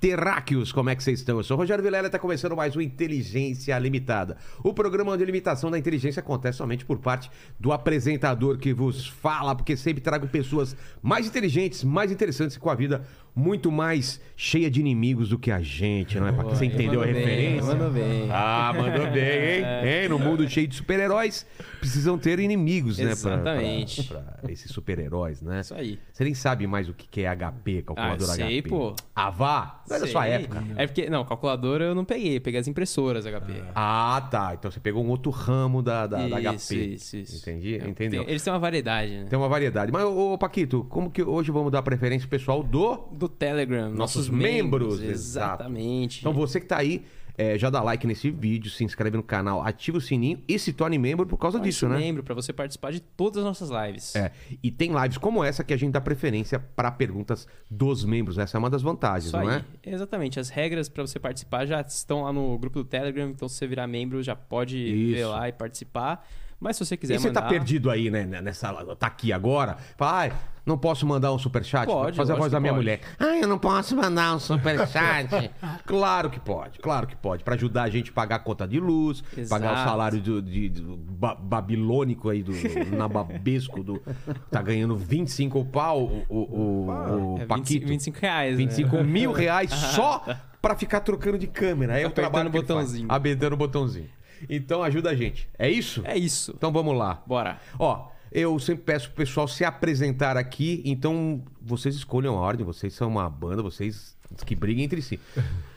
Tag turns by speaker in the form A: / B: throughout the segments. A: Terráqueos, como é que vocês estão? Eu sou o Rogério Vilela e está começando mais um Inteligência Limitada. O programa onde a limitação da inteligência acontece somente por parte do apresentador que vos fala, porque sempre trago pessoas mais inteligentes, mais interessantes e com a vida muito mais cheia de inimigos do que a gente, não é? Pra você entendeu a
B: mandou bem,
A: referência?
B: mandou bem. É
A: Ah, mandou bem, hein? hein? No mundo cheio de super-heróis, precisam ter inimigos, né? pra- pra-
B: Exatamente.
A: Pra, esses super-heróis, né?
B: Isso aí.
A: Você nem sabe mais o que que é HP, calculadora
B: Ah, sei,
A: HP.
B: pô.
A: Ah, vá! Não é da sua
B: Sei.
A: época.
B: É porque, não, calculadora eu não peguei, peguei as impressoras HP.
A: Ah, tá. Então você pegou um outro ramo da, da, da HP.
B: Isso, isso, isso.
A: Entendi,
B: É,
A: entendeu. Então,
B: tem- eles têm uma variedade, né?
A: Tem uma variedade. Mas, ô, ô, Paquito, como que hoje vamos dar preferência pro pessoal do...
B: Do Telegram,
A: Nossos
B: nossos,
A: membros, exato.
B: Exatamente.
A: Então você que tá aí, é, já dá like nesse vídeo, se inscreve no canal, ativa o sininho e se torne membro por causa
B: Faz
A: disso,
B: um
A: né?
B: Membro pra você participar de todas as nossas lives.
A: É, e tem lives como essa que a gente dá preferência para perguntas dos membros. Essa é uma das vantagens,
B: Isso
A: não
B: aí.
A: é?
B: Exatamente. As regras pra você participar já estão lá no grupo do Telegram, então se você virar membro já pode
A: Isso.
B: ver lá e participar. Mas se você quiser
A: E você tá
B: mandar-
A: perdido aí, né? né, Nessa, tá aqui agora. Fala, ai, não posso mandar um superchat?
B: Pode,
A: Fazer a
B: lógico
A: voz da
B: que
A: minha
B: pode.
A: mulher. Ah, eu não posso mandar um superchat. claro que pode, claro que pode. Pra ajudar a gente a pagar a conta de luz, pagar o
B: Exato.
A: salário do, de- do ba- babilônico aí, do nababesco, do, tá ganhando 25 pau o, o, o, o
B: É 25,
A: Paquito.
B: 25 reais, né?
A: 25 mil reais só pra ficar trocando de câmera. É o
B: Apertando
A: trabalho
B: o
A: que ele faz.
B: botãozinho.
A: Apertando o botãozinho. Então ajuda a gente. É isso?
B: É isso.
A: Então vamos lá.
B: Bora.
A: Ó, eu sempre peço pro pessoal se apresentar aqui, então vocês escolham a ordem, vocês são uma banda, vocês que briguem entre si.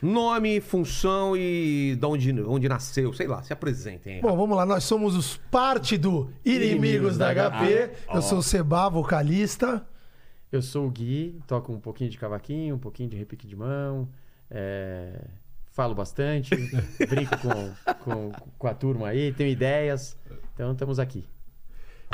A: Nome, função e de onde, onde nasceu, sei lá, se apresentem. aí.
C: Bom, vamos lá, nós somos os parte do Inimigos da HP. Eu sou o Seba, vocalista.
D: Eu sou o Gui, toco um pouquinho de cavaquinho, um pouquinho de repique de mão, é, falo bastante, brinco com, com, com a turma aí, tenho ideias, então estamos aqui.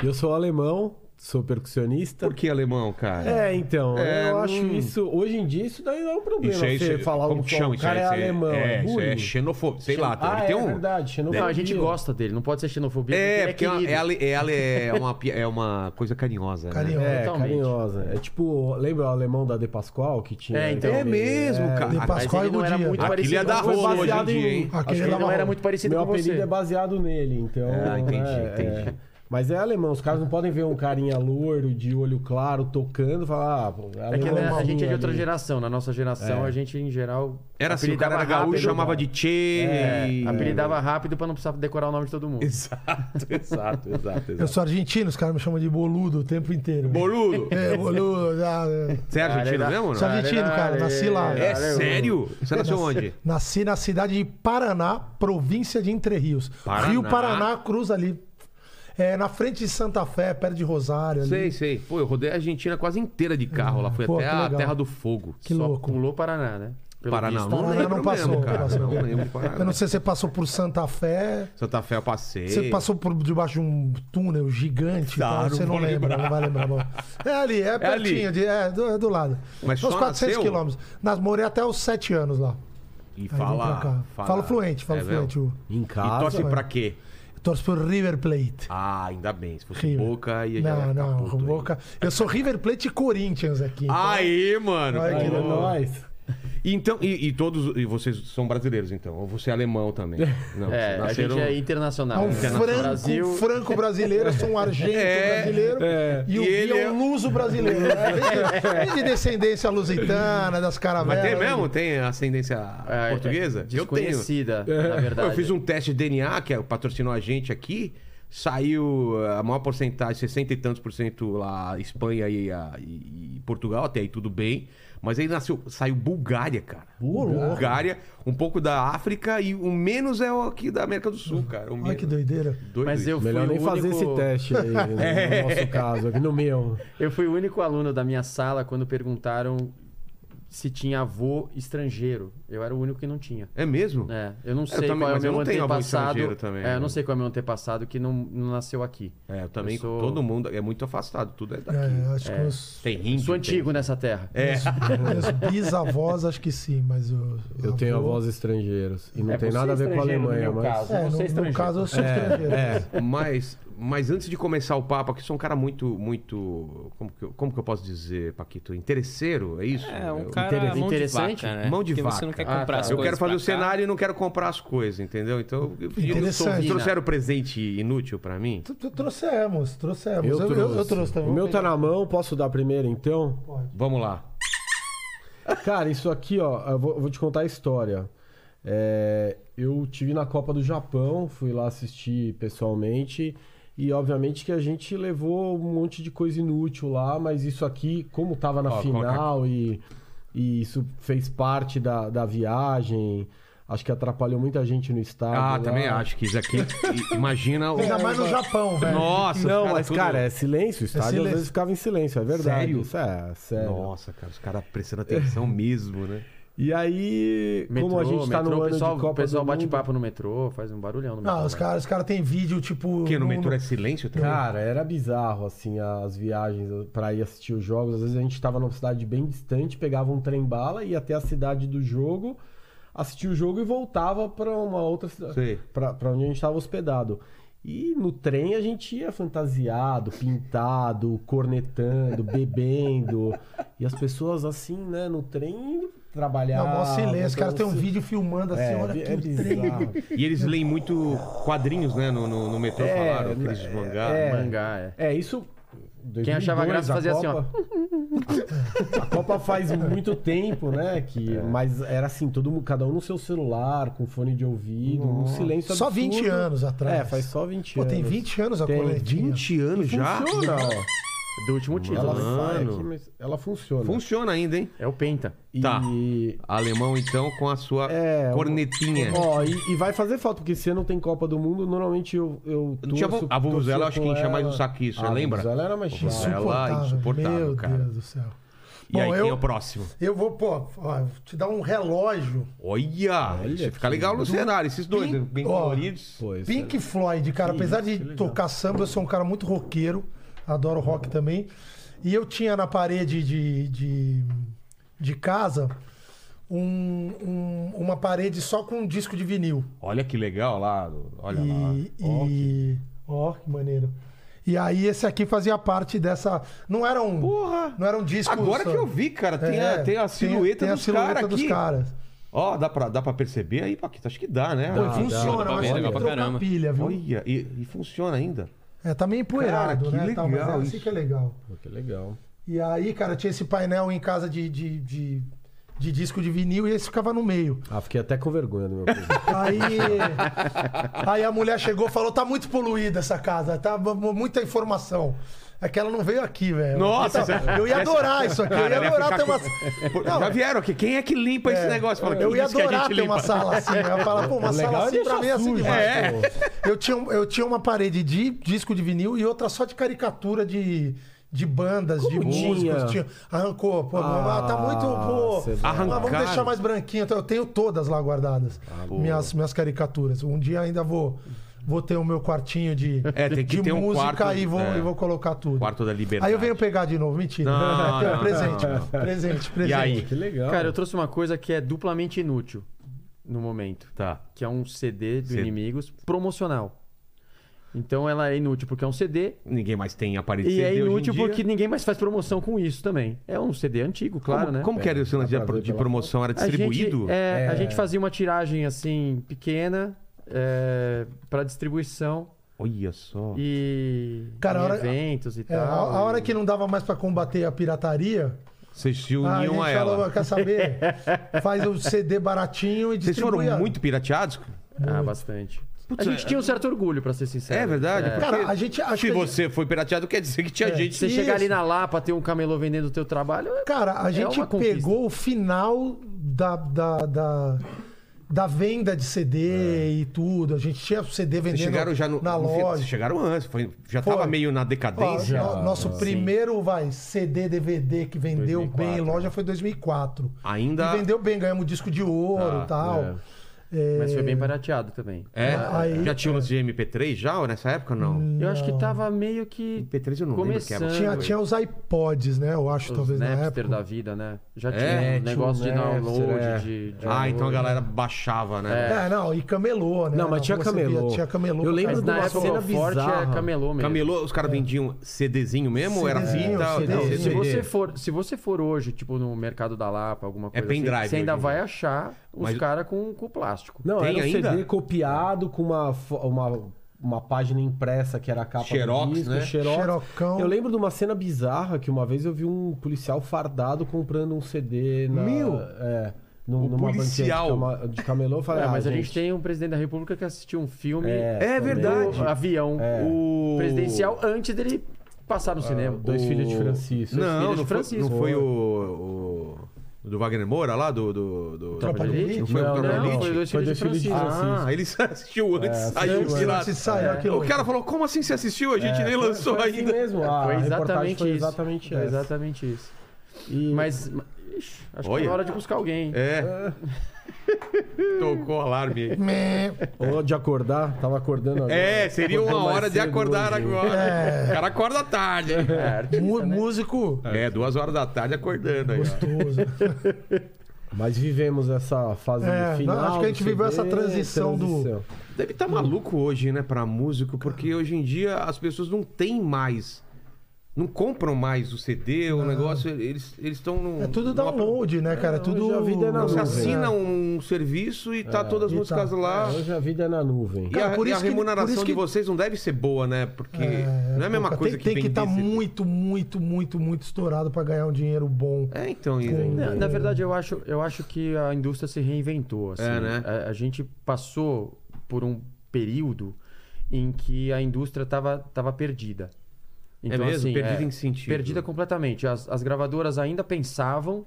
E: E Eu sou alemão, sou percussionista.
A: Por que alemão, cara?
E: É, então,
A: É,
E: eu
A: não-
E: acho isso. Hoje em dia, isso daí não é um problema.
A: aí,
E: você falar
A: como
E: um,
A: que chama
E: o
A: isso
E: cara
A: aí?
E: é,
A: Isso aí
E: alemão, é,
A: isso aí
E: bullying.
A: é xenofobia, sei lá,
E: Ah,
A: ele tem um...
E: É verdade, xenofobia.
D: Não, a gente gosta dele, não pode ser xenofobia,
A: É, porque
D: porque ele é
A: ela,
D: querido.
A: ela- ela é, uma, pi- é uma coisa carinhosa, né?
C: Carinhosa.
E: É,
D: Totalmente.
E: carinhosa. É tipo, lembra o alemão da De Pascoal que tinha?
D: É, então.
A: É mesmo, cara.
C: De
A: Aquilo
D: Mas
C: Pascoal e
D: ele não era
C: Godinho.
D: muito
A: é
D: parecido
A: da
D: com você.
A: rola hoje em
E: baseado em
A: dia,
E: um
A: é
E: mim.
A: hein?
D: Acho que
C: Aquele
D: ele
C: da
D: não era
C: Marrom.
D: muito parecido
E: Meu
D: com você.
E: apelido é baseado nele, então.
A: Ah, entendi,
E: né,
A: entendi.
E: é. Mas é alemão, os caras não podem ver um carinha louro, de olho claro, tocando e falar, ah, pô, é
D: É que
A: né,
E: alemão,
D: a gente é de outra
E: ali.
D: geração, na nossa geração a gente em geral
A: É.
D: É,
A: Era assim, o cara era gaúcho,
E: né?
A: chamava de Tchê.
E: É,
A: e-
D: apelidava rápido pra não precisar decorar o nome de todo mundo.
A: Exato, exato, exato,
C: Eu
A: exato.
C: sou argentino, os caras me chamam de boludo o tempo inteiro.
A: Boludo!
C: É, boludo. ah, é.
A: Você é argentino
D: Cara,
A: mesmo, ou
C: Sou
A: não?
D: sabe-
C: argentino, cara, nasci lá.
A: É
D: cara, eu-
A: sério? Você nasceu onde?
C: Nasci na cidade de Paraná, província de Entre Rios.
A: Paraná.
C: Rio Paraná cruza ali. É, na frente de Santa Fé, perto de Rosário. ali.
A: Sei, sei. Pô, eu rodei a Argentina quase inteira de carro lá. Fui
C: Pô,
A: até
C: que
A: a
C: legal.
A: Terra do Fogo.
C: Que
D: Só
C: louco.
D: pulou Paraná, né? Pelo
A: Paraná,
D: visto.
A: não
C: Paraná
A: lembro
C: Tá, não passou,
A: mesmo, cara.
C: não passou.
A: Não lembro de Paraná.
C: Eu não sei se você passou por Santa Fé.
A: Santa Fé eu passei.
C: Você passou por debaixo de um túnel gigante, tá?
A: Tá, não
C: você não
A: vou
C: lembra,
A: lembrar.
C: não vai lembrar. Bom. É ali, é pertinho,
A: ali.
C: de- é, do, é do lado.
A: Mas
C: Uns
A: só
C: 400
A: nasceu?
C: quilômetros. Nas, morei até os 7 anos lá.
A: E
C: vem
A: fala, É
C: pra cá. Fala fluente, fala
A: mesmo?
C: fluente, Hugo.
E: Em
A: E
E: casa.
A: torce
C: velho.
A: pra quê?
C: Torço pro River Plate.
A: Ah, ainda bem. Se fosse
C: River.
A: Boca, ia já ia
C: não,
A: ficar
C: não,
A: tá puto, hein? Ah,
C: Boca. Eu sou River Plate e Corinthians aqui. então-
A: Aí, mano.
C: Vai,
E: É
A: pô.
E: nóis.
A: Então, e, e todos. E vocês são brasileiros, então. Ou você é alemão também. Não,
D: É, a
A: nasceram-
D: gente é
C: É
D: internacional.
C: um franco,
D: Brasil,
C: franco brasileiro, eu sou um argento
A: É,
C: brasileiro e o
A: E ele
C: Gui é
A: é-
C: um luso brasileiro. É de descendência lusitana, das
A: Mas
C: caravelas.
A: tem mesmo? Tem ascendência
D: é,
A: portuguesa?
D: É,
A: eu tenho.
D: desconhecida,
E: É,
D: na
A: Pô,
D: verdade.
A: Eu fiz um teste de DNA, que é- patrocinou a gente aqui. Saiu eh, a maior porcentagem, 60 e tantos por cento lá, Espanha e, a- e- e Portugal, até aí tudo bem. Mas aí nasceu, saiu Bulgária, cara. Bulgária, um pouco da África e o menos é o aqui da América do Sul, cara. O
C: Olha
A: menos.
C: que doideira.
A: Doido
D: Mas
A: isso.
D: eu fui, o
E: Melhor nem
D: único, É.
E: fazer esse teste aí, né? no nosso caso, aqui no meu.
D: eu fui o único aluno da minha sala quando perguntaram se tinha avô estrangeiro. Eu era o único que não tinha.
A: É mesmo?
D: É, eu não sei
A: também,
D: qual é o
A: mas eu
D: meu
A: não tenho avô estrangeiro
D: antepassado.
A: também,
D: é, eu
A: né?
D: não sei qual é o meu antepassado que não, não nasceu aqui.
A: É, eu também,
D: Eu sou-
A: todo mundo é muito afastado, tudo é daqui.
C: É, acho que os,
A: Tem índio.
D: Sou
A: tem-
D: antigo nessa terra.
A: É.
C: os bisavós, acho que sim, mas o.
E: Eu tenho
C: avô-
E: avós estrangeiros. E não
D: É,
E: tem
D: você
E: nada a ver com a
D: estrangeiro no
E: Alemanha,
D: meu
E: mas.
D: caso.
C: É,
D: Você é
C: no, no
D: estrangeiro.
C: caso eu sou estrangeiro.
E: É,
A: Mas Mas antes de começar o papo, aqui sou um cara muito, muito. Como que eu, como que eu posso dizer, Paquito? Interesseiro, é isso?
B: É,
A: Eu-
B: um cara mão de
D: interessante.
B: vaca, né?
A: Mão de
B: Porque você
A: vaca.
B: não quer
D: Ah,
B: comprar
D: tá.
B: as
A: Eu
B: coisas
A: quero fazer
B: pra
A: o
B: cá.
A: cenário e não quero comprar as coisas, entendeu? Então, eu, eu sou,
C: Interessante.
A: trouxeram presente inútil pra mim?
C: Tu- tu- Trouxemos, trouxemos.
E: Eu, trouxe.
C: eu trouxe também.
E: O meu tá na mão, posso dar primeiro então?
A: Vamos lá.
E: Cara, isso aqui, ó, eu vou, vou te contar a história. É, eu tive na Copa do Japão, fui lá assistir pessoalmente e obviamente que a gente levou um monte de coisa inútil lá, mas isso aqui, como tava na
A: Ó,
E: final e, e isso fez parte da, da viagem, acho que atrapalhou muita gente no estádio.
A: Ah,
E: lá.
A: também acho que isso aqui. i- Imagina o.
C: Ainda mais no Japão, velho.
A: Nossa,
E: Não,
A: os
E: mas
A: tudo-
E: cara, é silêncio, o estádio às
C: silêncio.
E: vezes ficava em silêncio, é verdade.
A: Sério?
E: Isso é, sério.
A: Nossa, cara, os caras prestando atenção mesmo, né?
E: E aí,
D: Metrô,
E: como a gente tá
D: metrô,
E: no
D: o
E: ano
D: pessoal,
E: de Copa
D: o pessoal
E: do
D: bate
E: Mundo- Ah,
D: papo no metrô, faz um barulhão no metrô.
C: Não, Ah, os
D: né?
C: caras os cara têm vídeo, tipo.
A: Porque no metrô é silêncio também?
E: Cara, era bizarro, assim, as viagens pra ir assistir os jogos. Às vezes a gente tava numa cidade bem distante, pegava um trem-bala, ia até a cidade do jogo, assistia o jogo e voltava pra uma outra
A: Sei.
E: cidade, pra, pra onde a gente tava hospedado. E no trem a gente ia fantasiado, pintado, cornetando, bebendo. E as pessoas, assim, né, no trem
C: Não,
A: é
E: trabalhavam.
C: mó silêncio. Os caras têm um
E: assim.
C: vídeo filmando assim,
E: É,
C: olha
E: é
C: que
E: bizarro.
A: E eles leem muito quadrinhos, né? No, no, no metrô,
E: É,
A: falaram, aqueles de mangá.
E: é.
D: Mangá, é.
E: É, isso.
D: Quem achava
E: 2002,
D: graça
E: a
D: fazia assim, ó.
E: Copa- A Copa faz muito tempo, né? Que,
A: É.
E: Mas era assim, todo mundo, cada um no seu celular, com fone de ouvido, um silêncio
C: Só
E: absurdo.
C: 20 anos atrás.
E: É, faz só 20
C: Pô,
E: anos.
C: tem 20 anos a
E: Tem
C: coletinha.
A: 20 anos já? É
E: Funciona, ó.
D: Do último título.
E: Ela
D: né?
E: sai
A: Mano.
E: aqui, mas ela funciona.
A: Funciona ainda, hein?
D: É o Penta.
A: Tá.
E: E...
A: Alemão, então, com a sua
E: É, o-
A: cornetinha.
E: Ó, e, e vai fazer falta, porque se não tem Copa do Mundo, normalmente eu, eu
A: Não tinha
E: torço-
A: vo- a Vuvuzela,
E: torcia
A: acho que
E: com
A: enchia mais
E: ela.
A: o saco que isso,
E: Ah,
A: lembra?
E: A Vuvuzela era mais chata.
A: Ela é insuportável,
C: Meu
A: cara.
C: Deus do céu.
A: E aí,
C: Bom,
A: quem é
C: eu-
A: o próximo?
C: Eu vou, pô, ó, te dar um relógio.
A: Olha! isso fica legal no cenário, esses dois, bem
C: Ó,
A: coloridos.
E: Pô, isso é-
A: é.
C: Pink Floyd, cara. Apesar de tocar samba, eu sou um cara muito roqueiro. Adoro rock também. E eu tinha na parede de, de, de casa um- um- uma parede só com um disco de vinil.
A: Olha que legal lá. Olha lá.
C: E,
A: Ó, que-
C: e- ó, que maneiro. E aí esse aqui fazia parte dessa. Não era um.
A: Porra!
C: Não era um disco.
A: Agora
C: só-
A: que eu vi, cara, tem,
C: É,
A: a, tem a silhueta
C: tem a
A: dos caras
C: silhueta dos
A: aqui.
C: caras.
A: Ó, dá pra, dá pra perceber aí, Paquito? Acho que dá, né?
C: Pô,
A: Ah,
C: funciona,
B: dá pra
C: mas
B: ver,
C: tem
B: legal
C: que
B: pra
C: trocar
B: caramba.
C: pilha, viu?
A: Olha, e, e funciona ainda.
C: É, tá meio empoeirado,
A: Cara, que
C: né? tal, mas
A: legal
C: é assim
A: isso.
C: que é legal.
E: Que legal.
C: E aí, cara, tinha esse painel em casa de, de, de, de disco de vinil e esse ficava no meio.
E: Ah, fiquei até com vergonha do meu presente.
C: Aí, aí a mulher chegou e falou: tá muito poluída essa casa, tá mu- muita informação. É que ela não veio aqui, velho.
A: Nossa,
C: Então,
A: essa-
C: eu ia adorar isso aqui. Eu
A: Cara,
C: ia
A: ela ia
C: adorar
A: ficar
C: ter uma.
A: É, Pô,
C: Não,
A: Já vieram aqui. Quem é que limpa esse negócio? Fala,
C: eu
A: quem
C: ia
A: disse que a
C: adorar
A: gente
C: ter uma
A: limpa?
C: sala assim. Eu ia falar, pô, uma sala
E: legal é
C: assim pra
E: deixar
C: mim é assim
E: sujo,
C: demais.
E: né,
C: pô. Eu, tinha, um- eu tinha uma parede de disco de vinil e outra só de caricatura de, de bandas, de
E: Como tinha?
C: músicos. Tinha- arrancou, pô,
E: Ah,
C: tá muito. Pô,
E: cê
A: vai.
C: ah, vamos
A: Arrancaram.
C: deixar mais branquinho. Então, Eu tenho todas lá guardadas,
E: Ah,
C: minhas, minhas caricaturas. Um dia ainda vou. Vou ter o meu quartinho de,
A: É, tem que
C: de
A: ter um
C: música
A: quarto,
C: e, vou,
A: é.
C: e vou colocar tudo.
A: Quarto da liberdade.
C: Aí eu venho pegar de novo, mentira.
A: Não,
C: Tem um
A: não,
C: presente,
A: não, não.
C: presente, presente.
A: E aí?
E: Que legal.
D: Cara, eu trouxe uma coisa que é duplamente inútil no momento.
A: Tá.
D: Que é um CD do
A: Cê-
D: Inimigos promocional. Então ela é inútil porque é um CD.
A: Ninguém mais tem aparelho
D: E
A: CD
D: é
A: hoje em
D: inútil
A: dia.
D: porque ninguém mais faz promoção com isso também. É um CD antigo, claro,
A: como,
D: né?
A: Como que era esse lance de,
E: Dá pra ver
A: de
E: pela
A: promoção? Era
D: A gente,
A: distribuído?
D: é, A gente fazia uma tiragem assim, pequena, é, para distribuição
A: Olha só.
D: e
C: Cara, a
D: em
C: hora-
D: eventos e
C: É, a,
D: tal.
C: a hora que não dava mais pra combater a pirataria,
A: Vocês se
C: a gente
A: uniam a, ela.
C: falou, quer saber? Faz o CD baratinho e
A: Vocês
C: distribui.
A: foram
C: a-
A: muito pirateados?
C: é
D: Ah, bastante. a gente tinha um certo orgulho, pra ser sincero.
A: É verdade. porque
C: Cara, a gente acho
A: se
C: que a gente-
A: você foi pirateado, quer dizer que tinha gente.
D: Você
C: Isso.
D: chegar ali na Lapa, ter um camelô vendendo o teu trabalho, é-
C: Cara, a gente
D: uma conquista.
C: pegou o final da, da, da, da venda de CD e tudo. A gente tinha o CD vendendo
A: É. Vocês chegaram já no.
C: na
A: no-
C: loja.
A: Vocês chegaram antes. foi- já
C: Foi.
A: tava meio na
C: Ó,
A: decadência.
C: no- nosso primeiro vai CD DVD que vendeu
D: 2004,
C: bem em loja foi 2004.
A: Ainda.
C: E vendeu bem, ganhamos disco de ouro
A: Ah,
C: e tal. É,
D: Mas foi bem barateado também.
A: É?
C: Aí-
A: já tinha uns de MP3 já ou nessa época não?
D: Eu acho que
C: Não.
D: tava meio que
A: MP3 eu não lembro
D: Começando.
A: que era.
C: Tinha, tinha os iPods, né? Eu acho,
D: os
C: talvez, na
D: Napster
C: época.
D: da vida, né? Já tinha
A: É,
D: um
E: tinha
D: negócio
E: um
D: de download,
E: Napster, é.
D: de, de
A: Ah, então a
D: download.
A: galera baixava, né?
C: É, não, e camelô, né?
E: Não, mas tinha
C: Você via-
E: camelô.
C: Tinha camelô.
E: Eu
C: pra
E: lembro
C: caramba.
D: Mas
E: do-
D: na
E: uma
D: época
E: cena
D: o forte
E: bizarra.
D: é camelô mesmo.
A: Camelô, os caras vendiam CDzinho mesmo ou era
C: CDzinho,
A: fita?
C: CD.
A: Não,
D: Não, se
C: CD.
D: você, for, se você for hoje, tipo, no mercado da Lapa, alguma coisa
A: É pendrive
D: assim, você ainda
A: hoje em
D: vai achar os
A: Mas-
D: caras com, com plástico.
E: Não,
A: Tem
E: era um
A: ainda?
E: CD copiado com uma, fo- uma, uma página impressa que era a capa
A: Xerox,
E: do disco,
A: né?
E: Xerox.
C: Xerocão.
E: Eu lembro de uma cena bizarra que uma vez eu vi um policial fardado comprando um CD na...
A: Meu!
E: É, num-
A: O
E: numa banquinha
A: policial.
E: De, cama- de camelô. Eu falei,
D: É,
E: ah,
D: mas a gente tem um presidente da república que assistiu um filme
E: É,
A: É
E: também.
A: verdade. É.
D: do avião
A: O
D: presidencial antes dele passar no cinema.
E: Dois
D: O-
E: filhos de Francisco.
D: filhos
A: Não,
D: de
A: não foi,
D: Francisco.
A: não foi o, o do Wagner Moura lá do do, do
C: Tropa de Elite?
A: Não foi o
E: Não,
A: Tropa de
E: não,
A: Elite?
D: foi dois
E: Foi
D: filhos de
E: dois filhos de
D: Francisco.
E: Francisco.
A: Ah, ele assistiu antes,
E: É,
A: saiu
E: foi
A: de lá.
C: Se saiu,
D: É.
C: que
A: O
C: louco.
A: cara falou, como assim você assistiu? A gente nem
E: Foi-
A: lançou
E: foi assim
A: ainda.
E: mesmo. A
D: Foi
E: reportagem
D: exatamente
E: foi
D: isso.
E: exatamente
D: Foi
E: essa.
D: exatamente isso.
E: E-
D: Mas, mas- ixi, acho que
A: Olha.
D: é hora de buscar alguém.
A: É. Tocou o alarme aí.
C: Meh.
E: Ou de acordar, tava acordando agora.
A: É, seria
E: Acordou
A: uma
E: mais
A: hora de
E: cedo
A: acordar
E: hoje.
A: agora. O cara acorda tarde, hein?
D: É, artista,
C: Mu-
D: né?
C: Músico
A: É, duas horas da tarde acordando aí. ó.
C: gostoso.
E: Mas vivemos essa fase
C: É,
E: final.
C: não, acho que a
E: do
C: gente viveu essa transição do-
A: Deve estar maluco hoje, né, pra músico, porque hoje em dia as pessoas não têm mais. Não compram mais o CD, o negócio, eles eles estão num.
C: É tudo
A: numa-
C: download, né, cara? É
E: hoje
C: tudo.
E: a vida é na
A: Você
E: nuvem.
A: assina um serviço e tá todas as
C: E
A: músicas
C: tá.
A: lá.
E: É, hoje a vida é na nuvem.
A: E
C: Cara,
A: a,
C: por
A: e a
C: isso que-
A: remuneração
C: por isso
A: de
C: que-
A: vocês não deve ser boa, né? Porque não é a mesma
C: pouca.
A: coisa
C: tem,
A: que
C: Tem que
A: vender tipo.
C: estar
A: CD.
C: muito, muito, muito, muito estourado pra ganhar um dinheiro bom.
A: É, então, isso.
C: Com-
D: Na, na verdade, eu acho, eu acho que a indústria se reinventou. assim.
A: É, né?
D: a, a gente passou por um período em que a indústria estava tava perdida. Então,
A: É mesmo?
D: assim,
A: Perdida em que sentido?
D: Perdida completamente. As, as gravadoras ainda pensavam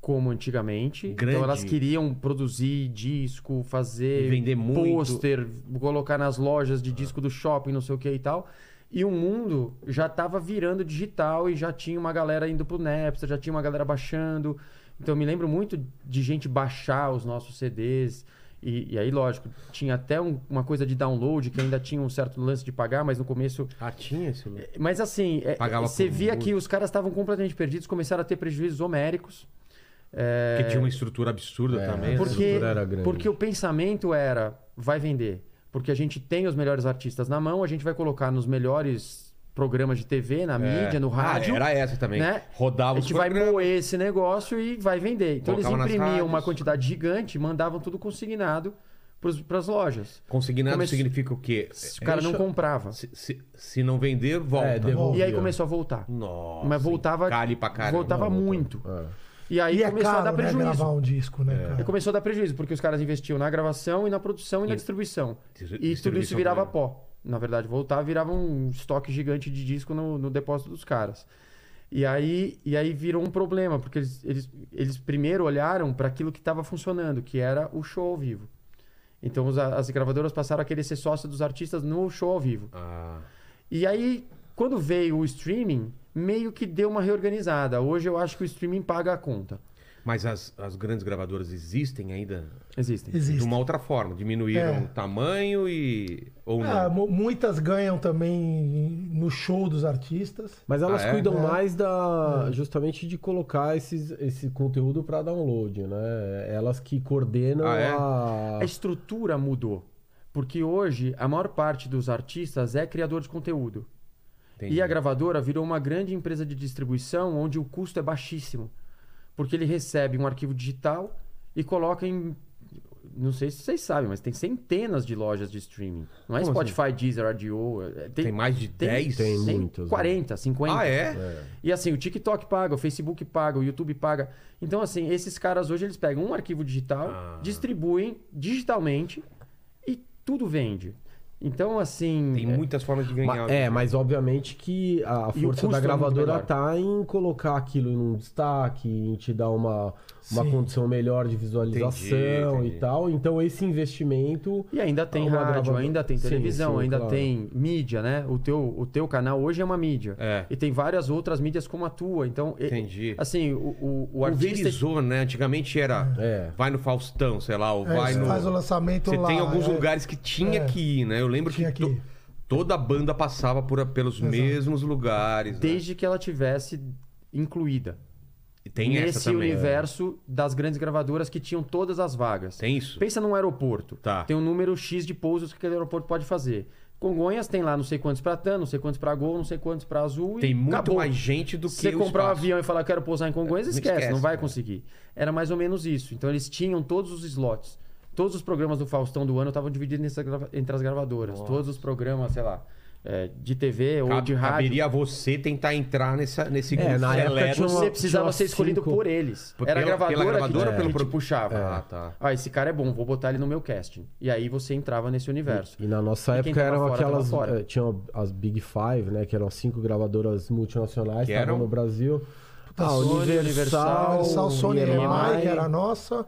D: como antigamente.
A: Grande.
D: Então elas queriam produzir disco, fazer
A: E vender muito.
D: pôster, colocar nas lojas de disco do shopping, não sei o que e tal. E o mundo já estava virando digital e já tinha uma galera indo pro Napster, já tinha uma galera baixando. Então eu me lembro muito de gente baixar os nossos CDs. E, e aí, lógico, tinha até um- uma coisa de download que ainda tinha um certo lance de pagar, mas no começo
A: Ah, tinha isso? né?
D: mas assim, é,
A: Pagava
D: você
A: por
D: via
A: música.
D: que os caras estavam completamente perdidos, começaram a ter prejuízos homéricos. é,
A: Porque tinha uma estrutura absurda
C: É.
A: também. né?
E: Porque-
D: porque,
E: estrutura era grande.
D: porque o pensamento era, vai vender. Porque a gente tem os melhores artistas na mão, a gente vai colocar nos melhores programas de TV, na mídia, no
A: Ah,
D: rádio.
A: era essa também.
D: né?
A: Rodava
D: a
A: os
D: gente vai
A: programas.
D: moer esse negócio e vai vender. Então
A: Colocava nas
D: eles imprimiam uma
A: rádios.
D: quantidade gigante, mandavam tudo consignado para as lojas.
A: Consignado
D: Começou-
A: significa o quê?
D: O cara não comprava.
A: Se, se- se não vender, volta.
E: É, devolve.
D: E aí começou a voltar.
A: Nossa.
D: Mas voltava-
A: Cale pra caramba.
D: voltava muito.
E: É.
D: E aí
C: e é
D: começou a
C: caro,
D: dar
C: né,
D: prejuízo.
C: gravar um disco, né,
D: Aí
A: É.
C: cara?
D: começou a dar prejuízo, porque os caras investiam na gravação e na produção e na distribuição.
A: Distri-
D: E tudo isso
A: distribuição
D: virava
A: também.
D: pó. Na verdade, voltava, virava um estoque gigante de disco no, no depósito dos caras. E aí, e aí virou um problema, porque eles, eles, eles primeiro olharam para aquilo que estava funcionando, que era o show ao vivo. Então os a- as gravadoras passaram a querer ser sócios dos artistas no show ao vivo.
A: Ah,
D: E aí, quando veio o streaming, meio que deu uma reorganizada. Hoje eu acho que o streaming paga a conta.
A: mas as, as grandes gravadoras existem ainda
D: Existem.
A: de
C: Existe.
A: uma outra forma. Diminuíram
C: É.
A: o tamanho e. Ou
C: Ah,
A: não.
C: mu- muitas ganham também no show dos artistas.
E: Mas elas
A: Ah, é?
E: cuidam
C: É.
E: mais da justamente de colocar esses, esse conteúdo para download, né? Elas que coordenam
A: Ah, é?
E: a
D: A estrutura mudou. Porque hoje a maior parte dos artistas é criador de conteúdo.
A: Entendi.
D: E a gravadora virou uma grande empresa de distribuição onde o custo é baixíssimo. Porque ele recebe um arquivo digital e coloca em. Não sei se vocês sabem, mas tem centenas de lojas de streaming. Não
A: Como
D: é
A: assim?
D: Spotify, Deezer, RDO. é-
A: Tem mais de 10?
E: Tem
D: tem
E: muitas, né?
D: 40, 50.
A: Ah, é?
D: E assim, o TikTok paga, o Facebook paga, o YouTube paga. Então, assim, esses caras hoje eles pegam um arquivo digital,
A: Ah.
D: distribuem digitalmente e tudo vende. Então, assim.
A: Tem
D: é-
A: muitas formas de
E: Ma-
A: ganhar.
E: é, mas obviamente que a
A: E o
E: força
A: custo é
E: da
A: muito
E: gravadora
A: menor.
E: tá em colocar aquilo num destaque, em te dar uma, uma
C: Sim.
E: condição melhor de visualização
A: Entendi, entendi.
E: e tal. Então esse investimento.
D: E ainda tem
E: Uma
D: rádio,
E: gravadora.
D: ainda tem
E: Ah, Sim,
D: televisão,
E: sim,
D: ainda
E: claro.
D: tem mídia, né? O teu, o teu canal hoje é uma mídia.
A: É.
D: E tem várias outras mídias como a tua. Então, e-
A: Entendi.
D: assim, o, o, o artista.
A: Pulverizou, né? Antigamente era
E: É.
A: vai no Faustão, sei lá, ou
C: É,
A: vai
C: você
A: no.
C: faz o lançamento
A: Você
C: lá.
A: tem alguns
C: é.
A: lugares que tinha
C: É.
A: que ir, né? Eu lembro
C: Tinha
A: que,
C: que
A: to-
C: ir.
A: toda banda passava por, pelos mesmos lugares. né?
D: desde que ela tivesse incluída
A: E tem
D: nesse
A: essa também. é.
D: universo das grandes gravadoras que tinham todas as vagas.
A: Tem isso?
D: Pensa num aeroporto.
A: Tá.
D: Tem um número X de pousos que aquele aeroporto pode fazer. Congonhas tem lá não sei quantos pra TAM, não sei quantos pra Gol, não sei quantos pra Azul.
A: Tem
D: e
A: muito
D: acabou.
A: mais gente do que
D: Você
A: o
D: comprar um
A: espaço. É,
D: avião e falar quero pousar em Congonhas,
A: Não
D: esquece,
A: esquece, né?
D: não vai
A: cara.
D: conseguir. Era mais ou menos isso. Então eles tinham todos os slots. Todos os programas do Faustão do ano estavam divididos nessa grava- entre as gravadoras. Todos os programas, sei lá, é, de TV ou
A: Cabe-
D: de rádio. É,
A: Caberia a você tentar entrar nessa, nesse grupo
E: na época
A: seleto.
E: tinha
D: Você
E: uma-
D: precisava ser escolhido
E: cinco-
D: por eles.
A: Por-
D: Era a
A: pela- pela
D: gravadora,
A: gravadora
D: que,
A: ou pelo
D: que te
A: produto?
D: puxava.
A: Ah, tá.
D: Ah, esse cara é bom, vou botar ele no meu casting. E aí você entrava nesse universo.
E: E na nossa
D: E quem
E: época
D: tava
E: eram
D: fora, tava
E: aquelas.
D: fora.
E: eh, tinham as Big Five, né? Que eram as cinco gravadoras multinacionais
A: Que
E: que estavam
A: eram?
E: no Brasil.
C: Puta,
E: Ah,
C: Sony,
D: Universal,
C: Universal, Sony
E: EMI,
C: EMI, que era a nossa.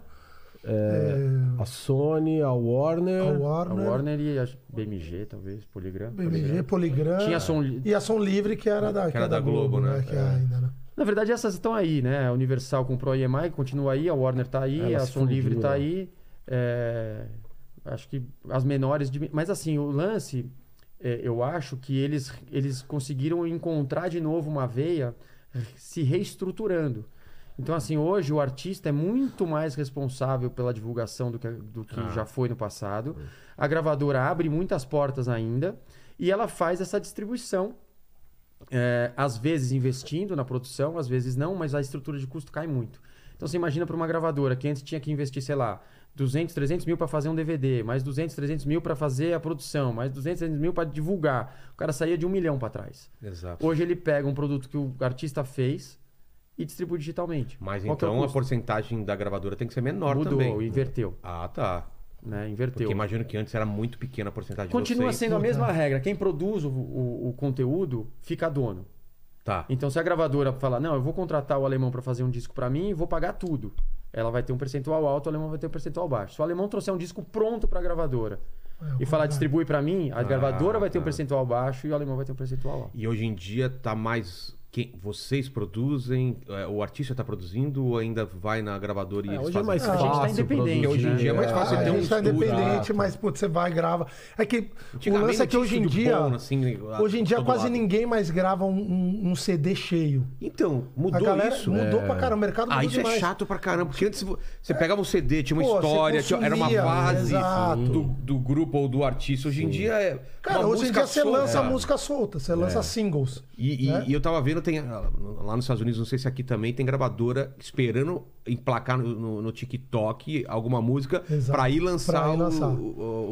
C: É,
E: a Sony, a Warner.
C: a
D: A
C: Warner,
D: Warner e a BMG, talvez, Poligram.
C: BMG,
A: é.
C: ah. Poligram.
D: Tinha som. li-
C: E a Som Livre, que era da, que era da Globo, né? Que é ainda, né?
D: Na verdade, essas estão aí, né? A Universal comprou a EMI, continua aí, a Warner tá aí,
E: Elas
D: a Som Livre tá
E: fundiram.
D: aí. é, Acho que as menores. De... Mas assim, o lance, é, eu acho que eles, eles conseguiram encontrar de novo uma veia se reestruturando. Então, assim, hoje o artista é muito mais responsável pela divulgação do que, do que
A: Ah.
D: já foi no passado. A gravadora abre muitas portas ainda e ela faz essa distribuição é, às vezes investindo na produção, às vezes não, mas a estrutura de custo cai muito. Então você imagina para uma gravadora que antes tinha que investir, sei lá, 200, 300 mil para fazer um DVD, mais 200, 300 mil para fazer a produção, mais 200, 300 mil para divulgar. O cara saía de um milhão para trás.
A: Exato.
D: Hoje ele pega um produto que o artista fez e distribui digitalmente.
A: Mas
D: Qual que é o
A: então a
D: custo?
A: porcentagem da gravadora tem que ser menor
D: mudou,
A: também.
D: inverteu,
A: Ah, tá.
D: né?
A: Porque
D: Inverteu.
A: imagino que antes era muito pequena a porcentagem de
D: Continua
A: vocês. né?
D: sendo a mesma regra. Quem produz o- o- o conteúdo fica dono.
A: Tá.
D: Então, se a gravadora falar, não, eu vou contratar o alemão para fazer um disco para mim e vou pagar tudo. Ela vai ter um percentual alto, o alemão vai ter um percentual baixo. Se o alemão trouxer um disco pronto para a gravadora
C: É,
D: e falar, distribui para mim, a
A: Ah,
D: gravadora vai ter um
A: tá.
D: percentual baixo e o alemão vai ter um percentual alto.
A: E hoje em dia tá mais. Quem, vocês produzem, é, o artista tá produzindo ou ainda vai na gravadora e
E: É,
A: eles
E: hoje é
A: fazem?
E: mais
C: Ah, a gente
E: fácil.
C: tá
D: independente,
E: produzir,
A: hoje em
E: né?
A: dia é mais
E: É.
A: fácil
C: Ah,
A: ter
C: a
A: um
C: gente tá
A: estúdio.
C: independente, mas putz, você vai e grava. É que o
A: Antigamente
C: lance é que
A: tinha
C: hoje em
A: estúdio
C: dia.
A: bom, assim, a-
C: hoje em dia
A: todo
C: quase
A: lado.
C: ninguém mais grava um, um- um CD cheio.
A: Então, mudou
C: a galera
A: isso.
C: mudou pra caramba. O mercado mudou
A: Ah, isso
C: demais.
A: é chato pra caramba, porque antes vo- você pegava um CD, tinha uma
C: Pô, você
A: história, tinha- era uma
C: consumia,
A: fase
C: exato.
A: do, do grupo ou do artista. Hoje em dia é.
C: Cara,
A: uma
C: hoje em
A: música É.
C: dia você
A: solta. É.
C: lança música solta, você lança singles.
A: E, e-
C: né?
A: e eu tava vendo, tem ah, lá nos Estados Unidos, não sei se aqui também, tem gravadora esperando emplacar no, no- no TikTok alguma música
C: Exato.
A: pra ir lançar,
C: Pra ir lançar.
A: O,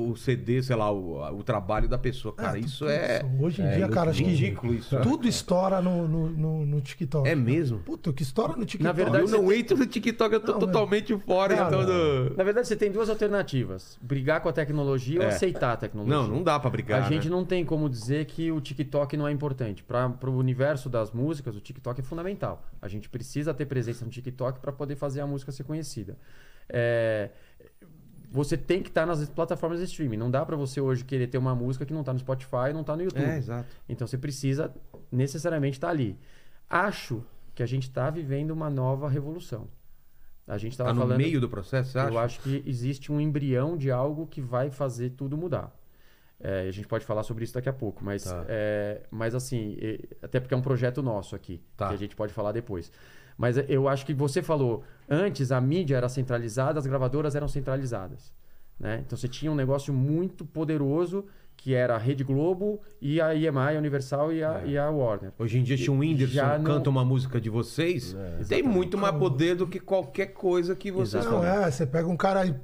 A: o- o CD, sei lá, o, o trabalho da pessoa. Cara, isso é
C: Hoje em dia, cara, acho que
A: ridículo isso.
C: tudo estoura no, no, no- no TikTok.
A: É mesmo?
C: Puta, o que estoura no TikTok.
D: Na verdade,
A: eu não entro no TikTok, eu tô
C: Não, é. mas-
A: totalmente fora.
C: Cara,
A: então, do-
D: Na verdade, você tem duas alternativas: brigar com a tecnologia
A: É.
D: ou aceitar a tecnologia.
A: Não, não dá pra
D: A
A: brigar.
D: gente
A: né?
D: não tem como dizer que o TikTok não é importante. Para o universo das músicas, o TikTok é fundamental. A gente precisa ter presença no TikTok para poder fazer a música ser conhecida. É, Você tem que estar nas plataformas de streaming. Não dá para você hoje querer ter uma música que não está no Spotify, não está no YouTube.
A: É, exato.
D: Então você precisa necessariamente estar ali. Acho que a gente está vivendo uma nova revolução. A gente estava
A: Tá no
D: falando
A: meio do processo, você acha?
D: eu acho que existe um embrião de algo que vai fazer tudo mudar. É, a gente pode falar sobre isso daqui a pouco, mas,
A: Tá.
D: é, mas assim, e- até porque é um projeto nosso aqui,
A: Tá.
D: que a gente pode falar depois. Mas é, eu acho que você falou, antes a mídia era centralizada, as gravadoras eram centralizadas. né? Então você tinha um negócio muito poderoso que era a Rede Globo e a EMI, a Universal e a,
A: É.
D: e a Warner.
A: Hoje em dia, se um Whindersson
D: Já não- É.
A: canta uma música de vocês, tem muito mais poder do que qualquer coisa que vocês
C: Não,
A: falam.
C: é, você pega um cara aí.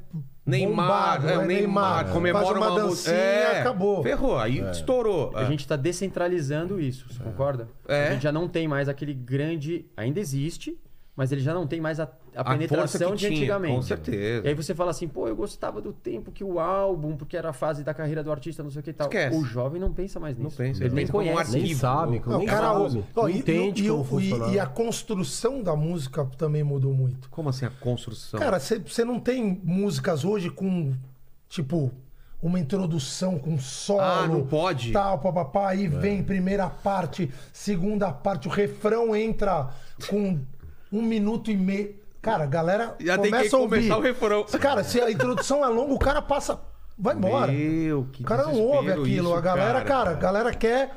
A: Neymar,
C: bombado,
A: é,
C: né?
A: o Neymar, comemora
C: faz uma,
A: música-
C: dancinha
A: É,
C: acabou.
A: Ferrou, aí estourou.
D: A
A: É.
D: gente está descentralizando isso, você concorda?
A: É.
D: A gente já não tem mais aquele grande. Ainda existe, mas ele já não tem mais a, a
A: força
D: penetração
A: que
D: de
A: tinha,
D: antigamente.
A: com certeza.
D: E aí você fala assim, pô, eu gostava do tempo que o álbum, porque era a fase da carreira do artista, não sei o que e tal.
A: Esquece.
D: O jovem não pensa mais nisso.
A: Não pensa,
D: Ele
A: ele
D: nem
A: pensa como um
D: conhece.
A: artista.
E: Nem
A: Arquivo.
E: sabe,
C: Não,
E: nem
C: o cara
E: sabe.
C: ouve. Ó,
E: Não
C: e-
E: entende
C: e- e-
E: como
C: e-
E: funciona. né?
C: e a construção da música também mudou muito.
A: Como assim a construção?
C: Cara, você não tem músicas hoje com, tipo, uma introdução com solo.
A: Ah, não pode? É.
C: Tal, papapá, aí vem primeira parte, segunda parte, o refrão entra com um minuto e meio. Cara, a galera
A: Já tem
C: começa
A: que
C: a ouvir.
A: começar o refrão.
C: Cara, se a introdução é longa, o cara passa, vai embora.
A: Meu, que
C: o cara não ouve
A: desespero
C: aquilo.
A: isso,
C: a galera,
A: cara,
C: cara,
A: cara.
C: a galera quer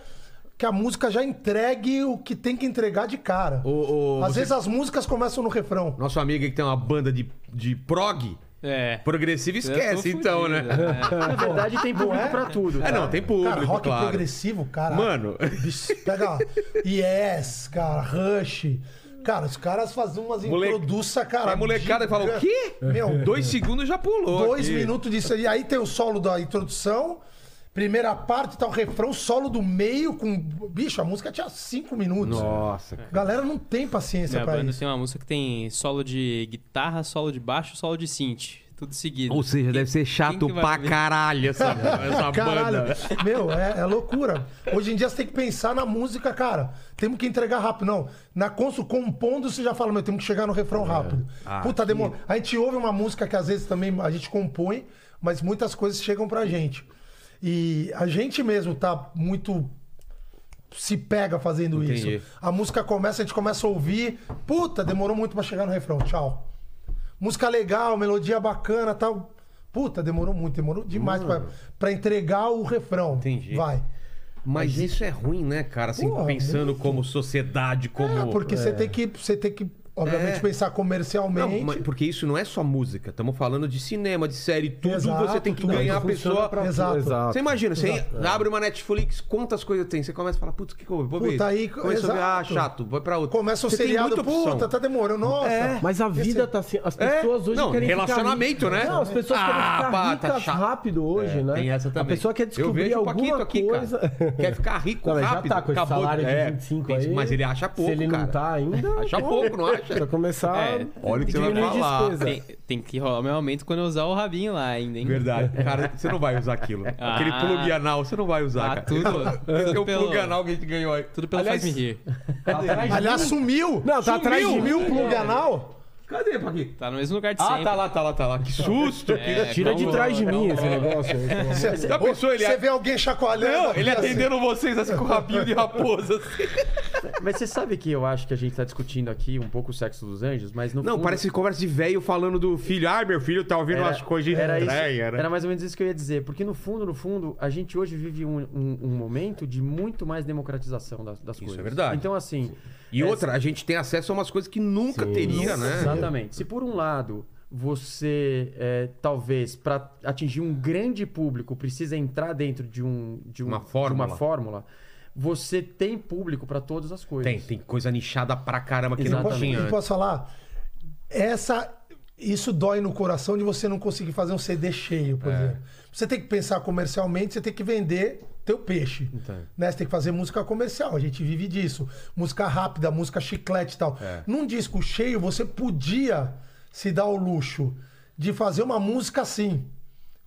C: que a música já entregue o que tem que entregar de cara.
A: Ô, ô,
C: Às
A: você-
C: vezes as músicas começam no refrão.
A: Nosso amigo aí que tem uma banda de, de prog,
B: É.
A: progressivo
B: Eu tô
A: esquece, então,
B: fudido,
A: né?
D: Na verdade, tem público pra tudo.
A: É,
D: cara.
A: não, tem público,
C: Cara, rock
A: claro.
C: progressivo, cara.
A: Mano.
C: Bicho, pega Yes, cara, Rush. Cara, os caras fazem umas
A: Moleque-
C: introduça, cara.
A: a molecada que fala, o quê?
C: Meu,
A: Dois segundos já pulou.
C: dois
A: aqui.
C: minutos disso. E aí tem o solo da introdução, primeira parte, tá o refrão, solo do meio com... Bicho, a música tinha cinco minutos.
A: Nossa, cara.
C: Galera não tem paciência
B: Minha
C: pra
B: banda
C: isso.
B: tem uma música que tem solo de guitarra, solo de baixo, solo de synth. Tudo seguido.
A: Ou seja,
B: Quem-
A: deve ser
B: quem
A: chato
B: que vai
A: pra
B: ouvir?
A: caralho essa, essa
C: Caralho,
A: banda.
C: meu, é, é loucura. Hoje em dia você tem que pensar na música, cara. Temos que entregar rápido. Não, na consul compondo você já fala, meu, temos que chegar no
A: É.
C: refrão rápido.
A: Ah,
C: Puta, demora. A gente ouve uma música que às vezes também a gente compõe, mas muitas coisas chegam pra gente. E a gente mesmo tá muito se pega fazendo
A: Entendi.
C: isso. A música começa, a gente começa a ouvir. Puta, demorou muito pra chegar no refrão. Tchau. Música legal, melodia bacana tal. Puta, demorou muito, demorou demais pra, pra entregar o refrão.
A: Hum. Entendi.
C: Vai.
A: Mas isso é ruim, né, cara? Assim,
C: Porra,
A: pensando como sociedade, como.
C: É, porque você tem que. Você tem que, obviamente,
A: É.
C: pensar comercialmente.
A: Não, mas porque isso não é só música. Estamos falando de cinema, de série, tudo
C: Exato,
A: você tem que
C: tudo.
A: ganhar a
E: Funciona
A: pessoa.
E: pra-
C: Exato. é.
A: Você imagina, você abre uma Netflix, quantas coisas tem? Você começa a falar, putz, o que que eu vou ver?
C: Puta, aí-
A: Começa a ver, ah,
C: exato.
A: chato, vai pra outra.
C: Começa o
A: Você tem
C: seriado,
A: muita opção.
C: puta, tá demorando. Nossa.
E: Mas a vida
C: Esse-
E: tá assim. As
A: É,
E: pessoas hoje
A: não,
E: querem ficar
A: relacionamento,
E: ricas.
A: né?
E: Não, as pessoas
A: Ah,
E: querem
A: pá,
E: ficar
A: tá
E: ricas
A: chato.
E: rápido hoje,
A: É,
E: né?
A: tem essa também.
E: A pessoa quer
A: Eu
E: descobrir
A: vejo o Paquito
E: alguma
A: aqui,
E: coisa.
A: cara. Quer ficar rico
E: Não, mas
A: rápido.
E: já tá com esse
A: acabou-
E: salário de
A: é,
E: 25
A: tem-
E: aí.
A: Mas ele acha pouco,
E: Se ele
A: cara.
E: não tá ainda.
A: Acha pouco, não
E: Pra
A: acha?
E: começar.
B: É,
A: olha o que você vai
E: diminuir
A: falar.
E: despesa.
B: Tem, tem que rolar meu aumento quando eu usar o rabinho lá ainda, hein?
A: Verdade. Cara, você não vai usar aquilo.
B: Ah.
A: Aquele plug anal, você não vai usar,
B: Ah,
A: cara.
B: tudo-
A: Esse é o
B: tudo pelo-
A: plug anal que a gente ganhou aí.
B: Tudo pelo
A: Aliás,
B: faz me rir.
C: Aliás, sumiu.
E: Não, tá atrás de
C: Sumiu o plug anal?
A: Cadê, Paquito?
B: Tá no mesmo lugar de
A: Ah,
B: sempre.
A: tá lá, tá lá, tá lá. Que susto.
B: É,
A: que...
E: Tira de
B: calma,
E: trás de
B: calma,
E: mim
B: calma.
E: esse
A: É.
E: negócio. aí.
C: Você
A: Já pensou ele- é-
C: você vê alguém chacoalhando?
A: Não, ele
C: assim,
A: atendendo vocês assim com o rabinho de raposa. assim.
D: Mas você sabe que eu acho que a gente tá discutindo aqui um pouco o sexo dos anjos, mas no
A: Não,
D: fundo-
A: parece conversa de velho falando do filho. Ai, meu filho tá ouvindo umas coisas
D: era, isso,
A: estranhas, né?
D: era mais ou menos isso que eu ia dizer. Porque no fundo, no fundo, a gente hoje vive um, um- um momento de muito mais democratização das, das
A: Isso
D: coisas.
A: é verdade.
D: Então, assim.
A: E
D: é,
A: outra, a gente tem acesso a umas coisas que nunca
E: Sim.
A: teria,
E: Nunca.
A: né?
D: Exatamente. Se por um lado você é, talvez para atingir um grande público precisa entrar dentro de um de um-
A: Uma
D: de
A: fórmula.
D: uma fórmula, você tem público para todas as coisas.
A: Tem, tem coisa nichada pra caramba que não
D: Exatamente.
A: tinha.
C: E
A: antes.
C: um posso falar? Essa. Isso dói no coração de você não conseguir fazer um CD cheio,
A: É.
C: por exemplo. Você tem que pensar comercialmente, você tem que vender teu peixe.
A: Então.
C: Né? Você tem que fazer música comercial, a gente vive disso. Música rápida, música chiclete e tal.
A: É.
C: Num disco cheio, você podia se dar o luxo de fazer uma música assim.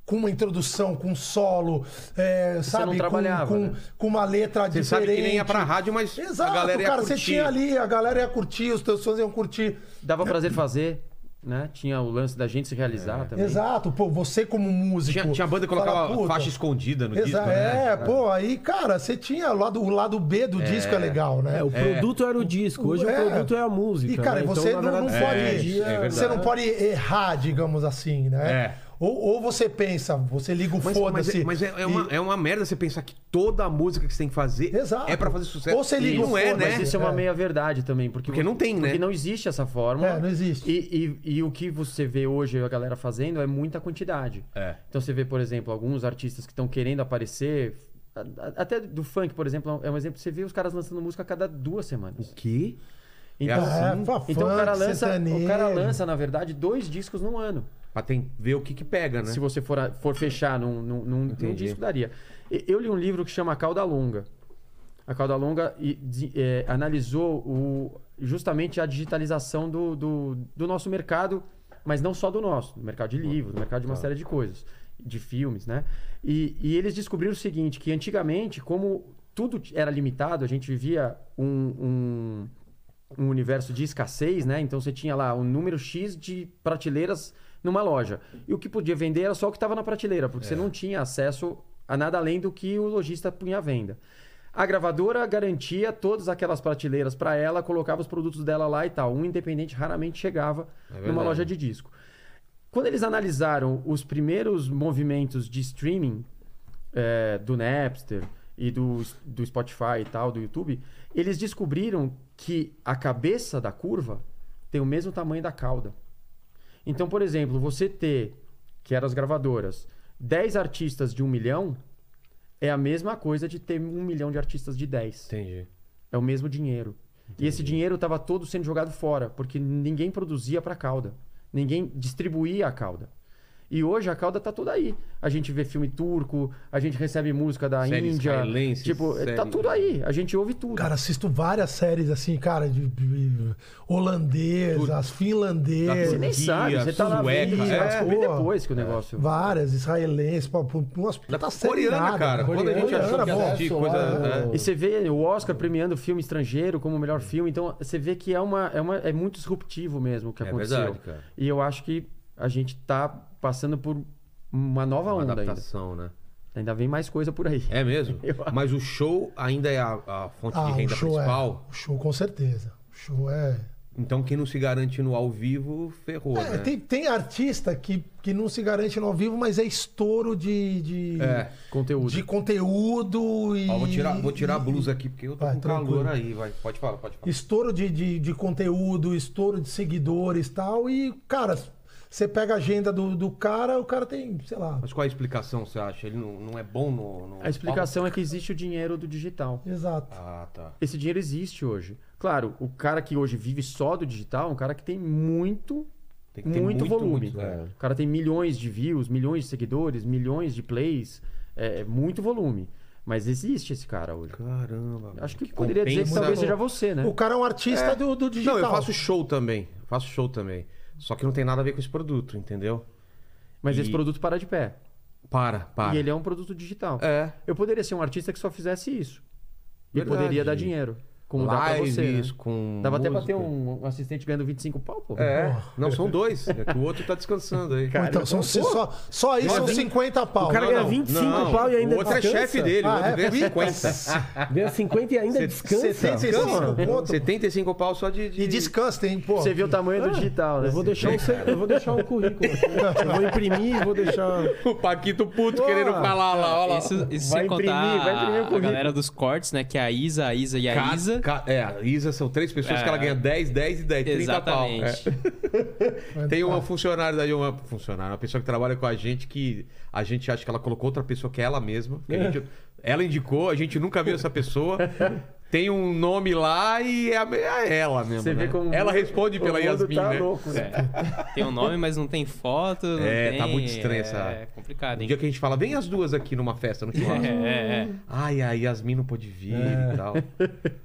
C: Com uma introdução, com um solo, é, sabe?
D: não
C: Com-
D: trabalhava,
C: com,
D: né?
C: com uma letra
A: Você
C: diferente.
A: sabe que nem ia pra rádio, mas
C: Exato,
A: a galera ia
C: cara, você
A: curtir.
C: tinha ali, a galera ia curtir, os teus fãs iam curtir.
D: Dava prazer fazer, né? Tinha o lance da gente se realizar
A: É.
D: também.
C: Exato, pô, você como músico.
A: Tinha, tinha banda que
C: tipo, fala,
A: colocava
C: puta,
A: faixa escondida no
C: exa-
A: disco, né?
C: É, pô, aí, cara, você tinha o lado, o lado B do disco é legal, né?
E: É, o produto era o disco, hoje
C: É.
E: o produto é a música.
C: E, cara,
E: né?
C: você
E: Então, na
C: não, não
E: verdade,
C: pode.
E: hoje em
A: é verdade.
C: você não pode errar, digamos assim, né?
A: É.
C: Ou, ou você pensa, você liga o
A: Mas, mas, é-
C: foda-se.
A: mas é, é
C: e-
A: uma, é uma merda você pensar que toda a música que você tem que fazer
C: Exato.
A: é pra fazer sucesso.
C: Ou você liga
A: e não
C: o
A: é,
C: foda-se.
A: né?
D: Mas isso é uma
C: É.
D: meia verdade também, porque,
A: Porque não tem, né?
D: Porque não existe essa fórmula.
C: É, não existe.
D: E, e- e o que você vê hoje a galera fazendo é muita quantidade.
A: É.
D: Então você vê, por exemplo, alguns artistas que estão querendo aparecer. a- a- Até do funk, por exemplo, é um exemplo. Você vê os caras lançando música a cada duas semanas.
A: O quê?
D: Então,
A: assim?
C: É, fa-
D: então o, cara
C: funk,
D: lança, o
C: sertanejo.
D: cara lança, na verdade, dois discos num ano.
A: Pra tem, ver o que que pega, né?
D: Se você for, a- for fechar num, num, num- num
A: Entendi.
D: disco, daria. E- Eu li um livro que chama Cauda Longa. A Cauda Longa e de- é, analisou o, justamente a digitalização do, do, do nosso mercado, mas não só do nosso, do mercado de livros, do mercado de
A: Tá.
D: uma série de coisas, de filmes, né? E, e eles descobriram o seguinte, que antigamente, como tudo era limitado, a gente vivia um, um, um universo de escassez, né? Então você tinha lá um número X de prateleiras numa loja. E o que podia vender era só o que estava na prateleira, porque você não tinha acesso a nada além do que o lojista punha à venda. A gravadora garantia todas aquelas prateleiras para ela, colocava os produtos dela lá e tal. Um independente raramente chegava numa
A: verdade.
D: loja de disco. Quando eles analisaram os primeiros movimentos de streaming é, do Napster e do, do Spotify e tal, do YouTube, eles descobriram que a cabeça da curva tem o mesmo tamanho da cauda. Então, por exemplo, você ter, que eram as gravadoras, 10 artistas de um milhão é a mesma coisa de ter um milhão de artistas de 10.
E: Entendi.
D: É o mesmo dinheiro. E esse dinheiro estava todo sendo jogado fora, porque ninguém produzia para cauda. Ninguém distribuía a cauda. E hoje a cauda tá toda aí. A gente vê filme turco, a gente recebe música da
A: Séries
D: Índia.
A: israelenses,
D: Tipo, tá
A: séries-
D: tudo aí. A gente ouve tudo.
C: Cara, assisto várias séries assim, cara, de, de holandesas,
D: você nem
C: finlandesas,
D: sabe, você tá lá
A: sueca,
D: vendo, você vai
A: é.
D: descobrir
C: Pô.
D: depois que o negócio.
C: várias, israelenses, pô, pô, umas puta série
A: tá coreana,
C: irada,
A: cara. Quando a gente
C: Coreana,
A: achou
C: é.
A: que ia
C: bom.
A: assistir coisa. né?
D: E você vê o Oscar premiando filme estrangeiro como o melhor
A: Hum.
D: filme, então você vê que é, uma, é, uma, é muito disruptivo mesmo o que
A: É
D: aconteceu.
A: verdade, cara.
D: E eu acho que a gente tá passando por É uma nova
A: Uma
D: onda
A: adaptação, né?
D: ainda. Ainda vem mais coisa por aí.
A: É mesmo? Mas o show ainda é a, a fonte
C: Ah,
A: de
C: o
A: renda
C: show
A: principal.
C: é. O show com certeza. O show é.
A: Então quem não se garante no ao vivo, ferrou,
C: É,
A: né?
C: tem, tem artista que, que não se garante no ao vivo, mas é estouro de, de,
A: É.
D: Conteúdo.
C: de conteúdo e.
A: Ó, vou tirar, vou tirar a blusa aqui, porque eu tô
C: Vai,
A: com calor
C: tranquilo.
A: aí, vai. Pode falar, pode falar.
C: Estouro de, de, de conteúdo, estouro de seguidores e tal. E, cara, você pega a agenda do, do cara, o cara tem, sei lá.
A: Mas qual é a explicação, você acha? Ele não, não é bom no... no
D: A explicação é que existe o dinheiro do digital.
C: Exato.
A: Ah, tá.
D: Esse dinheiro existe hoje. Claro, o cara que hoje vive só do digital é um cara que tem muito
A: Tem
D: muito, volume.
A: é.
D: O cara tem milhões de views, milhões de seguidores, milhões de plays. É, é muito volume. Mas existe esse cara hoje.
A: Caramba. velho.
D: Acho que, poderia dizer que
A: compensa-
D: talvez seja você, né?
C: O cara é um artista
A: É.
C: do, do digital.
A: Não, eu faço show também. Eu faço show também. Só que não tem nada a ver com esse produto, entendeu?
D: Mas esse
A: E-
D: produto para de pé.
A: Para, para.
D: E ele é um produto digital.
A: É.
D: Eu poderia ser um artista que só fizesse isso.
A: Verdade.
D: E poderia dar dinheiro. Como dá pra você.
A: Lives
D: né?
A: com
D: Dava até um. pra
A: música.
D: ter um um assistente ganhando 25 pau, pô.
A: É. Não, são dois. É que o outro tá descansando aí.
C: Ou então, são, só, só aí são 50 pau.
E: O cara
A: Não,
E: ganha
A: não,
E: 25
A: não.
E: pau e ainda
A: O outro é
E: descansa.
A: chefe dele, o
C: Ah,
A: outro
C: é?
A: ganha
C: Puta.
A: 50.
E: Ganha 50 e ainda descansa.
A: tá
D: tá
C: 75 conto.
A: 75 pau só de. de...
C: E descansa, hein, pô.
D: Você vê o tamanho do digital, né?
E: Eu vou deixar um, ce- eu vou deixar um currículo. Eu vou imprimir e vou deixar.
A: O Paquito puto querendo falar lá, olha tá lá.
B: Isso, isso
D: Vai
B: sem contar
D: imprimir, vai imprimir o
B: a
D: currículo.
B: galera dos cortes, né? Que é a Isa, a Isa e a
A: Ca-
B: Isa.
A: ca- É, a Isa são três pessoas
B: É.
A: que ela ganha 10, 10 e 10, 30 pau. É.
B: Exatamente.
A: Tem uma funcionária daí, uma funcionária, uma pessoa que trabalha com a gente que a gente acha que ela colocou outra pessoa que é ela mesma. que a gente-
B: É.
A: ela indicou, a gente nunca viu essa pessoa. Tem um nome lá e é, a me- é ela mesmo.
D: Você vê
A: né?
D: como
A: ela
D: o mundo-
A: responde pela
D: o mundo
A: Yasmin,
D: tá
A: né?
D: louco, né?
B: É. Tem o nome, mas não tem foto. não
A: É, tá
B: tem-
A: muito estranho essa-
B: É complicado,
A: Um
B: hein?
A: dia que a gente fala, vem as duas aqui numa festa, no
B: É,
A: churrasco.
B: é, é.
A: Ai, a Yasmin não pôde vir e tal.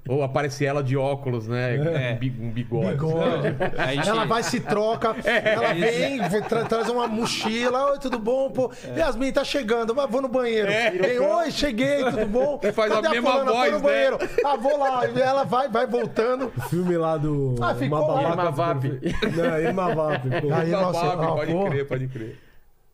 A: Ou aparece ela de óculos, né?
B: É.
A: Com um bi- um bigode.
C: Bigode.
B: A gente-
C: Ela vai, se troca,
A: É,
C: ela vem, tra- traz uma mochila. Oi, tudo bom? Pô, Yasmin, tá chegando, mas vou no banheiro. Vem, Oi, cheguei, tudo bom?
A: É. E faz a mesma
C: fulana?
A: voz,
C: Tô no
A: né?
C: banheiro. Ah, vou lá. E ela vai, vai voltando.
E: O filme lá do.
C: Ah, ficou
E: Uma
C: lá.
D: Irmavap.
E: babaca do- Não, Irmavap. pô.
C: Aí,
A: Tá,
C: nossa,
A: Fábio,
C: ah,
A: pode
C: pô,
A: crer, pode crer.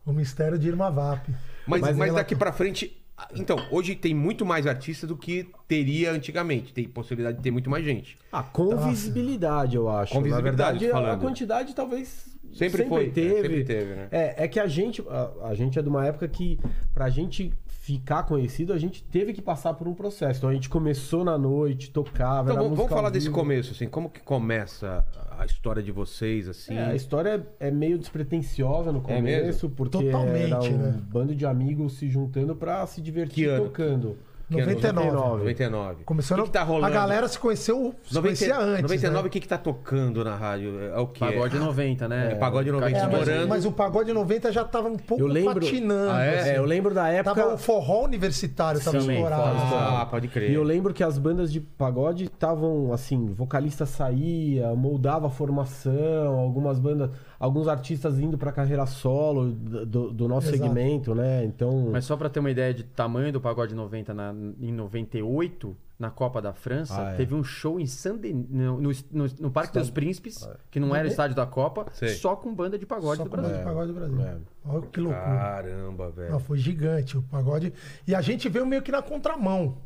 C: o mistério de Irma Vap.
A: Mas,
E: Mas
A: mas,
E: ela-
A: daqui pra frente. Então, hoje tem muito mais artista do que teria antigamente. Tem possibilidade de ter muito mais gente.
E: Ah, com visibilidade, eu acho.
A: Com
E: Na
A: visibilidade,
E: verdade, a- a
A: falando.
E: quantidade talvez
A: Sempre foi, é,
E: Teve.
A: sempre teve, né?
E: É, é que a gente, a, a gente é de uma época que pra gente ficar conhecido, a gente teve que passar por um processo. Então a gente começou na noite, tocava,
A: Então,
E: era
A: vamos, vamos
E: música ao
A: falar desse
E: vivo.
A: começo, assim. Como que começa a história de vocês, assim?
E: É, a história é é meio despretensiosa no começo,
A: É mesmo?
E: porque
C: Totalmente,
E: era um
C: né?
E: bando de amigos se juntando pra se divertir
A: Que ano?
E: tocando.
A: Que ano?
C: 99.
A: 99.
C: é Começou
A: O que que
C: no-
A: tá rolando?
C: A galera se conheceu, se
A: 90,
C: conhecia antes.
A: 99,
C: né?
A: o que que tá tocando na rádio? É o quê?
D: Pagode 90, né?
A: É, pagode 90.
C: É, mas,
A: Morando.
C: mas o pagode 90 já tava um pouco
E: Eu lembro.
C: patinando.
E: Ah, é?
C: assim.
E: É, eu lembro da época.
C: Tava o forró universitário, tava
D: Sim,
C: estourado.
D: forró.
A: Ah, pode crer.
E: E eu lembro que as bandas de pagode estavam assim, vocalista saía, moldava a formação, algumas bandas, alguns artistas indo pra carreira solo do, do nosso
C: Exato.
E: segmento, né? Então,
D: Mas só pra ter uma ideia de tamanho do pagode 90 na- em 98, na Copa da França,
E: Ah, é.
D: teve um show em Saint Denis, no, no- no- no Parque dos Príncipes, que não era estádio da Copa,
A: Sei.
D: só com banda de pagode
C: Só
D: do
C: com banda
D: Brasil.
C: de pagode do Brasil.
E: É.
C: Olha que loucura.
A: Caramba, velho.
C: Não, foi gigante o pagode. E a gente veio meio que na contramão.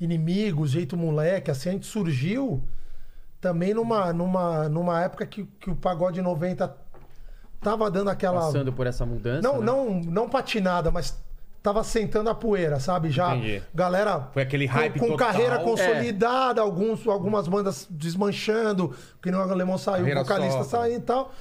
C: Inimigos, jeito moleque, assim, a gente surgiu também numa, numa, numa época que, que o pagode 90 tava dando
A: Ah,
C: aquela.
D: Passando por essa mudança.
C: não,
D: né?
C: não, não patinada, mas tava sentando a poeira, sabe? Já
A: Entendi.
C: galera
A: Foi aquele hype É.
C: com, com
A: total.
C: carreira consolidada, alguns, algumas bandas desmanchando, que não o alemão saiu, o
A: Carreira
C: vocalista
A: solo.
C: saiu e tal.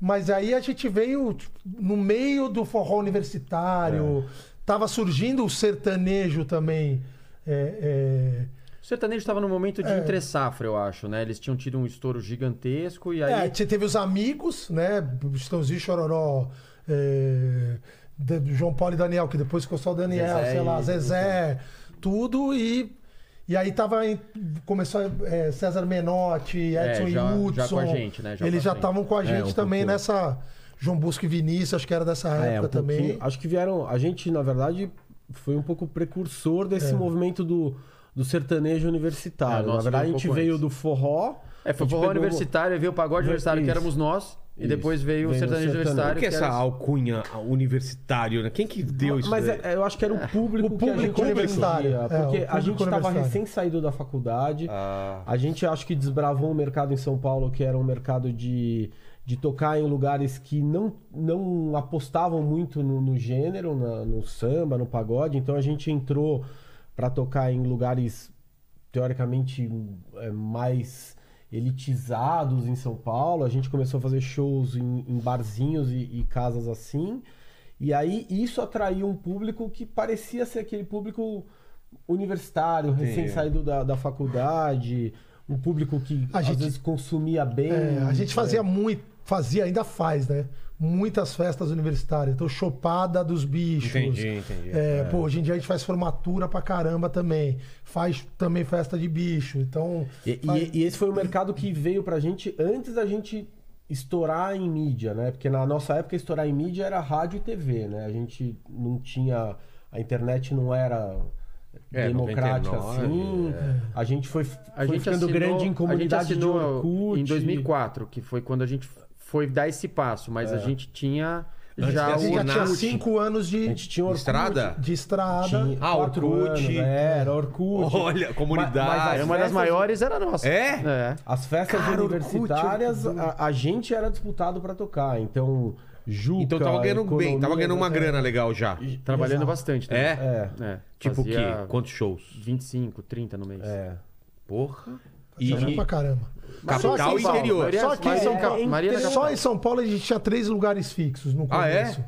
C: Mas aí a gente veio tipo, no meio do forró universitário,
A: É.
C: tava surgindo o sertanejo também. É,
D: O sertanejo estava no momento de entre safra, eu acho, né? Eles tinham tido um estouro gigantesco e
C: é...
D: aí.
C: é, você teve os amigos, né? Estãozinho Chororó, é, de- João Paulo e Daniel, que depois ficou só o Daniel,
D: Zezé
C: sei lá,
D: e-
C: Zezé, tudo e. E aí tava em- começou é, César Menotti,
D: É,
C: Edson
D: já- já
C: Hudson.
D: com a gente, né? Já com a
C: eles já
D: gente.
C: estavam com a gente
E: um
C: também
E: pouco.
C: nessa. João Busco e Vinícius, acho que era dessa
E: Ah,
C: época
E: é, um
C: também.
E: pouquinho- Acho que vieram. A gente, na verdade, foi um pouco precursor
C: É.
E: desse movimento do, do
D: É,
E: sertanejo
D: o
E: universitário.
D: nosso
E: na verdade,
D: veio
E: a
D: um
E: gente
D: pouco
E: veio
D: antes.
E: do forró.
D: É, foi
E: a gente
D: forró
E: pegou-
D: universitário, aí veio o pagode universitário, que
E: Isso.
D: éramos nós, e
E: Isso.
D: depois veio o
E: Veio o é
D: sertanejo
E: sertanejo.
D: universitário.
A: Por que é essa
D: era-
A: alcunha universitário, né? Quem que deu isso?
E: Mas
A: daí?
E: é- eu acho que era o público,
C: O público
E: que a gente
C: universitário. É, o
E: atendia, Porque a
C: público
E: gente estava
C: universitário.
E: recém saído da faculdade.
A: Ah,
E: A gente acho que desbravou um mercado em São Paulo que era um mercado de, de tocar em lugares que não, não apostavam muito no, no gênero, na- no samba, no pagode. Então a gente entrou para tocar em lugares teoricamente é, mais elitizados em São Paulo. A gente começou a fazer shows em, em barzinhos e, e casas assim. E aí isso atraiu um público que parecia ser aquele público universitário, recém
A: Entendi.
E: saído da, da faculdade, um público que
C: A
E: às
C: gente-
E: vezes consumia bem.
C: É, a
E: Hum,
C: gente fazia muito, fazia, ainda faz, né? Muitas festas universitárias. Então, chopada dos bichos.
A: entendi, entendi.
C: É, Pô, hoje em dia a gente faz formatura pra caramba também. Faz também festa de bicho. Então.
E: E,
C: faz-
E: e- e esse foi o mercado que veio pra gente antes da gente estourar em mídia, né? Porque na nossa época estourar em mídia era rádio e TV, né? A gente não tinha. A internet não era
A: É,
E: democrática
A: 99,
E: assim. A gente foi,
D: é. A
E: foi
D: gente
E: ficando
D: assinou,
E: grande em
D: a gente
E: comunidade de
D: assinou
E: Orkut.
D: em 2004, que foi quando a gente foi dar esse passo, mas a gente tinha
A: Antes
D: já
A: de
C: a gente já
D: o
A: assinar.
C: tinha
A: Orkut.
C: cinco anos
E: A
C: de,
E: gente tinha Orkut.
A: Estrada?
C: de estrada.
E: Tinha
A: Ah,
E: quatro
A: Orkut.
E: anos, é, era Orkut.
A: Olha, comunidade.
E: Mas- mas
D: É uma das
E: festas-
D: maiores, era a nossa.
A: É?
D: É.
E: As festas
A: Cara, Orkut,
E: universitárias, a, a gente era disputado pra tocar. Então, Juca...
A: Então tava ganhando bem,
E: economia,
A: tava ganhando uma
E: né?
A: grana legal já.
D: Trabalhando
C: Exato.
D: bastante.
A: É?
D: também.
E: É,
D: É,
A: Tipo o quê?
D: fazia
A: Quantos shows?
D: 25, 30 no mês.
E: é.
A: Porra. E,
C: E... Pra
A: e
C: caramba.
A: Mas
D: assim,
C: só
A: capital
C: em São
A: e
C: Paulo.
A: interior.
C: Só aqui em São
E: é,
C: Paulo.
E: em
D: Maria da
E: interior.
C: Só
D: Capital.
C: em São Paulo a gente tinha três lugares fixos no
A: Ah, é?
C: começo.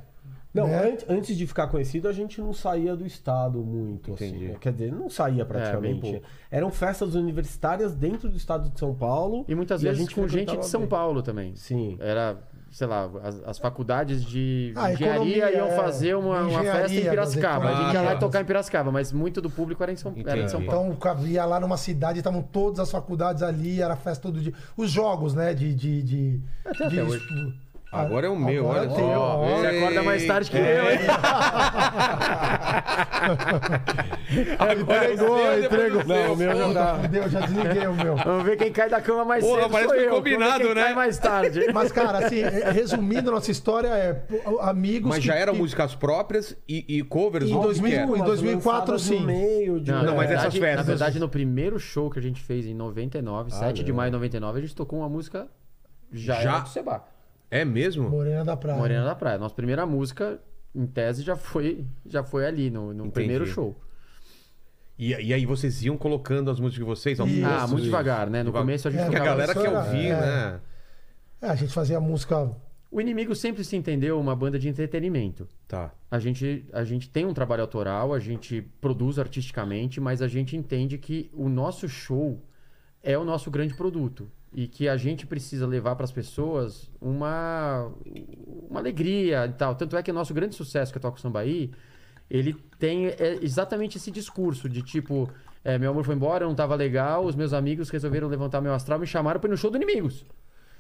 E: Não,
C: né?
E: an- antes de ficar conhecido, a gente não saía do estado muito,
A: Entendi. É,
E: assim. né? Quer dizer, não saía praticamente.
D: pouco.
E: Eram festas universitárias dentro do estado de São Paulo.
D: E muitas vezes
E: a gente
D: com gente de
E: frequentava
D: São
E: bem.
D: Paulo também.
E: Sim.
D: Era, sei lá, as, as faculdades de
C: Ah,
D: engenharia
C: economia,
D: iam
C: é.
D: fazer uma, uma
C: Engenharia,
D: festa em Piracicaba.
C: fazer
D: A gente ia lá
C: economia.
D: tocar em Piracicaba, mas muito do público era em São, era em São
A: Entendi.
D: Paulo.
C: Então ia lá numa cidade, estavam todas as faculdades ali, era festa todo dia. Os jogos, né? De. de, de-
D: Até-
C: de-
D: até hoje.
A: agora é o meu,
C: Agora
A: olha
C: é
A: só.
C: teu, ó.
A: Ei.
D: Você acorda mais tarde que eu, hein?
A: Agora é
D: Entregou,
A: seu, depois
D: entregou.
A: do seu.
D: Não, o meu já
C: Puta que deu, já desliguei o meu.
D: Vamos ver quem cai da cama mais
A: Porra,
D: cedo.
A: parece
D: sou
A: que
D: eu.
A: foi combinado,
D: Vamos ver quem
A: né?
D: Cai mais tarde.
C: Mas, cara, assim, é- resumindo a nossa história, é pô, amigos.
A: Mas
C: que-
A: já eram
C: que-
A: músicas próprias e, e covers?
C: Em
A: ou o que que
C: 2000,
E: um.
A: era?
C: em 2004
E: lançadas no
C: sim.
E: meio de- um
D: Não,
A: Não,
D: na
A: mas é-
D: verdade,
A: essas festas-
D: Na verdade, no primeiro show que a gente fez em 99, 7 de maio de 99, a gente tocou uma música já,
A: Já?
D: era do Seba.
A: É mesmo?
C: Morena da Praia.
D: Morena da Praia. Nossa primeira música, em tese, já foi, já foi ali, no, no primeiro show.
A: E, e aí vocês iam colocando as músicas de vocês? ao
C: Isso.
A: gosto
D: Ah, muito
A: de-
D: devagar, né? No
A: Deva-
D: começo a gente
C: É,
A: Porque a
D: tocava-
A: galera
C: isso
A: quer
C: era-
A: ouvir,
C: é.
A: né?
C: É, a gente fazia música
D: O inimigo sempre se entendeu uma banda de entretenimento.
A: Tá.
D: A gente, a gente tem um trabalho autoral, a gente produz artisticamente, mas a gente entende que o nosso show é o nosso grande produto e que a gente precisa levar para as pessoas uma, uma alegria e tal. Tanto é que o nosso grande sucesso que eu toco sambaí, ele tem é, exatamente esse discurso de tipo, é, meu amor foi embora, não tava legal, os meus amigos resolveram levantar meu astral, me chamaram para ir no show do Inimigos.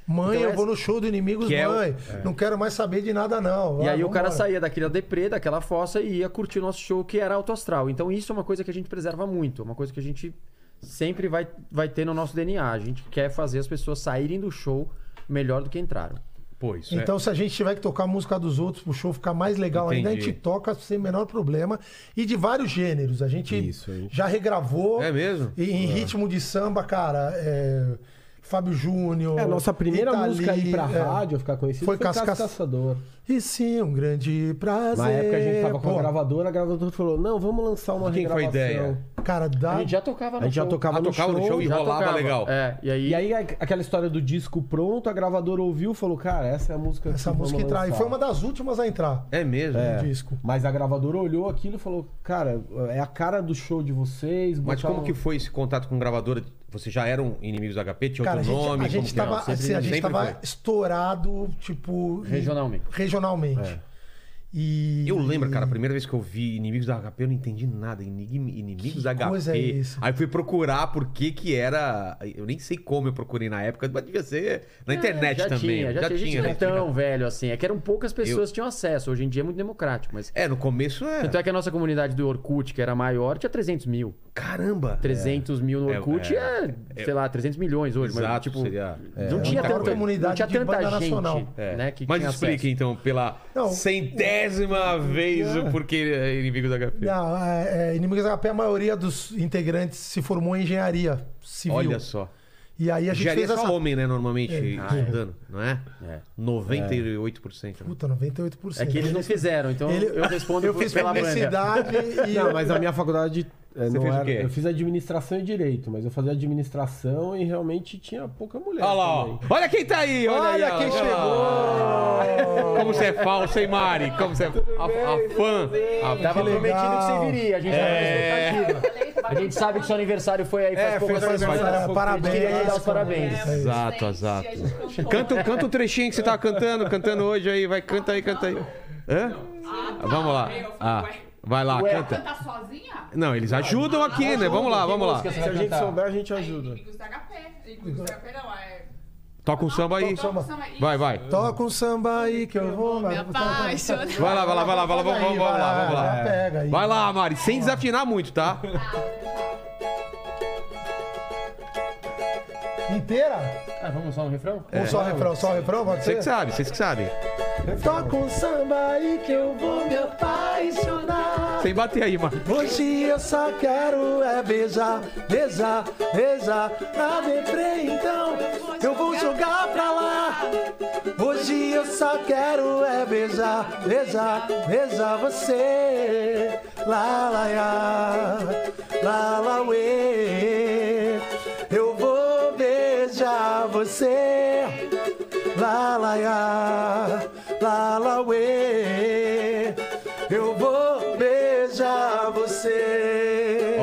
C: Mãe,
D: Então
C: eu vou
D: essa-
C: no show do Inimigos,
A: Que é o-
C: mãe. Não quero mais saber de nada, não.
D: E
C: Vai,
D: aí o cara
C: vambora.
D: saía daquela deprê, daquela fossa e ia curtir o nosso show que era alto astral. Então isso é uma coisa que a gente preserva muito, é uma coisa que a gente sempre vai, vai ter no nosso DNA. A gente quer fazer as pessoas saírem do show melhor do que entraram.
A: Pô, isso é-
C: Então, se a gente tiver que tocar a música dos outros pro show ficar mais legal ainda, a
A: Entendi.
C: gente toca sem o menor problema. E de vários gêneros. A gente
E: Isso, hein?
C: já regravou.
A: É mesmo?
C: E Em ritmo de samba, cara, é... Fábio Júnior.
E: É, a nossa primeira
C: Itali,
E: música a ir pra
C: é.
E: rádio, ficar conhecido,
C: Foi
E: foi,
C: Cas-
E: Casca
C: Cas-
E: Caçador.
C: E sim, um grande prazer.
E: Na época a gente tava com
C: Pô,
E: a gravadora, a gravadora falou, não, vamos lançar uma
A: Quem foi a
E: regravação.
A: ideia?
C: Cara, dá.
D: A gente já tocava no
E: A gente já
D: show.
E: tocava,
A: Ah,
E: no,
A: tocava
E: show,
A: no show e
D: Já
A: rolava legal.
D: É, e aí,
E: E aí a- aquela história do disco pronto, a gravadora ouviu e falou, cara, essa é a música que
C: Essa
E: vamos
C: música entrar. E
E: lançar.
C: foi uma das últimas a entrar
A: É mesmo?
C: no disco.
E: Mas a gravadora olhou aquilo e falou, cara, é a cara do show de vocês.
A: Mas
E: botar
A: como
E: um-
A: que foi esse contato com gravadora? Vocês já eram inimigos da HP? Tinha
C: Cara, a
A: outro
C: gente,
A: nome?
C: a gente
A: Como que era?
C: tava,
A: Sempre
C: assim, a gente
A: sempre
C: tava
A: foi.
C: estourado, tipo. em-
D: Regionalmente.
A: É.
C: Regionalmente. E.
A: Eu lembro, cara, a primeira vez que eu vi Inimigos da HP, eu não entendi nada. Inig- Inimigos
C: Que
A: da HP.
C: coisa é isso?
A: Aí fui procurar por que que era. Eu nem sei como eu procurei na época, mas devia ser na internet
D: É, Ah, já
A: também.
D: Tinha, já, tinha, A gente não
A: né?
D: é tão velho assim. É que eram poucas pessoas que tinham acesso. Hoje em dia é muito democrático, mas...
A: É, no começo é.
D: Tanto é que a nossa comunidade do Orkut, que era maior, tinha 300 mil.
A: Caramba!
D: 300 mil no
A: É,
D: Orkut
A: é.
D: é, sei lá, 300 milhões hoje. mas,
A: Exato,
D: tipo,
A: seria- é,
D: não, tinha
A: muita
D: tanta,
C: coisa.
D: não tinha
C: De banda
D: tanta gente
C: nacional.
A: É.
D: né, que
A: mas
D: tinha
A: explique
D: acesso.
A: então, pela
C: Não,
A: centésima vez, o porquê é Inimigos da HP.
C: Não, é, é, Inimigos da HP, a maioria dos integrantes se formou em engenharia civil.
A: Olha só.
C: E aí a gente
A: Engenharia
C: fez
A: é
C: essa.
A: só homem, né? Normalmente,
C: É.
A: estudando, não é?
D: É.
A: 98%. né?
C: Puta, 98%.
D: É que eles não fizeram, então
C: Ele-
D: eu respondo
C: Eu
D: por-
C: fiz
D: pela banda.
C: publicidade e.
E: Não, mas a minha faculdade. é,
A: Você
E: não
A: fez o
E: era-
A: quê?
E: Eu fiz administração e direito, mas eu fazia administração e realmente tinha pouca mulher.
A: Olha lá, ó.
E: também.
A: Olha quem tá aí. Olha,
C: Olha
A: aí, ó.
C: quem
A: Olha lá.
C: chegou!
A: Como você é falsa, hein, Mari? Como você é a, a fã. A
D: Tava
C: Que legal.
D: prometido que você viria, a gente tava
A: É.
D: na expectativa. A gente sabe que seu aniversário foi aí faz
A: É,
D: poucas
A: foi faz-
D: semanas.
A: faz-
D: Eu
C: parabéns,
D: Queria te dar um
C: cara.
D: os parabéns.
C: É.
A: Exato, exato. Canta, um, canta o trechinho que você tava cantando, cantando hoje aí. Vai, canta aí, canta aí. Hã?
F: tá.
A: Vamos lá. Ah, Tá. vai lá,
D: Ué.
A: canta.
F: Cantar sozinha?
A: Não, eles ajudam aqui, né? Vamos lá, vamos lá.
D: música
E: Se a gente souber, a gente ajuda.
F: Inimigos da HP. Inimigos da HP não, é...
A: Toca um samba aí.
F: Toca um samba aí.
A: Vai, vai.
C: Toca um samba aí que eu vou.
F: Me apaixonei.
A: Vai lá, vai lá, vai lá, vai lá, vamos, vamos, vamos lá, vamos lá.
C: Pega aí.
A: Vai lá, Mari, sem desafinar muito, tá?
C: Inteira?
D: Ah, vamos só no refrão?
C: Ou só um refrão? Só refrão? Pode
A: Você
C: ser?
A: que sabe, vocês que sabem.
C: Toca um samba aí que eu vou me apaixonar.
A: Sem bater aí, Mari.
C: Hoje eu só quero é beijar, beijar, beijar. Na deprê, então eu vou jogar pra lá. Hoje eu só quero é beijar, beijar, beijar você. Lá, lá, lá, lá, lá, uê. Eu vou beijar você. Lá, lá, lá, lá, lá, uê. Eu vou beijar você.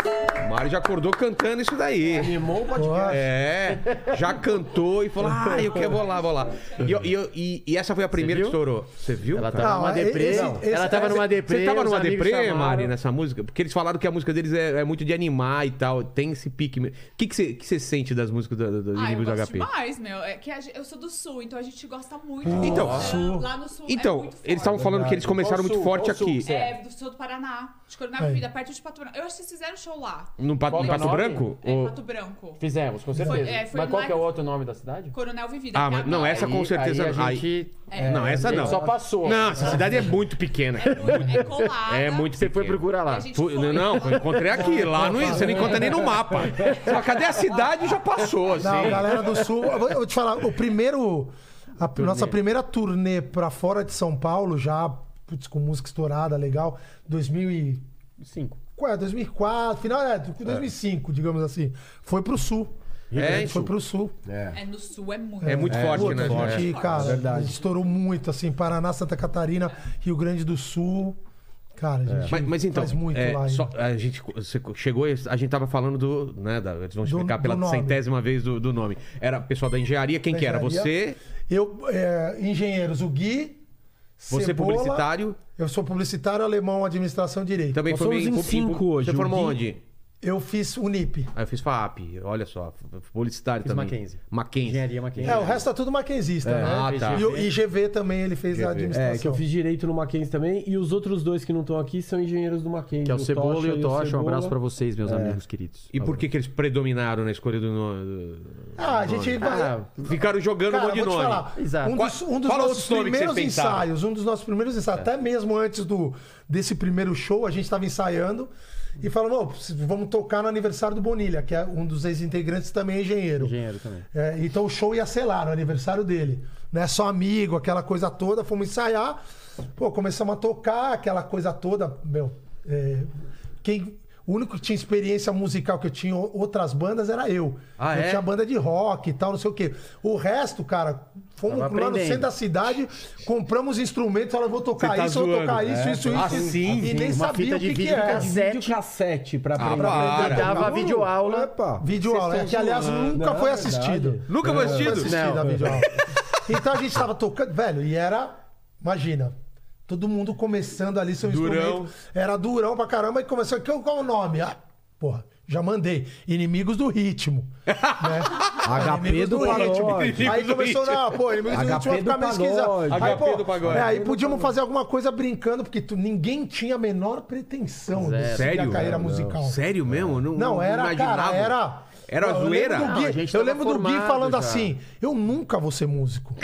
A: Mário já acordou cantando isso daí.
E: Animou o
C: Porra.
E: podcast.
A: É, já cantou e falou: Ah, eu quero, vou lá, vou lá. E, eu- e eu- e- e essa foi a primeira que
D: viu?
A: estourou. Você viu?
D: Ela
A: cara?
D: tava numa
C: Não,
D: deprê.
C: esse-
D: não.
C: esse-
D: ela tava
C: esse-
D: numa deprê.
A: Você tava
D: os
A: numa
D: amigos
A: deprê,
D: chamaram.
A: Mari, né? nessa música? Porque eles falaram que a música deles é, é muito de animar e tal. Tem esse pique. mesmo. O que que você que você sente das músicas do- do- dos
F: Ah, eu
A: inimigos do
F: gosto
A: HP?
F: demais, meu. É que a gente- eu sou do Sul, então a gente gosta muito.
A: Então,
F: do
C: Sul.
F: Lá no Sul é
A: Então,
F: muito forte.
A: eles estavam falando que eles começaram
D: Qual
A: muito
D: sul?
A: forte
D: Qual sul
A: aqui.
D: que você
F: É, do Sul do Paraná. De Coronel Vivida, perto de Pato Branco. Eu acho que vocês fizeram show lá.
A: No Pato,
D: Qual
A: no
D: que é o
A: Pato
D: nome?
A: Branco?
F: É,
A: Ou-
F: Pato Branco.
D: Fizemos, com certeza.
F: é, foi
D: mas qual
F: lá-
D: que é o outro nome da cidade?
F: Coronel Vivida.
A: Ah,
F: que é
A: mas não,
F: agora.
A: essa
D: Aí-
A: com certeza.
D: aí a gente-
A: aí- É. Não, essa
D: A gente
A: não.
D: só passou.
A: Não, essa cidade é muito pequena.
F: É colada.
A: É muito
D: Você foi
A: pequena.
D: procurar lá.
F: A gente
A: Fui-
F: foi.
A: não, eu encontrei aqui. Lá não, você não encontra nem no mapa. Só cadê a cidade já passou, assim.
C: Não, galera do Sul, eu vou- eu vou te falar, o primeiro. A nossa primeira turnê pra fora de São Paulo, já, putz, com música estourada, legal, 2000 e,
D: Cinco.
C: qual é, 2004, final, é, 2005, digamos assim, foi pro Sul.
A: É,
C: A gente foi
A: isso.
C: pro sul.
E: É.
F: É, no sul é muito.
A: É muito
E: É,
A: forte,
C: Puta,
A: né?
C: a gente,
A: É.
C: cara,
E: Verdade.
C: estourou muito, assim, Paraná, Santa Catarina, Rio Grande do Sul. Cara, a gente
A: Mas, mas então,
C: faz muito
A: é,
C: lá.
A: só-
C: ainda.
A: a gente você chegou, e a gente tava falando do, né, da- eles vão
C: Do-
A: explicar
C: do
A: pela
C: nome.
A: centésima vez do, do nome. Era pessoal da engenharia, quem
C: Da
A: que era?
C: engenharia.
A: Você,
C: Eu, é, engenheiros, o Gui,
A: você
C: Cebola,
A: publicitário,
C: Eu sou publicitário, alemão, administração direito.
A: também
E: Nós
A: formou
E: somos em cinco hoje,
A: Você
E: o
A: formou
E: Gui-
A: onde?
C: Eu fiz Unip.
A: Ah, eu fiz FAP, olha só, publicitário
D: Fiz
A: também.
D: Mackenzie.
A: Mackenzie.
D: Engenharia Mackenzie.
C: É, o resto tá tudo maquenzista, né?
A: Ah, tá.
C: E o IGV também ele fez a
A: IGV.
C: administração.
E: É, que eu fiz direito no Mackenzie também. E os outros dois que não estão aqui são engenheiros do Mackenzie.
D: Que é o Cebola e o Tocha. Um
E: Cebola.
D: abraço pra vocês, meus amigos queridos.
A: E por que que eles predominaram na escolha do nome?
C: Ah, a gente vai.
D: Ah,
A: Ficaram jogando um
C: Cara,
A: monte de
C: vou te
A: nome.
C: falar,
D: Exato.
C: um dos, um dos
A: Fala
C: nossos
A: outro nome que
C: primeiros
A: vocês pensaram. É.
C: ensaios, um dos nossos primeiros ensaios, até mesmo antes do, desse primeiro show, a gente estava ensaiando e falou, "Ô, vamos tocar no aniversário do Bonilha, que é um dos ex-integrantes também é engenheiro.
D: engenheiro também.
C: É, então o show ia ser lá, no aniversário dele. Né? Só amigo, aquela coisa toda, fomos ensaiar. Pô, começamos a tocar, aquela coisa toda, meu. é, quem, o único que tinha experiência musical que eu tinha o- outras bandas era eu.
A: Ah,
C: eu
A: é?
C: tinha banda de rock e tal, não sei o quê. O resto, cara, fomos
D: Tava
C: lá no
D: aprendendo.
C: centro da cidade, compramos instrumentos, falava, eu vou tocar
A: Você tá
C: isso, eu vou
A: zoando,
C: tocar isso,
A: né?
C: isso, isso.
A: Ah,
C: isso.
A: sim,
C: e
A: sim,
C: nem
D: uma
C: sabia
D: fita
C: o
D: de
C: que, que
D: vídeo
C: é.
D: cassete.
E: Vídeo cassete pra
C: Ah,
E: aprender.
A: para.
D: Ele dava
E: Não,
D: videoaula.
E: Epa.
C: Videoaula,
D: Vocês
C: é que
D: estão
C: aliás
D: zoando.
C: nunca
E: Não,
C: foi
E: é verdade.
C: assistido.
A: Nunca foi assistido?
C: assistido
D: Não.
C: a videoaula. Então a gente tava tocando, velho, e era, imagina, todo mundo começando ali seu
A: Durão.
C: instrumento. Era durão pra caramba e começou, "Qual- qual o nome? Ah, porra, já mandei. Inimigos do Ritmo. né?
E: HP
C: Inimigos
E: do Pagode.
C: Aí começou, não, pô, inimigos do
E: HP
C: ritmo vai ficar
E: do
C: meio esquisito.
E: Pagode.
C: Aí,
A: HP do Pagode.
C: pô, é, aí podíamos fazer alguma coisa brincando, porque tu- ninguém tinha a menor pretensão de seguir
A: Sério?
C: a carreira
A: Não,
C: musical.
A: Sério mesmo? Eu Não,
C: Não, era, cara, era.
A: Era
C: Eu
A: zoeira?
C: lembro do
D: Não, a
C: Gui-
D: gente
C: Eu
D: tava
C: lembro do Gui
D: formado
C: falando
D: já.
C: assim: eu nunca vou ser músico.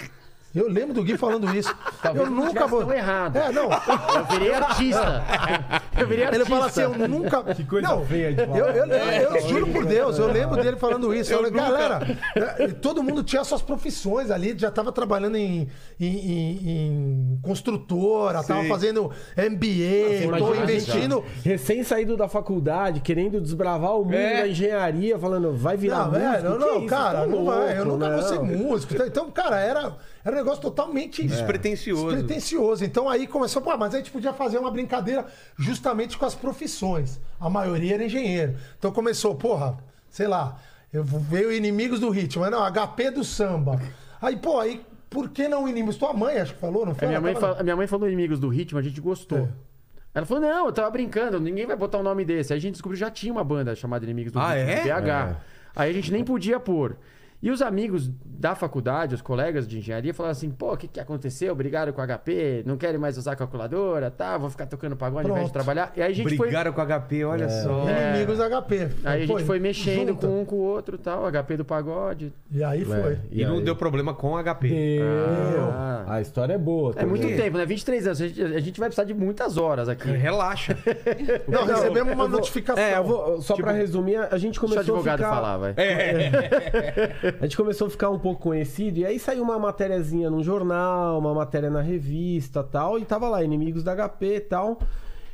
C: Eu lembro do Gui falando isso.
D: Talvez
C: eu
D: não
C: nunca
D: tivesse
C: vou.
D: tão errado.
C: É, não.
D: Eu virei artista. Eu virei artista.
C: Ele fala assim, eu nunca. Que
E: coisa
C: não,
E: feia de falar.
C: Eu, eu-
D: É.
C: eu juro por Deus, eu lembro dele falando isso. Eu falei, Galera, eh, todo mundo tinha suas profissões ali, já estava trabalhando em, em, em- em construtora, estava fazendo MBA, tô
D: imagina,
C: investindo.
E: Recém saído da faculdade, querendo desbravar o mundo
A: É.
E: da engenharia, falando, vai virar
C: Não,
E: músico?
C: velho,
E: Que
C: não,
E: isso?
C: cara,
E: Tá
C: não
E: louco,
C: vai, eu nunca
E: não.
C: vou ser músico. Então, Então, cara, era, era um negócio totalmente
E: É.
A: Despretensioso.
C: despretensioso. Então aí começou, pô, mas a gente podia fazer uma brincadeira justamente com as profissões. A maioria era engenheiro. Então começou, porra, sei lá, eu vou- veio inimigos do ritmo, mas não, HP do samba. Aí, pô, aí por que não inimigos? Tua mãe acho que falou, não foi?
D: É, minha,
C: Ela
D: mãe
C: tava-
D: fala- minha mãe falou inimigos do ritmo, a gente gostou. Ela falou, não, eu tava brincando, ninguém vai botar um nome desse. Aí a gente descobriu que já tinha uma banda chamada Inimigos do
A: Ah,
D: Ritmo,
A: é?
D: BH. Aí a gente nem podia pôr. E os amigos da faculdade, os colegas de engenharia, falaram assim, pô, o que, que aconteceu? Brigaram com o HP, não querem mais usar calculadora, tá? Vou ficar tocando pagode ao invés de
C: Pronto.
D: trabalhar. E aí a gente foi...
A: Brigaram com a HP, olha só.
C: Inimigos HP.
D: É. Aí a gente
C: Pô,
D: foi mexendo
C: junta.
D: com um com o outro tal, HP do pagode.
C: E aí
E: É.
C: foi.
A: E, não
E: aí?
A: deu problema com a HP.
E: Meu,
D: Ah.
E: A história é boa.
D: É
E: também.
D: muito tempo, né? 23 anos. A gente, a gente vai precisar de muitas horas aqui.
A: Relaxa.
C: Não, recebemos uma
E: Então, Eu vou-
C: notificação.
E: É, eu vou- só pra resumir, a
D: Deixa
E: gente
D: o
E: começou
D: advogado
E: a ficar...
D: falar, vai.
E: A gente começou a ficar um pouco conhecido, e aí saiu uma matériazinha num jornal, uma matéria na revista tal, e tava lá, inimigos da HP e tal.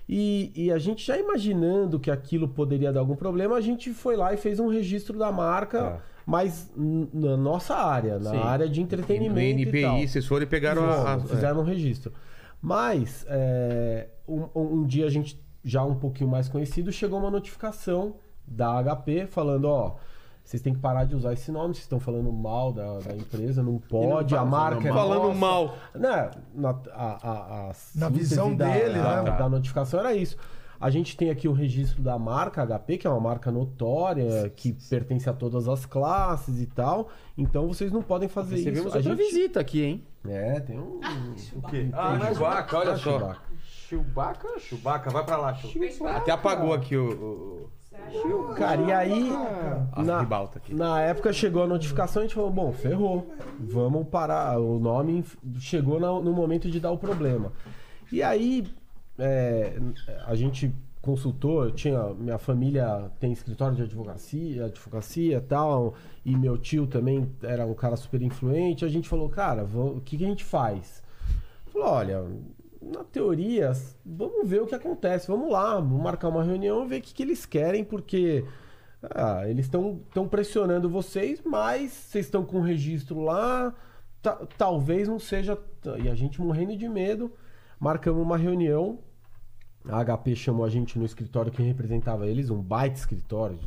E: E, e a gente já imaginando que aquilo poderia dar algum problema, a gente foi lá e fez um registro da marca, mas n- na nossa área, na
D: Sim.
E: área de
A: No
E: entretenimento. e tal.
A: NPI, vocês foram e pegaram a. a-
D: é.
E: Fizeram, fizeram um registro. Mas, é, um, um dia a gente, já um pouquinho mais conhecido, chegou uma notificação da HP falando, ó... Vocês têm que parar de usar esse nome, vocês estão falando mal da, da empresa, não pode, a
D: falam
E: marca é
D: tá mal.
A: Falando
E: nossa."
A: mal.
E: Né, na, a- a- a
C: Na
E: síntese
C: visão
E: da-
C: dele,
E: da,
C: né?
E: da notificação era isso. A gente tem aqui o registro da marca HP, que é uma marca notória, que pertence a todas as classes e tal. Então vocês não podem fazer isso.
D: Recebemos
E: a
D: outra
E: gente...
D: visita aqui, hein?
E: É, tem um.
A: O quê? Ah,
E: Entendi.
A: Chewbacca, olha só. Chewbacca?
E: Chewbacca.
A: Chewbacca, vai pra lá, Chewbacca.
F: Chewbacca.
A: Até apagou aqui o. o-
F: É
E: Cara, e aí.
A: a
E: Na,
A: ribalta aqui.
E: na época chegou a notificação e a gente falou: bom, ferrou. Vamos parar. O nome inf- chegou na- no momento de dar o problema. E aí é, a gente consultou, eu tinha. Minha família tem escritório de advocacia, advocacia e tal, e meu tio também era um cara super influente. A gente falou, cara, vamos- o que, que a gente faz? Falou, olha, na teoria, s- vamos ver o que acontece, vamos lá, vamos marcar uma reunião e ver o que, que eles querem, porque Ah, eles estão pressionando vocês, mas vocês estão com o registro lá. ta- talvez não seja. t- E a gente morrendo de medo. Marcamos uma reunião. A HP chamou a gente no escritório que representava eles, um baita escritório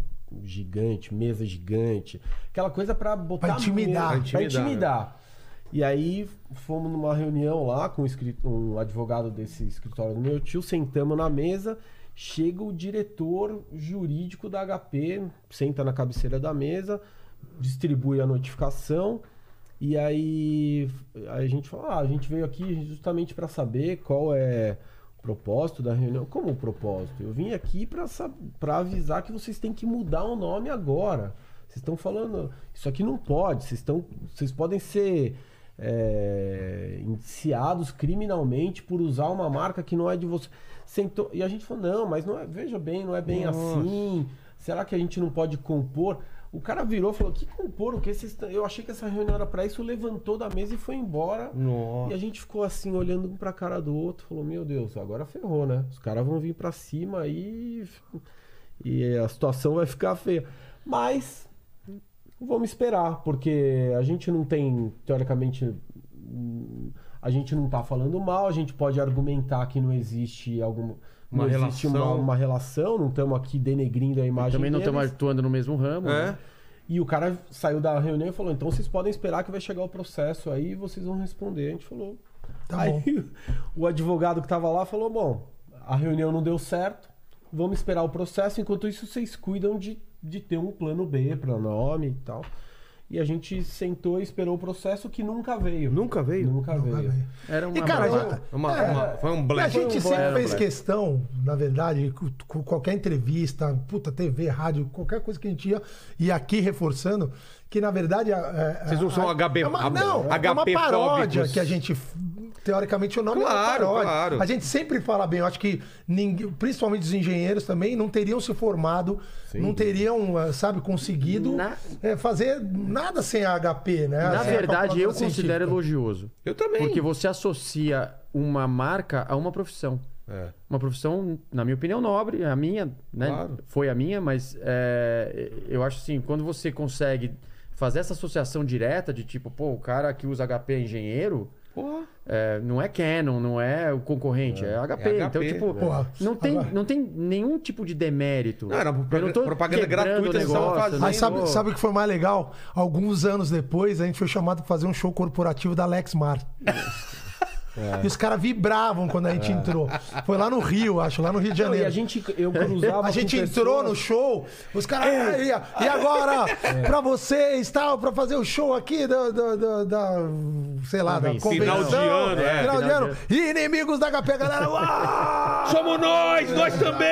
E: gigante, mesa gigante. Aquela coisa pra botar.
C: Pra intimidar.
E: medo,
A: Pra
E: Pra
A: intimidar,
E: intimidar. E aí fomos numa reunião lá com um escrit- um advogado desse escritório do meu tio, sentamos na mesa, chega o diretor jurídico da HP, senta na cabeceira da mesa, distribui a notificação e aí a gente fala, ah, a gente veio aqui justamente para saber qual é o propósito da reunião. Como o propósito? Eu vim aqui para avisar que vocês têm que mudar o nome agora. Vocês estão falando, isso aqui não pode. Vocês estão, vocês podem ser é, indiciados criminalmente por usar uma marca que não é de você. Sentou, e a gente falou, não, mas não é, veja bem, não é bem
D: Nossa.
E: assim. Será que a gente não pode compor? O cara virou e falou, que compor? O que vocês tão- Eu achei que essa reunião era pra isso, levantou da mesa e foi embora. E
D: Nossa.
E: a gente ficou assim, olhando um pra cara do outro, falou, meu Deus, agora ferrou, né? Os caras vão vir pra cima aí e a situação vai ficar feia. Mas vamos esperar, porque a gente não tem, teoricamente, hum, a gente não tá falando mal, a gente pode argumentar que não existe alguma.
A: Uma
E: não existe uma,
A: relação.
E: uma relação, não estamos aqui denegrindo a imagem.
D: Também não
E: deles.
D: estamos atuando no mesmo ramo. né?
A: É?
E: E o cara saiu da reunião e falou: então vocês podem esperar que vai chegar o processo aí e vocês vão responder. A gente falou.
C: Tá
E: aí
C: bom.
E: o advogado que tava lá falou: bom, a reunião não deu certo, vamos esperar o processo. Enquanto isso, vocês cuidam de, de ter um plano B para nome e tal. E a gente sentou e esperou o processo que nunca veio.
A: Nunca veio?
E: Nunca
C: Vai
E: veio.
C: ver.
D: Era uma
C: E, cara,
D: barata.
C: eu-
A: Uma-
C: É.
A: uma- foi um
C: a
A: black.
C: gente
A: Foi um
C: sempre
A: black.
C: fez questão, na verdade, com- com qualquer entrevista, puta, TV, rádio, qualquer coisa que a gente ia, e aqui reforçando, que na verdade. a- a-
A: Vocês não
C: a-
A: são HB
C: é uma,
A: ab-
C: Não, é uma
A: HP
C: paródia
A: fóbicos.
C: que a gente. f- Teoricamente, o nome é uma
A: Claro,
C: paródia.
A: claro.
C: A gente sempre fala bem, eu acho que ninguém, principalmente os engenheiros também, não teriam se formado, não teriam, eh, sabe, conseguido
D: Na-
C: eh, fazer nada sem a HP, né? Sem
D: Na
C: a
D: verdade, eu
C: calculadora científica.
D: considero elogioso.
A: Eu também.
D: Porque você associa uma marca a uma profissão.
A: É.
D: Uma profissão, na minha opinião, nobre, a minha, né?
A: Claro.
D: Foi a minha, mas é, eu acho assim, quando você consegue fazer essa associação direta de tipo, pô, o cara que usa HP é engenheiro,
A: Porra.
D: é, não é Canon, não é o concorrente, é, HP.
A: É HP,
D: Então, tipo,
C: Porra,
D: não, tem,
C: agora-
D: não tem nenhum tipo de demérito.
A: Não, era uma
D: Eu não tô
A: propaganda
D: quebrando
A: gratuita que
D: o
A: eles estavam
D: negócio, né?
A: fazendo.
D: não
C: Mas sabe,
D: tô-
C: sabe o que foi mais legal? Alguns anos depois, a gente foi chamado pra fazer um show corporativo da Lexmar. E os caras vibravam quando a gente entrou. Foi lá no Rio, acho, lá no Rio de
E: Não, e
C: Janeiro.
E: a gente, eu cruzava.
C: A gente
E: com
C: entrou
E: pessoas-
C: no show, os caras. "Ah, E, e agora? Pra vocês, tal, pra fazer o show aqui da. da, da- da- sei lá, da
D: Convenção.
A: Final
C: convenção.
A: de ano, é,
C: Final de
D: final
C: ano. Inimigos da HP, a galera. "Uau!"
A: Somos nós, nós também!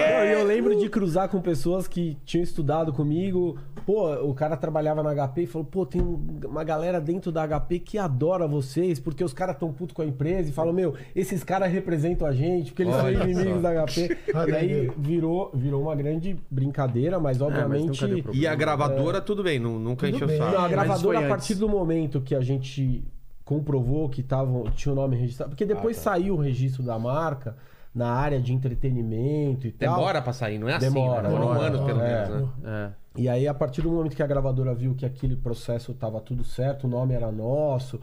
A: é.
E: Pô, e eu lembro de cruzar com pessoas que tinham estudado comigo. Pô, o cara trabalhava na HP e falou: pô, tem um- uma galera dentro da HP que adora vocês, porque os caras tão putos com a empresa e falam: meu, esses caras representam a gente, porque eles
A: Olha
E: são inimigos
A: só.
E: da HP. e aí virou, virou uma grande brincadeira, mas
D: nunca
E: obviamente.
D: deu problema.
A: E a gravadora, tudo bem, nu- nunca
C: Tudo
A: encheu o
C: bem.
E: Não,
A: saco.
E: a
D: foi
E: gravadora, a
D: antes.
E: partir do momento que a gente comprovou que tavam, tinha o nome registrado. Porque depois saiu o registro da marca na área de entretenimento e tal.
A: Demora pra sair, não é assim.
E: Demora,
A: né? Foram
E: demora.
A: anos, pelo
E: É.
A: menos, né?
D: É.
E: E aí, a partir do momento que a gravadora viu que aquele processo estava tudo certo, o nome era nosso,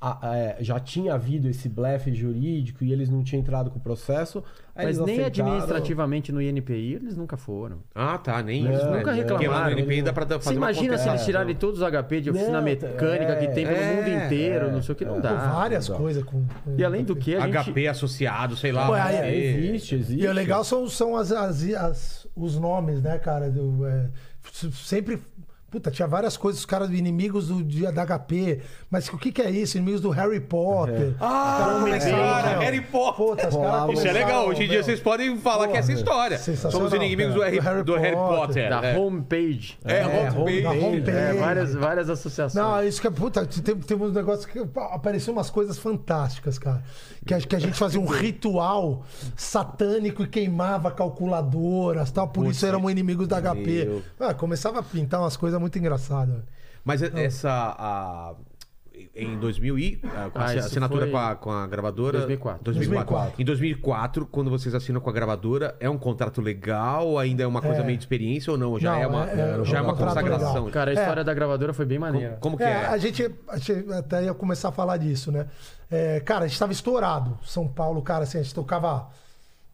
E: a- é, já tinha havido esse blefe jurídico e eles não tinham entrado com o processo. aí
D: Mas
E: eles
D: nem
E: aceitaram.
D: administrativamente no INPI eles nunca foram.
A: Ah, tá, nem
C: É,
D: Eles
A: isso. né?
D: nunca
A: Porque lá no
D: reclamaram.
A: NPI dá pra fazer
D: Você imagina
A: uma né?
D: se eles
A: comparação.
D: tirarem todos os HP de oficina
C: é-
E: Não,
D: mecânica que tem pelo
A: é,
D: mundo inteiro,
E: é,
D: não sei o que, não
E: é.
D: dá.
C: Várias coisas com. com
D: Tá, E além do que, a gente...
A: HP associado, sei lá.
C: Pô,
A: não
C: aí-
E: É,
A: sei.
E: existe, existe.
C: E o legal são, são as, as- as- os nomes, né, cara? Do, é, s- sempre. Puta, tinha várias coisas, os caras inimigos do, de- da HP. Mas o que, que é isso? Inimigos do Harry Potter. Os caras começaram,
A: É. Ah, cara,
C: meu.
A: Harry Potter.
C: Puta, os caras
E: Rolava.
A: Isso é
C: começaram,
A: legal. Hoje em dia
C: tá meu.
A: vocês podem falar que é essa
E: Porra,
A: história.
C: sensacional,
A: Somos inimigos do
C: cara.
A: Harry, do Harry Potter.
D: Da
A: é.
D: homepage.
A: É, homepage.
C: da homepage.
D: É, várias, várias associações.
C: Não, isso que é. Puta, teve, teve uns negócios que. pá, Apareceu umas coisas fantásticas, cara. Que, a- que a gente fazia um ritual satânico e queimava calculadoras tal. Por isso éramos inimigos da HP.
A: meu.
C: Ah, começava a pintar umas coisas muito engraçadas.
A: Mas essa. a- em 2000 e a, a
D: Ah, isso
A: assinatura
D: foi
A: com, a, com a gravadora
D: 2004.
A: 2004.
C: 2004.
A: Em 2004, quando vocês assinam com a gravadora, é um contrato legal, ainda é uma coisa
C: É.
A: meio de experiência ou não? Já
C: Não,
A: é uma
C: é- é
A: já é
C: um
A: uma
C: contrato
A: consagração.
D: Cara, a
C: É.
D: história da gravadora foi bem maneira.
A: Como, como que
C: É,
A: é?
C: A, gente, a gente até ia começar a falar disso, né? É, cara, a gente tava estourado. São Paulo, cara, assim, a gente tocava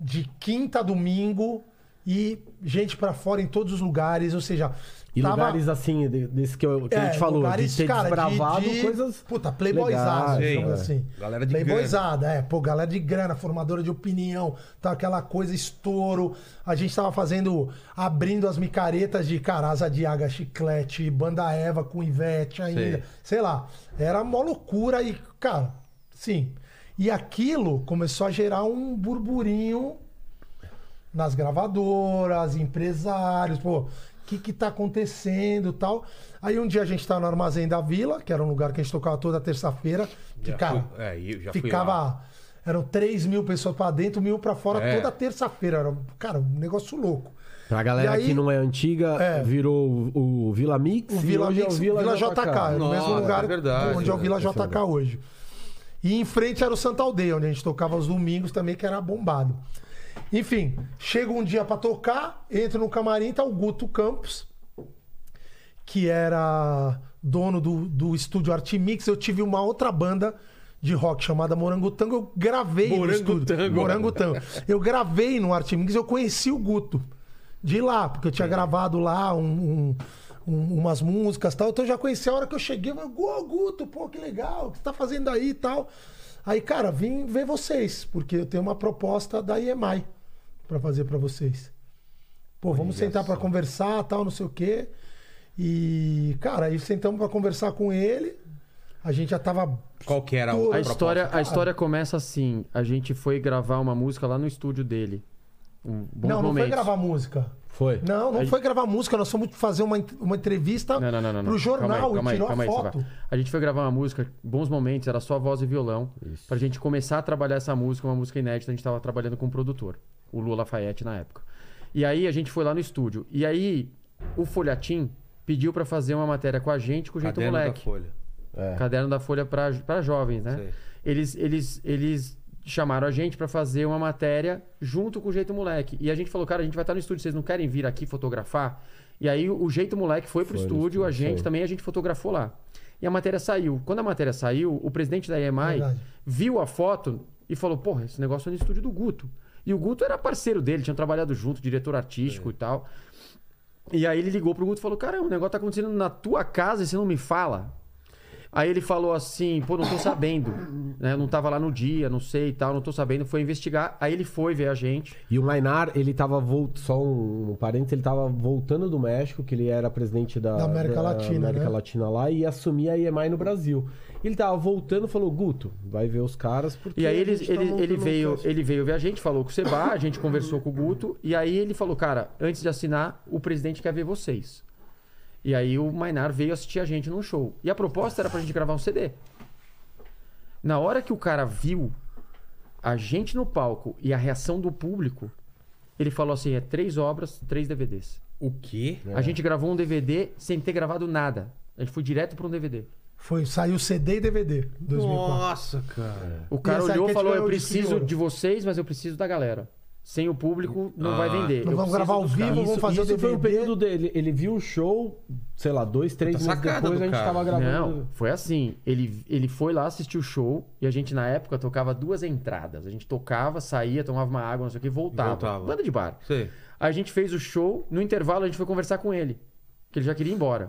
C: de quinta a domingo e gente pra fora em todos os lugares, ou seja,
E: E lugares assim, de- desse que, eu- que
C: É,
E: a gente falou, de ter desbravado coisas.
C: Puta, playboyzada,
E: legais,
A: Sim.
C: digamos
A: é.
C: assim.
A: Galera de
C: Playboyzada, é. Pô, galera de grana, formadora de opinião, tá aquela coisa, estouro. A gente tava fazendo, abrindo as micaretas de Carasa de Aga, Chiclete, Banda Eva com Ivete ainda.
A: Sei.
C: Sei, lá. Era mó loucura e, cara, sim. E aquilo começou a gerar um burburinho nas gravadoras, empresários, pô, o que que tá acontecendo e tal. Aí um dia a gente tá no Armazém da Vila, que era um lugar que a gente tocava toda terça-feira, que,
A: Já
C: cara,
A: fui- é, eu já fui lá.
C: ficava... Eram 3 mil pessoas pra dentro, mil pra fora
A: É.
C: toda terça-feira. Era, cara, um negócio louco.
E: Pra
C: E
E: galera
C: aí-
E: que não é antiga,
C: É.
E: virou o, o Vila Mix.
C: O
E: e
C: Vila
E: hoje é
C: Mix,
E: o
C: Vila, JK,
E: JK.
C: era o mesmo
A: Nossa,
C: lugar
A: é verdade,
C: onde é o Vila
E: esse
C: JK
E: lugar.
C: hoje. E em frente era o Santa Aldeia, onde a gente tocava aos domingos também, que era bombado. Enfim, chega um dia pra tocar, entro no camarim, tá o Guto Campos, que era dono do, do estúdio Artimix. Eu tive uma outra banda de rock chamada Morango Tango, eu gravei no
A: Morango
C: estúdio.
A: Tango.
C: Morango Tango. Eu gravei no Artimix, eu conheci o Guto de lá, porque eu tinha gravado lá um- um- um- umas músicas e tal. Então eu já conheci a hora que eu cheguei, eu falei, "Ô, Guto, pô, que legal, o que você tá fazendo aí e tal. Aí, cara, vim ver vocês, porque eu tenho uma proposta da IEMAI pra fazer pra vocês. Pô, vamos sentar pra conversar, tal, não sei o quê. E, cara, aí sentamos pra conversar com ele. A gente já tava.
A: Qual que era
C: A
D: A
A: proposta?
D: história, a história começa assim. A gente foi gravar uma música lá no estúdio dele. Um bom
C: não, não foi
D: momento.
C: gravar música.
E: Foi.
C: Não, não
D: A
C: foi gravar música. Nós fomos fazer uma, uma entrevista
D: Não, não, não, não.
C: pro
D: não.
C: jornal
D: Calma aí, calma
C: e
D: aí,
C: tirou
D: calma
C: a
D: aí,
C: foto.
D: Savá. A gente foi gravar uma música, bons momentos, era só voz e violão. Pra gente começar a trabalhar essa música, uma música inédita, a gente tava trabalhando com um produtor, o Lula Lafayette na época. E aí a gente foi lá no estúdio. E aí o Folhatim pediu pra fazer uma matéria com a gente com o jeito
A: Caderno da
D: moleque.
A: Folha.
E: É.
D: Caderno da Folha pra pra jovens, né?
A: Sei.
D: Eles, eles, eles chamaram a gente pra fazer uma matéria junto com o Jeito Moleque. E a gente falou, cara, a gente vai estar no estúdio, vocês não querem vir aqui fotografar? E aí o Jeito Moleque foi pro
E: Foi no
D: estúdio, a
E: estúdio,
D: gente
E: foi.
D: também, a gente fotografou lá. E a matéria saiu. Quando a matéria saiu, o presidente da EMI
C: Verdade.
D: viu a foto e falou, porra, esse negócio é no estúdio do Guto. E o Guto era parceiro dele, tinham trabalhado junto, diretor artístico e tal. E aí ele ligou pro Guto e falou: Caramba, o negócio tá acontecendo na tua casa e você não me fala. Aí ele falou assim: Pô, não tô sabendo. né? Eu não tava lá no dia, não sei e tal, não tô sabendo. Foi investigar. Aí ele foi ver a gente.
E: E o Mainar, ele tava voltando, só um, um parênteses, ele tava voltando do México, que ele era presidente da,
C: Da América Latina,
E: América
C: né?
E: Latina lá, e assumia a EMI no Brasil. Ele tava voltando falou, Guto, vai ver os caras, porque.
D: E aí
E: a
D: ele,
E: gente tá
D: ele,
E: montando
D: ele,
E: um
D: veio,
E: cast.
D: ele veio ver a gente, falou com o Seba, a gente conversou com o Guto. E aí ele falou: Cara, antes de assinar, o presidente quer ver vocês. E aí o Mainar veio assistir a gente num show. E a proposta era pra gente gravar um CD. Na hora que o cara viu a gente no palco e a reação do público, ele falou assim: é três obras, três DVDs.
A: O quê?
E: É.
D: A gente gravou um DVD sem ter gravado nada. A gente foi direto pra um DVD.
C: Foi, saiu CD e DVD 2004.
A: Nossa, cara.
D: O cara
C: essa
D: olhou
C: aqui a
D: e falou:
C: gente
D: eu
C: ganhou de
D: preciso
C: senhor.
D: de vocês, mas eu preciso da galera. Sem o público, não
A: Ah.
D: vai vender.
C: Não
D: Eu
C: vamos
D: preciso
C: gravar ao
D: dos
C: vivo,
D: caras."
C: vamos
E: Isso,
C: fazer
E: isso
C: o
E: foi um
C: DVD.
E: período dele. Ele viu o show, sei lá, dois, três
A: Puta
E: meses
A: sacada
E: depois,
A: do
E: a gente
A: cara.
E: tava gravando.
D: Não, foi assim. Ele, ele foi lá assistir o show e a gente, na época, tocava duas entradas. A gente tocava, saía, tomava uma água, não sei o que, e voltava.
A: voltava.
D: Banda de bar.
A: Sei.
D: A gente fez o show, no intervalo a gente foi conversar com ele, que ele já queria ir embora.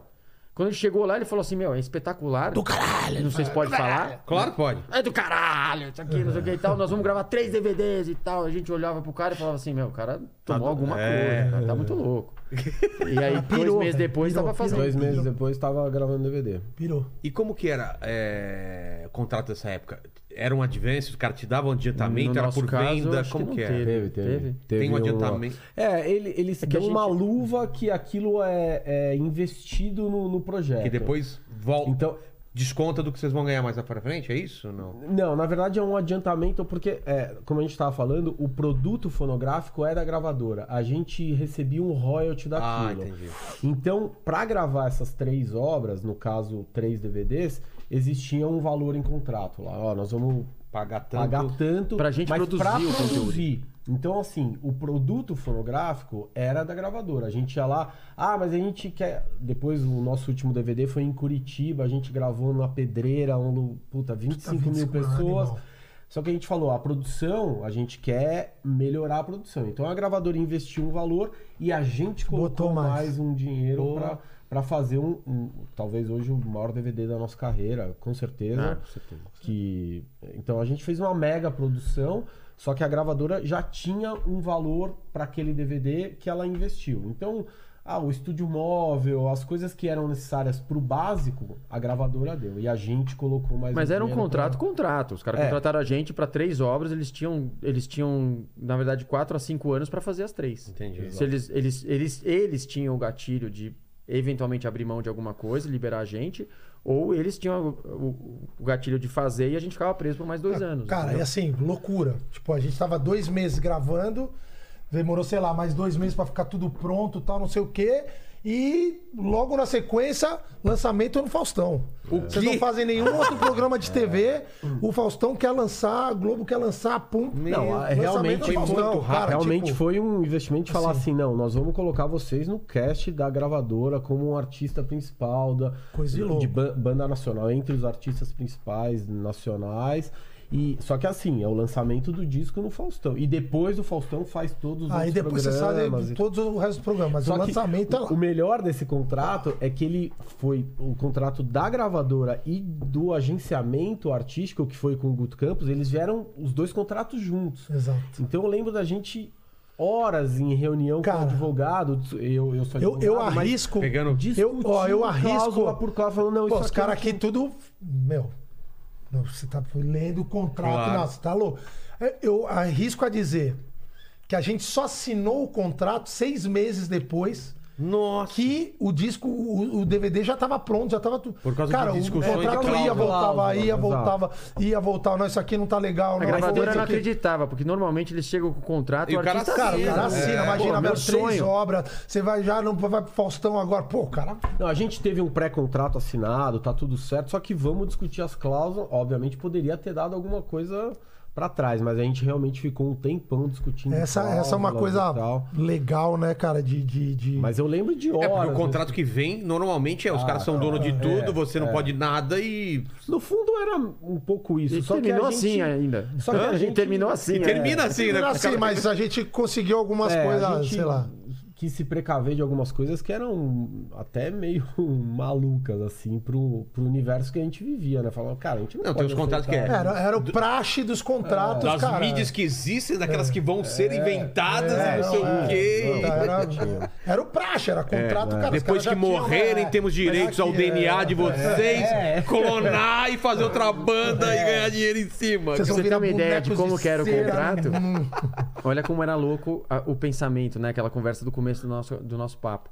D: Quando ele chegou lá, ele falou assim: Meu, é espetacular. Do caralho! Não sei se pode falar.
A: Claro que pode.
D: É do caralho, isso aqui, não sei o que e tal. Nós vamos gravar três DVDs e tal. A gente olhava pro cara e falava assim: Meu, o cara tomou
A: do-
D: alguma
A: é.
D: coisa, cara, tá muito louco. E aí, dois
C: pirou,
D: meses
C: velho,
D: depois,
C: pirou, pirou.
D: tava fazendo.
E: Dois meses depois tava gravando DVD.
C: Pirou.
A: E como que era é, o contrato dessa época? Era um advance? O cara te dava um adiantamento?
D: No
A: era
D: nosso
A: por
D: caso, eu
A: venda?
D: acho
A: Como
D: que
A: que,
D: não
A: era?
E: Teve, teve.
D: Teve?
A: Tem um
E: uma-
A: adiantamento.
E: É, ele, eles
D: que a
E: dão uma
D: gente-
E: luva que aquilo é, é investido no, no projeto.
A: Que depois volta.
E: Então,
A: desconta do que vocês vão ganhar mais lá pra frente, é isso? Não.
E: Não, na verdade é um adiantamento, porque, é, como a gente estava falando, o produto fonográfico é da gravadora. A gente recebia um royalty
A: Ah,
E: daquilo.
A: entendi.
E: Então, para gravar essas três obras, no caso três DVDs, existia um valor em contrato lá. Ó, nós vamos
A: Pagar tanto.
E: pagar tanto
D: pra gente
E: mas
D: produzir
E: pra
D: o conteúdo.
E: produzir. Então, assim, o produto fonográfico era da gravadora. A gente ia lá, ah, mas a gente quer. Depois, o nosso último DVD foi em Curitiba, a gente gravou na pedreira, um, lu- puta, 25, mil
C: 25 é um
E: pessoas.
C: animal.
E: Só que a gente falou, a produção, a gente quer melhorar a produção. Então a gravadora investiu um valor e a gente colocou
C: Botou mais.
E: mais. um dinheiro
A: Boa.
E: pra para fazer um, um- talvez hoje o maior DVD da nossa carreira, com
D: Ah,
E: certeza. que então a gente fez uma mega produção, só que a gravadora já tinha um valor para aquele DVD que ela investiu. Então, ah, o estúdio móvel, as coisas que eram necessárias pro básico, a gravadora deu e a gente colocou mais
D: Mas era um
E: dinheiro pra-
D: contrato, contrato. Os caras
E: É.
D: contrataram a gente pra três obras, eles tinham, eles tinham, na verdade, quatro a cinco anos pra fazer as três.
A: Entendi.
D: Se eles, eles, eles, eles tinham o gatilho de eventualmente abrir mão de alguma coisa, liberar a gente, ou eles tinham o, o- o gatilho de fazer e a gente ficava preso por mais
A: Ah,
D: dois anos.
C: Cara,
D: entendeu?
C: e assim, loucura. Tipo, a gente tava dois meses gravando, demorou, sei lá, mais dois meses pra ficar tudo pronto tal, não sei o quê. E logo na sequência, lançamento no Faustão. Vocês não fazem nenhum outro programa de TV. O Faustão quer lançar, a Globo quer lançar, pum.
E: Não,
A: Meu
E: a- é,
C: lançamento
E: realmente
C: no
E: foi
C: Faustão,
A: muito
C: cara,
A: rápido.
E: Realmente
C: tipo,
E: foi um investimento de falar
C: assim.
E: assim, não, nós vamos colocar vocês no cast da gravadora como um artista principal da
C: Coisa de
E: de,
C: louco.
E: ba- banda nacional, entre os artistas principais nacionais. E só que assim, é o lançamento do disco no Faustão. E depois o Faustão faz todos os
C: Aí
E: um outros
C: Ah, depois você sabe
E: programas
C: de
E: e-
C: todos o resto do programa, mas
E: só
C: o
E: que
C: lançamento é lá.
E: o melhor desse contrato é que ele foi o contrato da gravadora e do agenciamento artístico que foi com o Guto Campos, eles vieram os dois contratos juntos.
C: Exato.
E: Então eu lembro da gente horas em reunião
C: Cara,
E: com o advogado. Eu, eu sou
C: Eu,
E: advogado,
C: eu
E: mas
C: arrisco.
A: Pegando. É,
E: discutindo
C: eu- ó, eu arrisco-
E: Cláusula por causa falando, não,
C: Pô,
E: isso
C: os
E: aqui é-"
C: caras
E: eu
C: aqui tudo. Meu. não, Você tá lendo o contrato.
A: Claro.
C: Não, você tá louco. É, Eu arrisco a dizer que a gente só assinou o contrato seis meses depois
A: Nossa.
C: que o disco, o, o DVD já tava pronto, já tava tudo.
A: Por causa de
C: cara,
A: discussões
C: o
A: de
C: contrato ia,
A: cláusula.
C: voltava, ia,
E: Exato.
C: voltava, ia, voltava. Não, isso aqui não tá legal.
D: A
C: não,
D: gravadora
C: isso
D: não
C: aqui-
D: acreditava, porque normalmente eles chegam com o contrato
A: E
D: e o
A: o cara
D: artista né?
C: Cara, o cara assina,
D: É, Pô,
C: imagina,
D: meu
C: meu três
D: sonho.
C: obras, você vai já, não vai pro Faustão agora. Pô, cara,
E: Não, a gente teve um pré-contrato assinado, tá tudo certo, só que vamos discutir as cláusulas. Obviamente poderia ter dado alguma coisa pra trás, mas a gente realmente ficou um tempão discutindo.
C: essa, essa é uma
E: cláusulas
C: coisa
E: e tal.
C: legal, né, cara, de... de, de-
E: Mas eu lembro de horas.
A: É
C: assim.
A: porque o
E: né?
A: contrato que vem, normalmente é,
C: Ah,
A: os caras são dono de
C: é,
A: tudo, você não pode nada e.
E: assim. No fundo era um pouco isso.
D: E
E: só que a
D: terminou
E: gente-
D: assim ainda.
E: Só que a
D: Hã? E
E: gente-
D: terminou assim.
A: E
D: é.
A: termina assim, né?
C: Não,
A: Porque os
C: assim,
A: caras-
C: mas a gente conseguiu algumas
E: É,
C: coisas,
E: a gente
C: sei lá.
E: Quis se precaver de algumas coisas que eram até meio malucas, assim, pro, pro universo que a gente vivia, né? Falava, cara, a gente não.
A: Não, tem os
E: pode
A: contratos que
E: aceitar.
A: é.
C: Era, era o praxe dos contratos,
A: Das
C: cara.
A: mídias que existem, daquelas que vão ser inventadas e
C: é,
A: não sei
C: não,
A: o
C: Puta,
A: quê. É,
C: Era, era o praxe, era contrato, cara.
A: Depois
C: os caras já
A: que
C: tinham,
A: morrerem,
C: é,
A: temos direitos ao
C: aqui,
A: DNA de
C: é, É.
A: vocês,
E: é, é.
A: clonar e fazer outra banda e ganhar dinheiro em cima.
C: Vocês vão
D: Pra você ter
C: virar
D: uma ideia de
C: bonecos
D: como
C: de
D: que era o
C: cera,
D: contrato,
C: né?
D: olha como era louco a- o pensamento, né? Aquela conversa do começo do nosso, do nosso papo.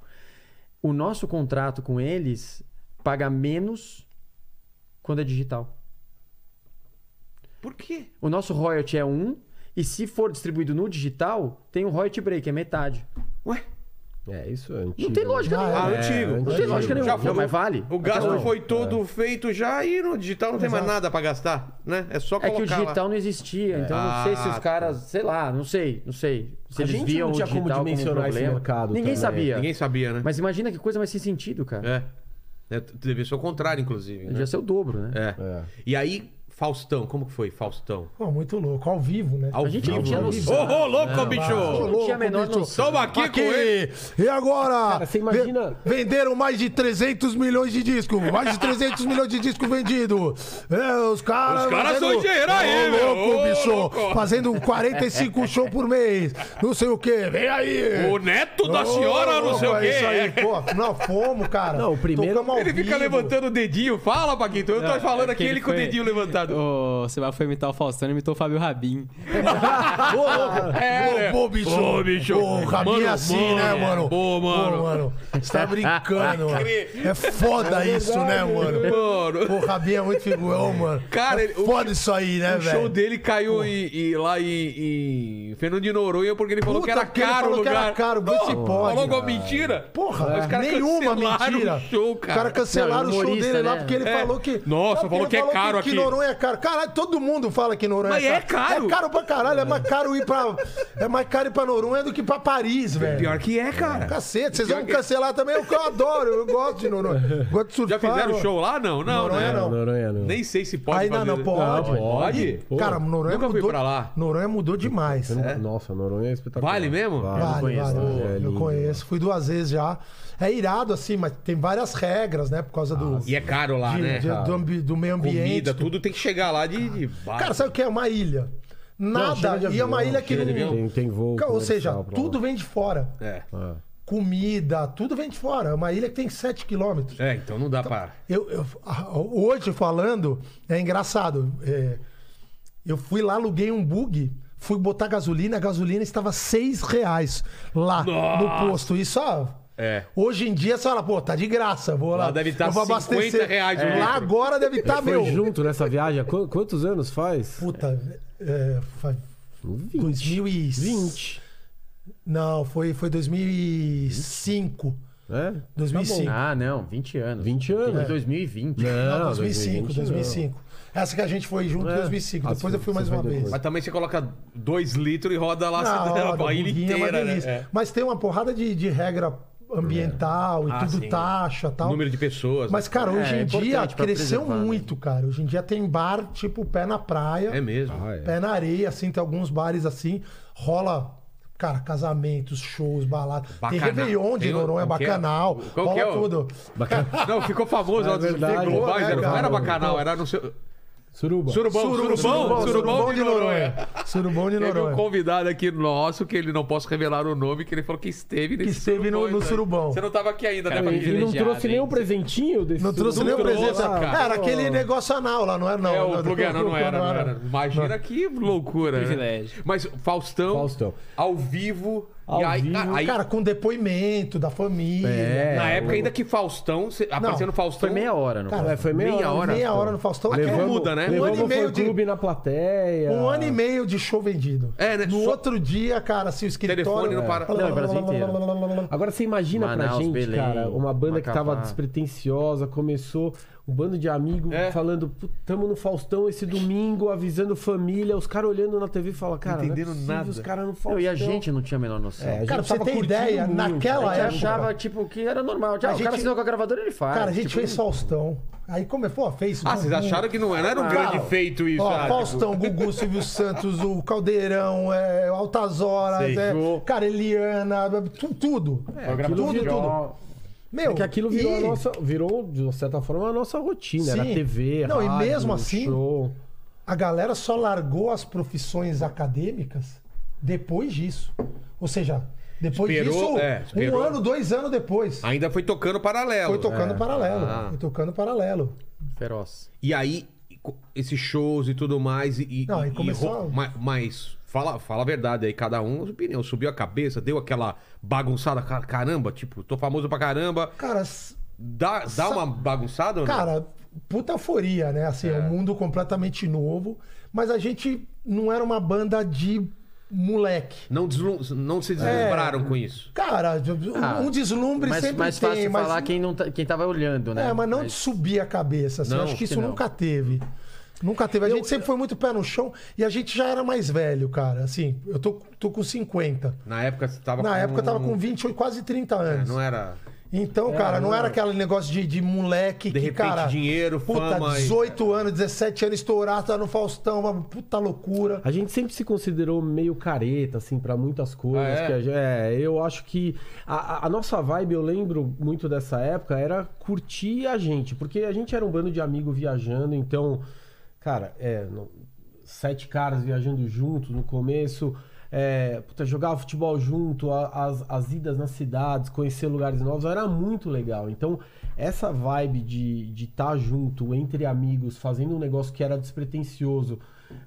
D: O nosso contrato com eles paga menos quando é digital.
A: Por quê?
D: O nosso royalty é um, e se for distribuído no digital, tem um royalty break, é metade.
A: Ué?
E: É, isso é antigo.
D: Não tem lógica
C: Ah,
A: Ah,
D: nenhuma.
C: é.
A: antigo.
E: antigo.
D: Não tem lógica
A: Já
D: nenhuma.
A: foi-
D: Não, mas vale.
A: O gasto
D: Então,
A: foi todo feito já e no digital não tem mais
C: É. Exato.
A: nada pra gastar, né? É só
D: É
A: colocar
D: que o
A: lá.
D: digital não existia, então
A: Ah,
D: não sei se os
A: tá.
D: caras, sei lá, não sei, não sei. Se
E: A
D: eles
E: gente
D: viam
E: não tinha
D: o
E: como
D: digital como, um
E: dimensionar esse
D: problema.
E: mercado
D: Ninguém
E: também.
D: sabia.
A: Ninguém sabia, né?
D: Mas imagina que coisa mais sem sentido, cara.
A: É. É, Deve ser o contrário, inclusive. né?
D: Já ser o dobro, né?
A: É.
E: É.
A: E aí, Faustão, como que foi, Faustão?
C: Pô, muito louco, ao vivo, né?
A: Ao
D: A gente não tinha
A: né?
D: noção.
A: Ô, ô, louco,
C: Ô,
A: bicho!
C: louco,
D: tinha a menor
C: bicho.
D: noção.
A: Toma aqui, com ele!
C: E agora?
E: Cara, você imagina-
C: Ve- Venderam mais de 300 milhões de discos. Mais de 300 milhões de discos vendidos. É, os caras...
A: Os caras são engenheiros aí,
C: Ô,
A: meu.
C: louco,
A: Ô,
C: bicho.
A: louco.
C: Fazendo 45 shows por mês. Não sei o quê. Vem aí.
A: O neto da
C: Ô,
A: senhora, não sei
C: louco,
A: o quê.
C: É isso aí, pô. Não, fomos, cara.
E: Não, o primeiro-
C: Tocamos ao
A: Ele fica
C: vivo.
A: levantando o dedinho, fala, Paquito. Eu tô
B: Não,
A: falando
B: é
A: aqui,
B: que
A: ele
B: ele
A: com o
B: foi-
A: dedinho levantado.
B: O Seba foi imitar o Faustão, ele imitou o Fábio Rabin.
A: É, né?
C: Pô, Ô, bicho.
A: Ô, bicho.
C: Porra,
A: Mano,
C: mano, assim,
A: mano,
C: né, mano?
A: pô, mano.
C: Você tá brincando, mano. É foda isso, né, mano?
A: Mano,
C: Pô, o Rabinho é muito figurão, mano.
A: Cara,
C: é
A: ele- o-
C: foda isso aí, né,
A: o show
C: velho?
A: dele caiu em, em- lá em, em Fernando de Noronha porque ele falou
C: Puta,
A: que era
C: porque ele
A: caro o
C: falou que era
A: lugar.
C: caro, como
A: Não,
C: se pode,
A: Falou uma mentira?
C: Porra,
A: Os caras
C: nenhuma
A: cancelaram
C: mentira.
A: o show, cara.
C: Os caras cancelaram
D: Não,
C: o show
D: humorista,
C: dele lá
D: né?
C: porque ele
A: É.
C: falou que.
A: Nossa,
C: Não, porque
A: falou
C: ele
A: que é caro
C: que,
A: aqui.
C: Noronha é caro. Caralho, todo mundo fala que Noronha
A: Mas
C: é
A: é
C: caro.
A: caro.
C: É caro pra caralho. É mais caro ir pra. É mais caro ir pra Noronha do que pra Paris, velho.
A: Pior que é, cara.
C: Cacete, vocês vão cancelar também É o que eu adoro. Eu gosto de Noronha. Gosto de
A: Já
C: surfar.
A: fizeram
C: mano.
A: show lá? Não, não,
C: Noronha
A: né?
C: não.
E: Noronha não.
A: Nem sei se pode
C: Ainda
A: fazer,
C: não,
A: né?
C: pode.
A: Pode?
E: Pô,
C: Cara, Noronha
A: Nunca fui
C: mudou.
A: pra lá.
C: Noronha mudou demais.
E: eu não- Nossa, Noronha é espetacular.
A: Vale mesmo?
E: Vale.
C: Vale,
D: conheço,
C: vale.
E: né? É
C: eu
E: lindo.
C: conheço, fui duas vezes já. É irado assim, mas tem várias regras, né? Por causa
E: Ah,
C: do,
A: E é caro lá,
C: de-
A: né?
C: de- do, ambi- do meio ambiente.
A: Comida,
C: tudo.
A: tudo tem que chegar lá de, de barco.
C: Cara, sabe o que é uma ilha?
E: Não,
C: Nada.
E: chega de
C: e é uma
E: avião,
C: ilha que
E: chega de avião.
C: não.
E: Tem, tem voo.
C: Ou seja,
E: comercial pra lá.
C: tudo vem de fora.
A: É.
C: Comida, tudo vem de fora. É uma ilha que tem 7 quilômetros.
A: É, então não dá pra.
C: Eu, eu- a- hoje falando, é engraçado. é, eu fui lá, aluguei um bug, fui botar gasolina, a gasolina estava seis reais lá no posto. Isso ó,
A: É.
C: Hoje em dia você fala, pô, tá de graça, vou lá.
A: Lá deve tá
C: eu vou
A: 50
C: abastecer.
A: reais o
C: lá
A: litro.
C: agora deve estar,
E: Foi
C: Tá, meu.
E: junto nessa viagem? há qu- Quantos anos faz?
C: Puta, é, fa- 2020.
E: 20.
C: Não, foi, foi 2005.
E: É?
C: 2005.
D: Ah, não, 20 anos.
E: 20 anos.
D: Em 2020.
C: Não,
E: Não,
C: 2005, 2005. Essa que a gente foi junto em
E: É.
C: 2005.
E: Ah,
C: Depois
E: sim,
C: eu fui mais
E: você
C: uma
E: foi
C: vez.
E: depois.
A: Mas também você coloca dois litros e roda lá
C: Não,
A: você- a
C: olha,
A: ilha
C: Burguinha é uma
A: inteira, né?
C: delícia.
A: É.
C: Mas tem uma porrada de, de regra ambiental e
A: Ah,
C: tudo
A: sim.
C: taxa e tal.
A: Número de pessoas.
C: Mas, cara, hoje
D: É, é
C: em dia
D: importante pra
C: cresceu
D: preservar, né?
C: muito, cara. Hoje em dia tem bar, tipo, pé na praia,
A: É mesmo.
E: Ah, é.
C: pé na areia, assim, tem alguns bares assim, rola. Cara, casamentos, shows, baladas. Tem
A: Bacanal.
C: Réveillon de
A: Tem o-
C: Noronha,
A: qual que é?
C: bacanal.
A: Qual
C: rola
A: que é o-
C: tudo.
A: Não, ficou famoso
E: É
A: lá dos
E: verdade.
A: Tem globais.
C: É,
A: era- não
C: cara.
A: era bacanal, era no seu.
E: Suruba.
A: Surubão, surubão, surubão, de Noronha.
C: Surubão de
A: Teve um
C: Noronha.
A: convidado aqui nosso, que ele não posso revelar o nome, que ele falou que esteve nesse
C: Que esteve no-
A: surubão,
C: no
A: então.
C: surubão.
A: Você não tava aqui ainda, né?
B: Cara,
A: pra
E: E-
A: me
E: E
A: ver.
E: não
B: privilegiado,
E: trouxe nenhum
B: hein?
E: presente desse
C: Não trouxe nenhum
A: trouxe,
C: presente.
A: cara.
C: Era aquele negócio anal lá, não era? Não,
A: É,
C: Não,
A: o plug anal não era, não era. Imagina que loucura. né?
B: Privilégio.
A: Mas Faustão,
E: Faustão.
A: ao vivo.
E: Ao
A: e aí,
E: vivo,
A: aí-
C: Cara, com depoimento da família.
E: É,
A: na época,
E: o-
A: ainda que Faustão, cê- aparecendo Faustão.
D: Foi meia hora, não
C: Cara,
D: foi?
E: É, foi meia,
A: meia
E: hora.
C: Meia hora no Faustão.
A: Aquilo
C: Aquilo-
A: muda, né?
C: Um
E: Levamos
C: ano e meio de.
E: clube na plateia.
C: Um ano e meio de show vendido.
A: É, né?
C: No
A: Só-
C: outro dia, cara, assim, o escritório...
A: Telefone não para.
D: Não, é Brasil inteiro.
E: Agora você imagina pra
D: Manaus,
E: gente,
D: Belém,
E: cara, uma banda que tava
D: Macapá.
E: despretensiosa, começou um bando de amigo
A: É.
E: falando, "Pô, tamo no Faustão esse domingo, avisando família, os caras olhando na TV e falam, cara, não é
A: Entendendo
E: possível,
A: nada.
E: os caras no Faustão.
D: Não, e a gente não tinha a menor noção.
E: então. É, a gente
C: Cara, pra você
E: tava
C: ter
E: curtindo
C: ideia,
E: muito.
C: naquela
D: a gente
C: época...
D: achava, tipo, que era normal. Ah,
C: A
D: o cara
C: gente-
D: assinou com a gravadora, ele faz.
C: Cara, a gente
D: Tipo,
C: fez Faustão. Aí como é? Pô, fez...
A: Ah, vocês
C: Gugu.
A: acharam que não era, era um
C: Cara,
A: grande feito isso?
C: Ó,
A: ah,
C: Faustão, Gugu, Silvio Santos, o Caldeirão, é, o Altas Horas,
D: Sei.
C: é,
D: Jô.
C: cara, Eliana, tu- tudo.
A: É,
D: Foi gravado
E: aquilo
D: no
C: virou-
D: jornal.
C: Meu,
E: É que aquilo virou,
C: e-
E: a nossa, virou, de uma certa forma, a nossa rotina. Era
C: Sim.
E: TV,
C: Não, e
E: rádio,
C: mesmo assim-
E: show.
C: a galera só largou as profissões acadêmicas depois disso. Ou seja, depois
A: Esperou,
C: disso,
A: é,
C: um
A: esperou.
C: ano, dois anos depois.
A: Ainda foi tocando paralelo.
C: Foi tocando paralelo.
A: Ah.
C: Foi tocando paralelo.
D: Feroz.
A: E aí, e co- esses shows e tudo mais. E, e-
C: Não, e
A: e
C: começou
A: ro-
C: a-
A: Mas, mas fala, fala a verdade aí, cada um, sua opinião. Subiu a cabeça, deu aquela bagunçada. ca- Caramba, tipo, tô famoso pra caramba.
C: Cara, s-
A: Dá, dá
C: Sa-
A: uma bagunçada ou não?
C: cara, puta euforia, né? Assim, é um mundo completamente novo. Mas a gente não era uma banda de moleque.
A: Não, deslu- não se
C: é.
A: deslumbraram com isso.
C: Cara, um-
D: Ah,
C: um deslumbre
D: mais,
C: sempre
D: mais
C: tem.
D: fácil
C: mas
D: falar quem, não tá- quem tava olhando, né?
C: É, mas não de subir a cabeça, assim.
A: Não,
C: acho que
D: acho
C: isso
D: que não.
C: nunca teve. Nunca teve. A gente sempre foi muito pé no chão e a gente já era mais velho, cara. Assim, eu tô, tô com 50.
A: Na época você tava
C: Na
A: com- um-
C: época eu tava com 28, quase 30
A: É,
C: anos.
A: Não era.
C: Então, cara, não era aquele negócio de, de moleque
A: De
C: que,
A: repente,
C: cara...
A: dinheiro,
C: Puta,
A: fama. e-
C: 18 anos, 17 anos, estourar, tá no Faustão, uma puta loucura.
E: A gente sempre se considerou meio careta, assim, pra muitas coisas.
A: Ah, é?
E: que a gente- é, eu acho que a, a- a nossa vibe, eu lembro muito dessa época, era curtir a gente. Porque a gente era um bando de amigo viajando, então, cara, é, não- sete caras viajando juntos no começo. É, puta, jogar futebol junto, a- as, as idas nas cidades, conhecer lugares novos, era muito legal. Então, essa vibe de estar de tá junto entre amigos, fazendo um negócio que era despretensioso,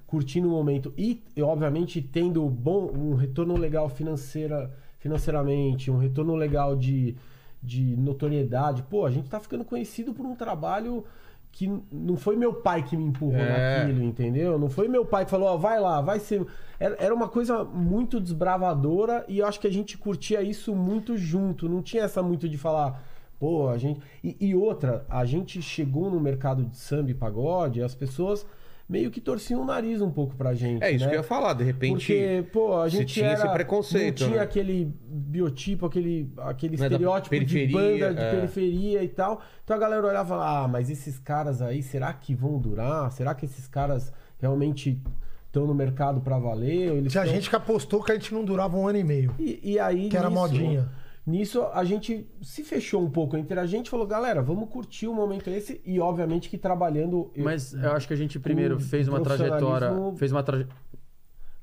E: curtindo o momento e, e, obviamente, tendo bom, um retorno legal financeira, financeiramente, um retorno legal de, de notoriedade. Pô, a gente tá ficando conhecido por um trabalho que n- não foi meu pai que me empurrou
A: É.
E: naquilo, entendeu? Não foi meu pai que falou, ó, vai lá, vai ser. Era era uma coisa muito desbravadora e eu acho que a gente curtia isso muito junto. Não tinha essa muito de falar, pô, a gente. E, e outra, a gente chegou no mercado de samba e pagode, as pessoas meio que torciam o nariz um pouco pra gente.
A: É isso
E: né?
A: que eu ia falar, de repente.
E: Porque, pô, a
A: você
E: gente
A: tinha
E: era,
A: esse preconceito,
E: Não tinha
A: né?
E: aquele biotipo, aquele, aquele
A: Não é da
E: estereótipo de
A: periferia,
E: banda de
A: é.
E: periferia e tal. Então a galera olhava e falava, ah, mas esses caras aí, será que vão durar? Será que esses caras realmente estão no mercado pra valer? Ou Eles
A: Então
C: Tinha
E: tão-
C: gente que apostou que a gente não durava um ano e meio.
E: E, e aí,
C: Que era modinha.
E: Nisso a gente se fechou um pouco entre a gente e falou, galera, vamos curtir o momento esse e obviamente que trabalhando. eu-
D: Mas eu acho que a gente primeiro
E: com
D: fez uma trajetória.
E: profissionalismo-
D: Fez uma traje...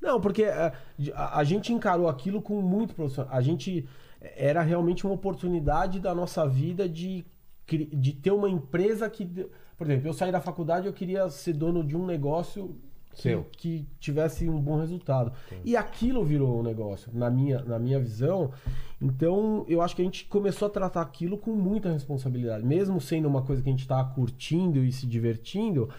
E: Não, porque é, a, a gente encarou aquilo com muito profissional. A gente é, era realmente uma oportunidade da nossa vida de, cri- de ter uma empresa que. de- Por exemplo, eu saí da faculdade eu queria ser dono de um negócio que,
A: Seu.
E: que tivesse um bom resultado. E aquilo virou um negócio, na minha, na minha visão. Então, eu acho que a gente começou a tratar aquilo com muita responsabilidade. Mesmo sendo uma coisa que a gente estava curtindo e se divertindo,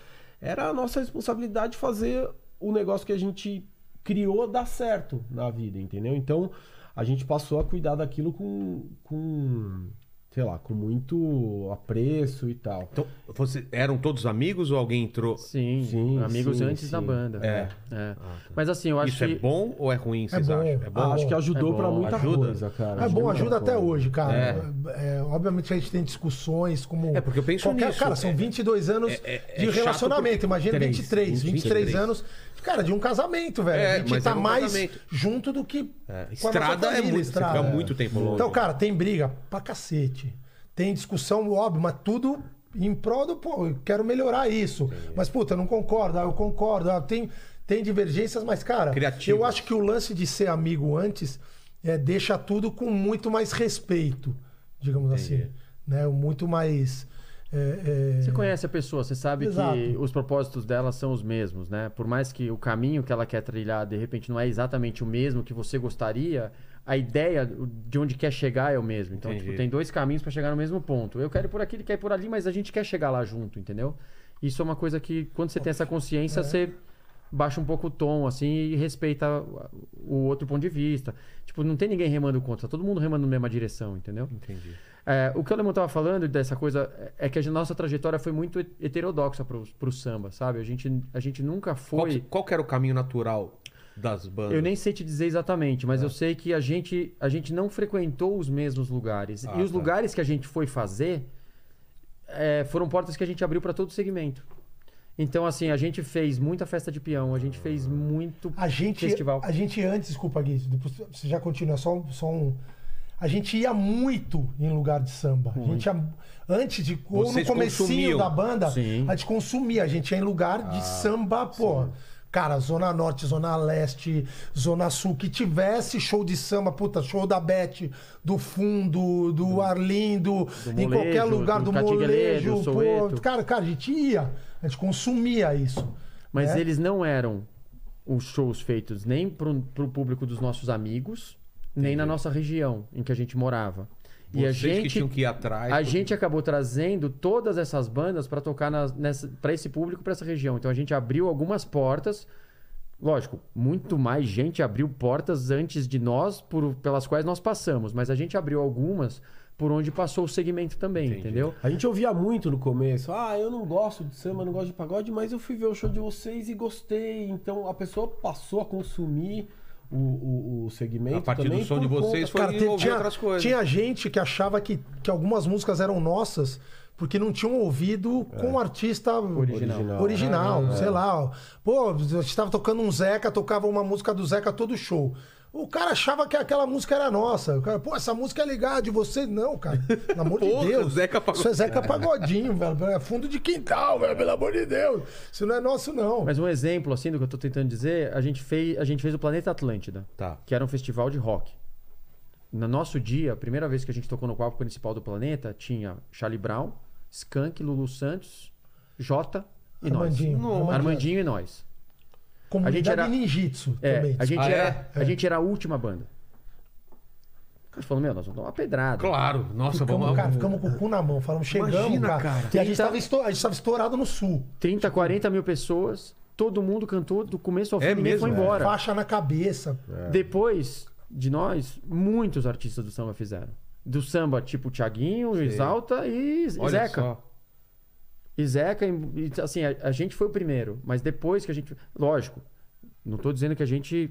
E: era a nossa responsabilidade fazer o negócio que a gente criou dar certo na vida, entendeu? Então a gente passou a cuidar daquilo com, com sei lá, com muito apreço e tal.
A: Então, você- eram todos amigos ou alguém entrou?
D: Sim,
E: Sim,
D: amigos
E: sim,
D: antes
E: sim.
D: da banda.
A: É.
D: É. Mas assim, eu acho
A: Isso
D: que.
A: é bom ou é ruim, vocês
C: bom.
A: acham? É bom?
C: Ah,
E: acho que
D: é
E: ajudou
D: bom,
E: pra muita
A: ajuda.
E: coisa, cara.
C: É bom,
E: muita
C: ajuda até
E: coisa.
C: hoje, cara. É, obviamente a gente tem discussões como.
A: É, porque eu penso nisso.
C: Cara, são
A: É-
C: 22 anos
A: é- é
C: de
A: chato
C: relacionamento.
A: porque-
C: Imagina
E: Três,
C: 23, 23,
A: 23.
C: anos. Cara, de um casamento, velho.
A: É,
C: a gente
A: mas
C: tá
A: era um
C: mais
A: casamento.
C: junto do que. com a nossa
A: Estrada é
C: família,
A: muito. Você
C: estrada.
A: fica muito tempo longe.
C: Então, cara, tem briga pra cacete. Tem discussão, óbvio, mas tudo em prol do, pô, eu quero melhorar isso. Mas, puta, eu não concordo, ah, eu concordo, ah, tem, tem divergências, mas, cara,
A: Criativas.
C: eu acho que o lance de ser amigo antes é, deixa tudo com muito mais respeito, digamos assim. Né? Muito mais. é, é,
D: Você conhece a pessoa, você sabe
C: Exato.
D: que os propósitos dela são os mesmos, né? Por mais que o caminho que ela quer trilhar, de repente, não é exatamente o mesmo que você gostaria, a ideia de onde quer chegar é o mesmo. Então,
A: Entendi.
D: tipo, tem dois caminhos pra chegar no mesmo ponto. Eu quero ir por aqui, ele quer ir por ali, mas a gente quer chegar lá junto, entendeu? Isso é uma coisa que, quando você tem essa
C: É.
D: consciência, você baixa um pouco o tom, assim, e respeita o outro ponto de vista. Tipo, não tem ninguém remando contra, tá todo mundo remando na mesma direção, entendeu?
A: Entendi.
D: É, o que o Alemão estava falando dessa coisa é que a nossa trajetória foi muito heterodoxa pro, pro samba, sabe? A gente, a gente nunca
A: Qual,
D: foi.
A: qual que era o caminho natural das bandas?
D: Eu nem sei te dizer exatamente,
A: É.
D: mas eu sei que a gente, a gente não frequentou os mesmos lugares.
A: Ah,
D: e os
A: tá.
D: lugares que a gente foi fazer é, foram portas que a gente abriu para todo segmento. Então, assim, a gente fez muita festa de peão, a gente fez muito
C: A gente,
D: festival.
C: a gente antes, desculpa, Gui, depois você já continua, só, um- só um. A gente ia muito em lugar de samba. A gente ia, antes de. Ou no
A: Vocês
C: comecinho
A: consumiam.
C: da banda,
D: Sim. Ah,
C: a gente consumia. A gente ia em lugar de samba, pô. Cara, Zona Norte, Zona Leste, Zona Sul, que tivesse show de samba, puta, show da Beth, do Fundo, do Arlindo, em
D: Molejo,
C: qualquer lugar,
D: do
C: do
D: Catigueledo,
C: Molejo, pô.
D: Soweto.
C: Cara, cara, a gente ia, a gente consumia isso.
D: Mas
A: É?
C: né?
D: eles não eram os shows feitos nem pro, pro público dos nossos amigos, nem na nossa região em que a gente morava. e a
A: Vocês que tinham
D: gente,
A: que ir atrás.
D: a
A: porque-
D: gente acabou trazendo todas essas bandas para tocar para esse público, para essa região. Então a gente abriu algumas portas. Lógico, muito mais gente abriu portas antes de nós por- pelas quais nós passamos, mas a gente abriu algumas por onde passou o segmento também, entendeu?
E: A gente ouvia muito no começo, ah, eu não gosto de samba, eu não gosto de pagode, mas eu fui ver o show de vocês e gostei. Então a pessoa passou a consumir o, o, o segmento.
A: A partir do
E: também
A: som
E: por
A: de vocês foi
C: Cara,
A: e
C: teve-
A: ouvir
C: tinha,
A: outras coisas.
C: tinha gente que achava que, que algumas músicas eram nossas porque não tinham ouvido com
D: É.
C: o artista original, sei lá. Pô, a gente estava tocando um Zeca, tocava uma música do Zeca todo show. O cara achava que aquela música era nossa. O cara, pô, essa música é legal, é de vocês não, cara. Pelo amor de
A: Porra,
C: Deus.
A: Zeca Pagodinho.
C: Isso é Zeca Pagodinho, velho. É fundo de quintal, velho. Pelo amor de Deus. Isso não é nosso, não.
D: Mas um exemplo assim do que eu tô tentando dizer, a gente fez, a gente fez o Planeta Atlântida.
A: Tá.
D: que era um festival de rock. No nosso dia, a primeira vez que a gente tocou no palco principal do planeta, tinha Charlie Brown, Skank, Lulu Santos, Jota e
C: Armandinho.
D: nós.
C: Armandinho.
D: Armandinho e nós.
C: é Comunidade
D: era-
C: ninjitsu
D: É,
C: também. É.
D: a, gente
C: desculpa.
D: era, a gente era a última banda. O cara falou, meu, nós vamos dar uma pedrada.
G: Claro,
A: Tá
G: nossa,
C: Ficamos,
G: vamos
C: cara, ficamos com o cu na mão. Falamos, chegamos,
A: Imagina,
C: cara.
A: cara.
C: E a gente, tava esto- a gente tava estourado no sul.
D: 30, 40 mil pessoas, todo mundo cantou do começo ao fim,
A: É
D: ninguém foi
A: mesmo, é.
D: embora.
C: Faixa na cabeça.
D: É.
G: É.
D: Depois de nós, muitos artistas do samba fizeram. Do samba, tipo Tiaguinho, Exalta e
G: Olha
D: Zeca.
G: só.
D: E Zeca, e- e, assim, a, a gente foi o primeiro, mas depois que a gente. Lógico, não tô dizendo que a gente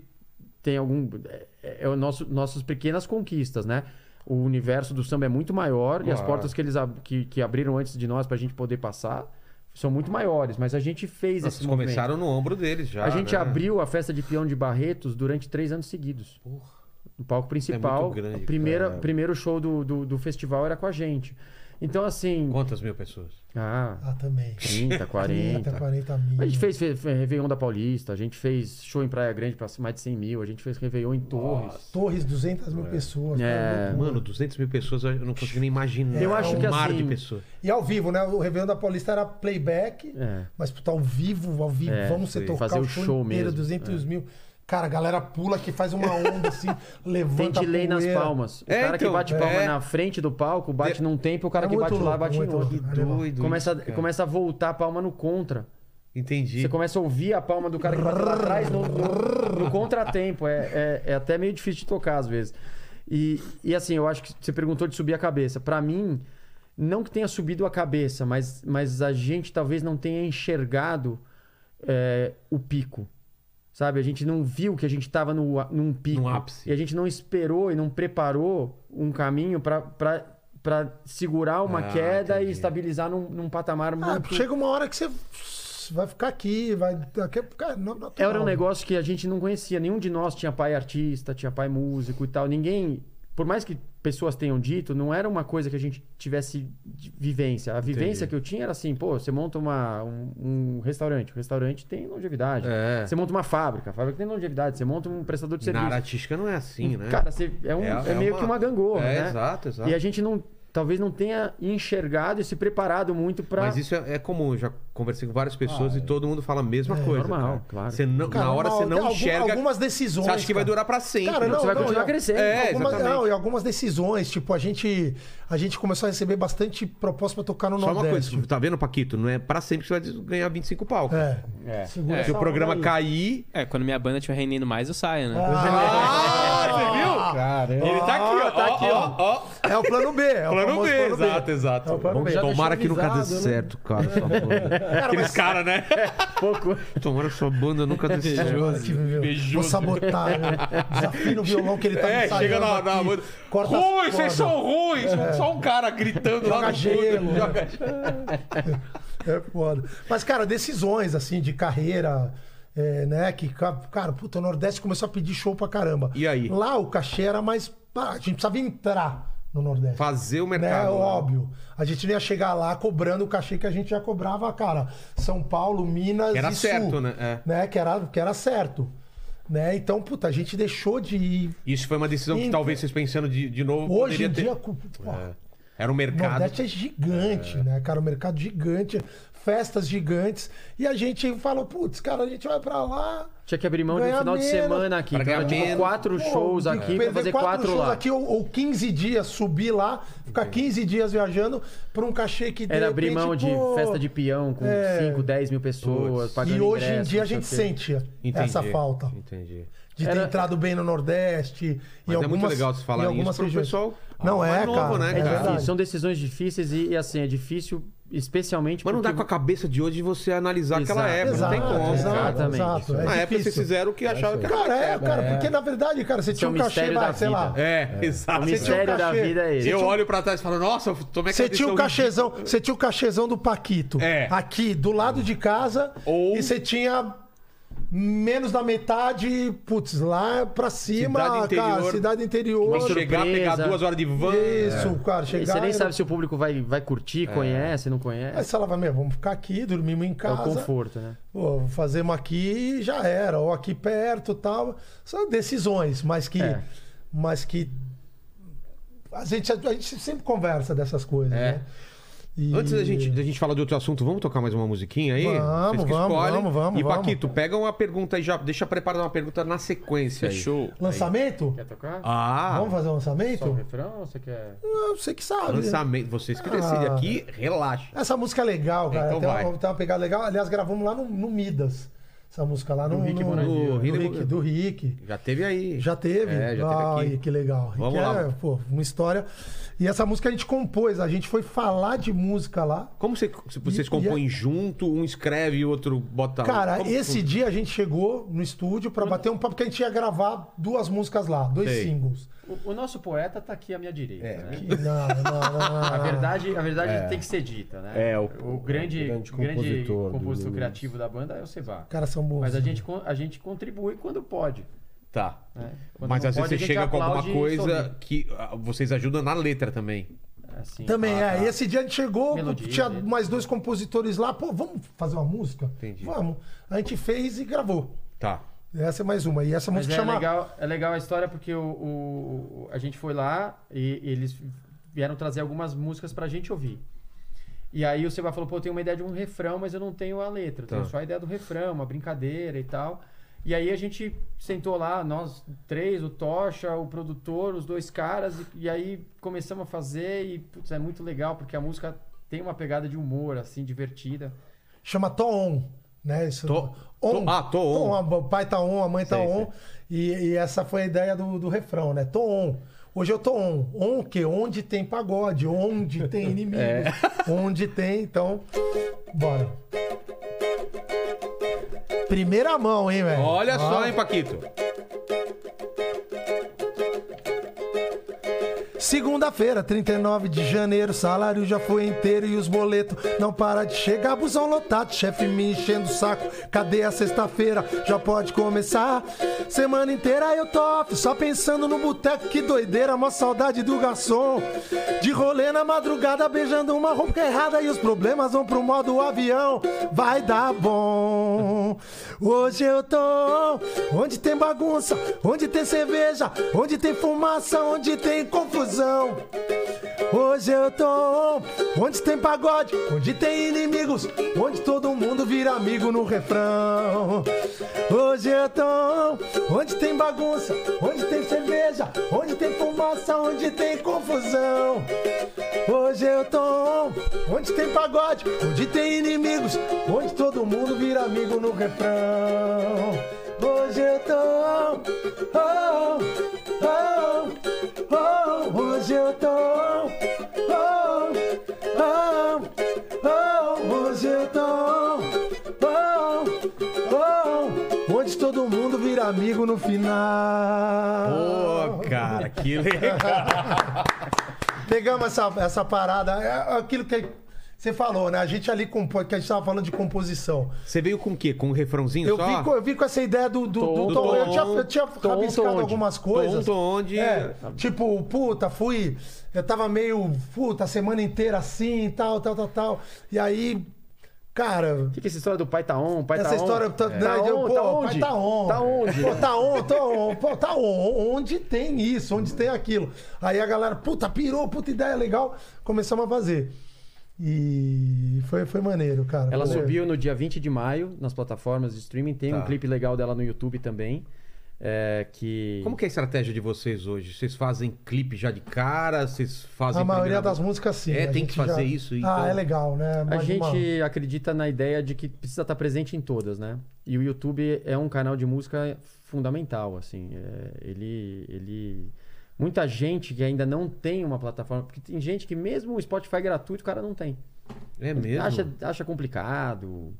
D: tem algum. É, é o nosso, nossas pequenas conquistas, né? O universo do samba é muito maior e as
G: Claro.
D: portas que eles ab- que, que abriram antes de nós pra gente poder passar são muito maiores, mas a gente fez
A: Vocês
D: esse movimento.
A: começaram no ombro deles já.
D: a gente
A: né?
D: abriu a festa de peão de Barretos durante três anos seguidos. No palco principal.
A: É grande,
D: a primeira,
A: cara.
D: primeiro show do, do, do festival era com a gente. Então, assim.
A: Quantas mil pessoas?
D: Ah,
C: Ah, também.
D: 30, 40.
C: 30, 40 mil.
D: A gente fez fe- fe- Réveillon da Paulista, a gente fez show em Praia Grande pra mais de 100 mil, a gente fez Réveillon em Torres.
C: Torres, 200 mil pessoas. cara,
D: É,
C: loucura.
A: Mano, 200 mil pessoas, eu não consigo nem imaginar.
D: Eu acho
A: um
D: que
A: mar
D: assim-
A: de pessoas.
C: E ao vivo, né? O Réveillon da Paulista era playback,
D: É.
C: mas puta, ao vivo, ao vivo,
D: É,
C: vamos
D: sim.
C: você tocar
D: Fazer
C: o
D: o
C: show,
D: show
C: inteiro,
D: mesmo, É.
C: 200 mil. Cara, a galera pula que faz uma onda assim,
D: Tem
C: levanta a
D: delay nas
C: poeira.
D: palmas. O
A: É,
D: cara
A: então,
D: que bate
A: é.
D: palma na frente do palco, bate num tempo, o cara
C: É
D: que
C: muito
D: bate lá,
C: louco,
D: bate em
C: muito
D: outro.
C: louco.
A: Que doido.
D: Começa,
A: isso, cara.
D: começa a voltar a palma no contra.
A: Entendi.
D: Você começa a ouvir a palma do cara que bate lá atrás no, no- no contratempo. É, é, é até meio difícil de tocar às vezes. E, e assim, eu acho que você perguntou de subir a cabeça. Pra mim, não que tenha subido a cabeça, mas, mas a gente talvez não tenha enxergado é, o pico. Sabe? A gente não viu que a gente tava no, a- num pico.
A: Num ápice.
D: E a gente não esperou e não preparou um caminho pra- pra pra segurar uma
A: Ah,
D: queda
A: entendi.
D: e estabilizar num, num patamar
C: Ah,
D: muito...
C: chega uma hora que você vai ficar aqui, vai. Daqui a pouco. cara, não- não-
D: Era um
C: não.
D: negócio que a gente não conhecia. Nenhum de nós tinha pai artista, tinha pai músico e tal. Ninguém, por mais que pessoas tenham dito, não era uma coisa que a gente tivesse de vivência. A vivência que eu tinha era assim, pô, você monta uma, um, um restaurante. O restaurante tem longevidade.
A: É.
D: Você monta uma fábrica. A fábrica tem longevidade. Você monta um prestador
A: Na
D: de serviço.
A: área artística não é assim, né?
D: Cara, você- é, um- é meio que uma gangorra,
A: É,
D: né?
A: exato, exato.
D: E a gente não... Talvez não tenha enxergado e se preparado muito pra... Ah,
A: Mas isso é, é comum, eu já conversei com várias pessoas e todo mundo fala a mesma
C: É,
A: coisa.
D: normal,
A: cara.
D: claro.
A: Você não-
C: Cara,
A: na hora
C: uma-
A: você não
C: algum-
A: enxerga.
C: Algumas decisões.
A: você acha que vai
C: cara.
A: durar pra sempre.
C: Cara, não,
D: Você vai
C: não,
D: continuar
C: e-
D: crescendo.
A: É,
C: algumas,
A: exatamente.
C: não, e algumas decisões, tipo, a gente, a gente começou a receber bastante proposta pra tocar no
A: Só uma coisa,
C: Nordeste.
A: tipo, tá vendo, Paquito? Não é pra sempre que você vai ganhar 25 pau. cara.
C: É.
D: É.
C: Segura
A: Se
C: essa
A: o programa
C: onda aí.
A: cair.
B: É, quando minha banda estiver rendendo mais, eu saio, né?
A: Ah,
E: Caramba.
A: Ele tá aqui, ó. Tá aqui, ó. ó.
C: É o plano B. É o
A: Plano
C: famoso
A: B, exato, exato.
C: É o plano
A: Bom,
C: B.
E: Já
A: Tomara que
E: deixou
A: nunca dê
E: avisado, né?
A: certo, cara. sua banda.
C: Cara,
A: Aqueles
C: mas
A: caras, né?
D: Pouco...
A: Tomara que sua banda nunca dê certo.
C: Cara, que viveu. Vou sabotar. né? Desafio no violão que ele tá
A: É,
C: ensaiando
A: chega na.
C: aqui.
A: na...
C: Corta as
A: Ruins, vocês
C: cordas. É.
A: são ruins! Só um cara gritando lá
C: Joga
A: no
C: gelo,
A: fundo.
C: né?
A: Joga gelo.
C: É foda. Mas, cara, decisões, assim, de carreira, é, né? Que, ca- cara, puta, o Nordeste começou a pedir show pra caramba.
A: E aí?
C: Lá o cachê era mais. pá, a gente precisava entrar no Nordeste.
A: Fazer o
C: Né?
A: mercado. lá.
C: Óbvio. A gente não ia chegar lá cobrando o cachê que a gente já cobrava, cara. São Paulo, Minas
A: Que era
C: e
A: certo,
C: Sul,
A: né? É.
C: Que, era, que era certo. Né? Então, puta, a gente deixou de ir.
A: Isso foi uma decisão que
C: Então,
A: talvez vocês pensando de, de novo
C: Hoje em
A: ter.
C: dia, cu- pô,
A: Era um
C: o
A: mercado.
C: Nordeste é gigante, né, cara? O mercado gigante, festas gigantes. E a gente falou, putz, cara, a gente vai pra lá.
D: Tinha que abrir mão de um
C: Ganhar
D: final de
C: menos.
D: semana aqui.
A: Pra
D: Então,
A: ganhar
D: era, tipo,
A: menos.
D: quatro
C: pô,
D: shows
C: tem que
D: aqui pra
C: perder
D: fazer quatro,
C: shows
D: lá.
C: aqui ou, ou 15 dias, subir lá, ficar 15 dias viajando pra um cachê que de
D: Era abrir
C: repente,
D: mão de
C: pô,
D: festa de peão com
C: é.
D: 5, 10 mil pessoas.
A: Putz.
D: pagando
C: E hoje em
D: ingresso,
C: dia a
D: não sei
C: gente
D: o quê.
C: sente
A: Entendi,
C: essa falta
A: Entendi.
C: de ter
D: Era-
C: entrado bem no Nordeste.
A: Mas
C: em
A: é
C: algumas,
A: muito legal você falar
C: em
A: isso
C: algumas
A: pro
C: regiões.
A: pessoal.
C: Não é,
A: mais novo,
C: cara,
A: né,
C: é
D: É
A: cara?
D: difícil,
C: verdade.
D: são decisões difíceis e, e, assim, é difícil, especialmente.
A: Mas não dá
D: porque-
A: com a cabeça de hoje você analisar aquela
D: Exato.
A: época.
C: Exato,
A: não tem como. né,
C: exato,
A: cara.
D: Exatamente.
C: exato.
A: Na
C: É
A: época vocês
C: difícil.
A: fizeram o que achavam que era.
C: Cara, é, cara, porque na verdade, cara, você
D: Esse é
C: tinha
D: o
C: um cachê,
D: mistério da
C: vai, sei lá.
A: É, exato.
D: O
A: Você tinha- um
D: mistério da
C: um cachê.
D: vida é esse.
A: Eu olho pra trás e falo, nossa, é eu tomei aquela
C: Você tinha o
A: decisão
C: cachezão, você tinha o cachezão do Paquito.
A: É.
C: Aqui, do lado de casa.
A: Ou-
C: E você tinha menos da metade, putz, lá pra cima,
A: Cidade interior.
C: cara, cidade interior.
A: de chegar, pegar
D: surpresa.
A: duas horas de van.
C: Isso, cara,
D: E
C: chegar.
D: Você nem
C: era-
D: sabe se o público vai, vai curtir,
A: É.
D: conhece,
C: É.
D: não
C: Aí
D: conhece.
C: você falava, meu, vamos ficar aqui, dormimos em
D: É
C: casa.
D: o conforto, né?
C: Pô, fazemos aqui e já era, ou aqui perto tal. São decisões, mas que.
D: É.
C: Mas que. A gente, a gente sempre conversa dessas coisas,
A: É.
C: né? E-
A: Antes da gente, da gente falar de outro assunto, vamos tocar mais uma musiquinha aí?
C: Vamos,
A: Vocês que
C: vamos,
A: escolhem.
C: vamos, vamos,
A: E
C: vamos.
A: Paquito, pega uma pergunta aí já. Deixa preparada uma pergunta na sequência aí.
B: Fechou.
C: Lançamento?
D: Quer tocar?
A: Ah,
C: Vamos fazer um
D: Só o
C: lançamento?
D: refrão ou você quer.
C: Não, você que sabe.
A: lançamento. Vocês que decidem
C: Ah.
A: aqui, relaxa.
C: Essa música é legal, cara.
A: Então
C: tem,
A: vai.
C: uma, tem uma pegada legal. Aliás, gravamos lá no, no Midas. Essa música lá no,
D: Do Rick
C: no-
D: Bonadio,
C: no
A: né?
C: Rick- do, Rick,
A: Rick- Já teve aí.
C: Já teve?
A: É, já teve
C: Ai,
A: aqui.
C: que legal. Rick
A: Vamos lá.
C: é, pô, uma história. E essa música a gente compôs. A gente foi falar de música lá.
A: Como você- se vocês
C: E-
A: compõem junto, um escreve e o outro bota...
C: Cara,
A: Ah, como-
C: esse dia a gente chegou no estúdio pra bater um papo, porque a gente ia gravar duas músicas lá, dois
A: Sei.
C: singles.
D: O, o nosso poeta tá aqui à minha direita.
A: É,
D: né?
C: Que- não, não, não, não,
D: A
C: não.
D: verdade, a verdade tem que ser dita, né?
E: É, o-
D: grande,
E: o grande
D: grande
E: compositor
D: compositor,
E: do- do-
D: criativo da banda é o Seba.
C: Caras são bons.
D: Mas a gente, con- a gente contribui quando pode.
A: Tá.
D: né? Quando
A: Mas
D: não
A: às vezes
D: pode,
A: você
D: a gente
A: chega com alguma
D: aplaude e
A: coisa
D: sorri.
A: que ah, vocês ajudam na letra também.
D: Assim,
C: Também,
D: ah,
C: é.
D: tá.
C: E Esse dia a gente chegou,
D: Melodia,
C: tinha
D: né?
C: mais dois compositores lá. Pô, vamos fazer uma música?
A: Entendi.
C: Vamos. A gente fez e gravou.
A: Tá.
C: Essa é mais uma. E essa
D: Mas
C: música
D: é,
C: chama.
D: legal, é legal a história porque o, o- o- a gente foi lá e eles vieram trazer algumas músicas pra gente ouvir. E aí o Seba falou, pô, eu tenho uma ideia de um refrão, mas eu não tenho a letra. Eu
A: Tá.
D: tenho só a ideia do refrão, uma brincadeira e tal. E aí a gente sentou lá, nós três, o Tocha, o produtor, os dois caras, e, e aí começamos a fazer e, putz, é muito legal porque a música tem uma pegada de humor, assim, divertida.
C: chama Tô On, né? Isso,
A: Tô- Tô- ah, Tô On.
C: a- O pai tá on, a mãe tá
A: Sei,
C: on. E, e essa foi a ideia do, do refrão, né? Tô on. Hoje eu tô on. On o quê? Onde tem pagode, onde tem inimigo,
A: É.
C: onde tem, então. Bora. Primeira mão, hein, velho?
A: Olha
C: Ó.
A: só, hein, Paquito.
C: Segunda-feira, 39 de janeiro, salário já foi inteiro e os boletos não para de chegar, busão lotado, chefe me enchendo o saco. Cadê a sexta-feira? Já pode começar. Semana inteira eu tô off, só pensando no boteco, que doideira, mó saudade do garçom. De rolê na madrugada, beijando uma roupa errada e os problemas vão pro modo avião. Vai dar bom. Hoje eu tô onde tem bagunça, onde tem cerveja, onde tem fumaça, onde tem confusão. Hoje eu tô onde tem pagode, onde tem inimigos, onde todo mundo vira amigo no refrão. Hoje eu tô onde tem bagunça, onde tem cerveja, onde tem fumaça, onde tem confusão. Hoje eu tô onde tem pagode, onde tem inimigos, onde todo mundo vira amigo no refrão. Hoje eu tô. Oh, oh, oh, hoje eu tô. Oh, oh, oh, hoje eu tô. Oh, oh, onde todo mundo vira amigo no final.
A: Pô, cara, que legal.
C: Pegamos essa, essa parada, é aquilo que você falou, né? A gente ali compõe, que a gente tava falando de composição.
A: Você veio com o quê? Com um refrãozinho
C: Eu
A: só?
C: vim, com, eu vim com essa ideia do, do,
D: Tom,
C: do Tom.
A: Tom,
C: eu tinha, eu tinha
D: Tom,
C: rabiscado
D: Tom,
C: algumas
A: Tom,
C: coisas.
A: tom, onde...
C: É, tipo, puta, fui. Eu tava meio, puta, a semana inteira assim, tal, tal, tal, tal. E aí, cara,
D: Fica essa história do pai tá on, pai
C: essa
D: tá on.
C: história. Tá,
D: É.
C: né, eu,
D: on,
C: pô,
D: tá
C: pai
D: onde?
C: Tá on.
D: Tá onde?
C: Pô, tá on, tá on. Pô, tá on. Onde tem isso? Onde tem aquilo? Aí a galera, puta, pirou, puta ideia legal. Começamos a fazer. E foi, foi maneiro, cara.
D: Ela
C: Foi-
D: subiu no dia 20 de maio nas plataformas de streaming. Tem
A: Tá.
D: um clipe legal dela no YouTube também. é, que...
A: Como que é a estratégia de vocês hoje? Vocês fazem clipe já de cara? Vocês fazem...
C: A maioria
A: primeira-
C: das músicas, sim.
A: É,
C: A
A: tem que
C: gente
A: fazer isso, então.
C: Ah, é legal, né?
D: A
C: Mais
D: gente
C: uma-
D: acredita na ideia de que precisa estar presente em todas, né? E o YouTube é um canal de música fundamental, assim. é, ele, ele... Muita gente que ainda não tem uma plataforma... Porque tem gente que mesmo o Spotify gratuito, o cara não tem.
A: É mesmo?
D: Acha, acha complicado,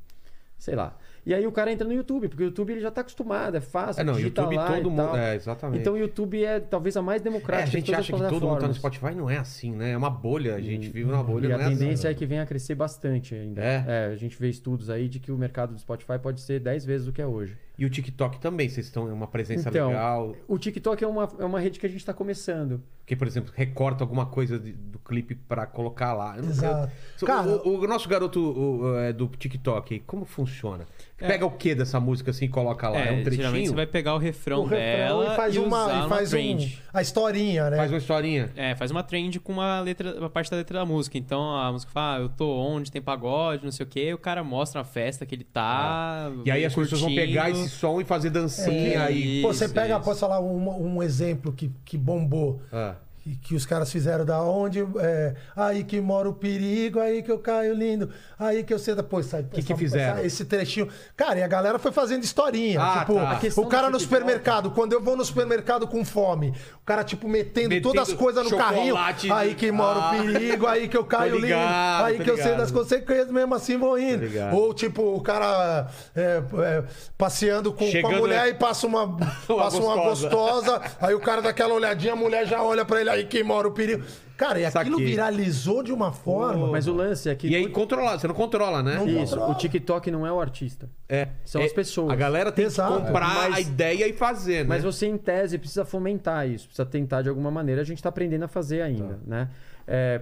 D: sei lá. E aí o cara entra no YouTube, porque o YouTube ele já tá acostumado, é fácil,
A: É, não,
D: digita
A: YouTube
D: lá e
A: todo mundo...
D: tal.
A: É, exatamente.
D: Então o YouTube é talvez a
A: É,
D: mais
A: a
D: democrática de
A: gente
D: todas
A: acha
D: as
A: que todo mundo tá no
D: plataformas. Hum,
A: Spotify, não é assim, né? É uma bolha, a gente vive na bolha,
D: E
A: não
D: a
A: é assim.
D: tendência é que venha a crescer bastante ainda.
A: É?
D: a gente vê estudos aí de que o mercado do Spotify pode ser 10 vezes o que é hoje.
A: E o TikTok também, vocês estão em uma presença
D: Então,
A: legal.
D: O TikTok é uma, é uma rede que a gente está começando.
A: Porque, por exemplo, recorta alguma coisa de- do clipe pra colocar lá. Eu não sei.
C: Exato.
A: So-
C: Cara-
A: o, o nosso garoto o- o, é, do TikTok, como funciona?
B: É.
A: Pega o que dessa música assim e coloca lá? É, um
B: geralmente
A: trechinho?
B: você vai pegar o refrão,
C: refrão
B: dela
C: e faz uma.
B: usar
C: e faz um-
B: trend.
C: a historinha, né?
A: Faz um uma historinha.
B: É, faz uma trend com uma letra, uma parte da letra da música. Então a música fala, ah, eu tô onde, tem pagode, não sei o quê, e o cara mostra a festa que ele tá.
A: É. E aí as pessoas vão
B: curtindo.
A: pegar esse som e fazer dancinha
B: É.
A: aí.
C: Pô, você
B: Isso,
C: pega,
B: isso.
C: posso falar um, um exemplo que, que bombou.
A: Ah.
C: Que, que os caras fizeram da onde? é, aí que mora o perigo, aí que eu caio lindo, aí que eu senta. Pô, sai. O
A: que fizeram?
C: esse trechinho. Cara, e a galera foi fazendo historinha.
A: Ah,
C: tipo,
A: tá. A
D: questão
C: o cara
D: do
C: no
D: futebol-
C: supermercado, quando eu vou no supermercado com fome, o cara, tipo, metendo,
A: Metendo
C: todas as coisas no carrinho.
A: chocolate.
C: Aí que mora
A: Ah.
C: o perigo, aí que eu caio
A: ligado,
C: lindo, aí
A: tô
C: que eu sei
A: ligado.
C: das consequências, mesmo assim vou indo.
A: ligado.
C: Ou, tipo, o cara é, é, passeando com, com
A: Chegando- né?
C: a mulher e passa uma, passa uma
A: gostosa.
C: gostosa gostosa. Aí o cara dá aquela olhadinha, a mulher já olha pra ele, aí que mora o perigo. Cara, e aquilo
A: Saquei.
C: viralizou de uma forma.
D: Mas o lance é que.
A: E aí controla, você não controla, né?
C: Não
D: Isso,
C: controla.
D: o TikTok não é o artista.
A: É.
D: São
A: É,
D: as pessoas.
A: A galera tem
C: Exato.
A: que comprar
D: Mas-
A: a ideia e fazer, né?
D: Mas você, em tese, precisa fomentar isso, precisa tentar de alguma maneira. A gente está aprendendo a fazer
A: Tá.
D: ainda, né?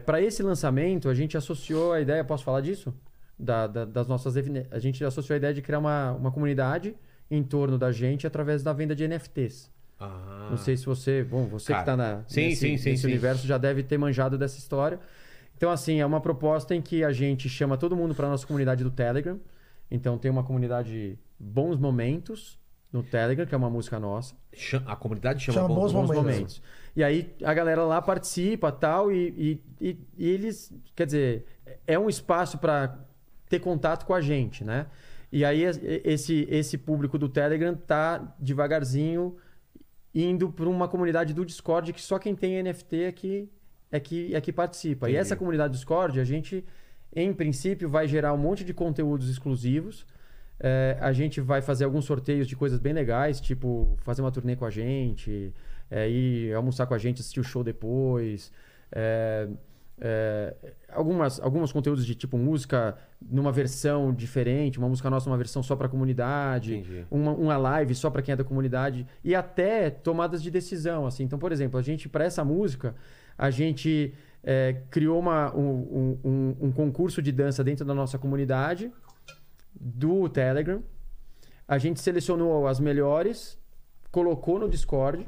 D: Para esse lançamento, a gente associou a ideia... Posso falar disso? Da- da- das nossas... defini- A gente associou a ideia de criar uma, uma comunidade em torno da gente através da venda de NFTs.
A: Ah.
D: Não sei se você... Bom, você
A: Cara,
D: que está na,
A: sim,
D: nesse,
A: sim, sim,
D: nesse
A: sim.
D: universo já deve ter manjado dessa história. Então, assim, é uma proposta em que a gente chama todo mundo para nossa comunidade do Telegram. Então, tem uma comunidade Bons Momentos no Telegram, que é uma música nossa.
A: Cha- A comunidade chama,
C: Chama
A: bom-
C: bons
A: bom-
D: Bons
C: momentos.
D: momentos. E aí a galera lá participa tal, e, e, e- e eles, quer dizer, é um espaço para ter contato com a gente, né? E aí es- esse, esse público do Telegram tá devagarzinho indo para uma comunidade do Discord que só quem tem NFT é que, é que, é que participa. E essa comunidade do Discord, a gente, em princípio, vai gerar um monte de conteúdos exclusivos. É, a gente vai fazer alguns sorteios de coisas bem legais, tipo fazer uma turnê com a gente, é, ir almoçar com a gente, assistir o show depois. É, é, algumas alguns conteúdos de tipo música numa versão diferente, uma música nossa, uma versão só para a
A: Entendi.
D: comunidade, uma, uma live só para quem é da comunidade e até tomadas de decisão. assim Então, por exemplo, a gente, para essa música, a gente é, criou uma, um, um- um- um concurso de dança dentro da nossa comunidade do Telegram. A gente selecionou as melhores, colocou no Discord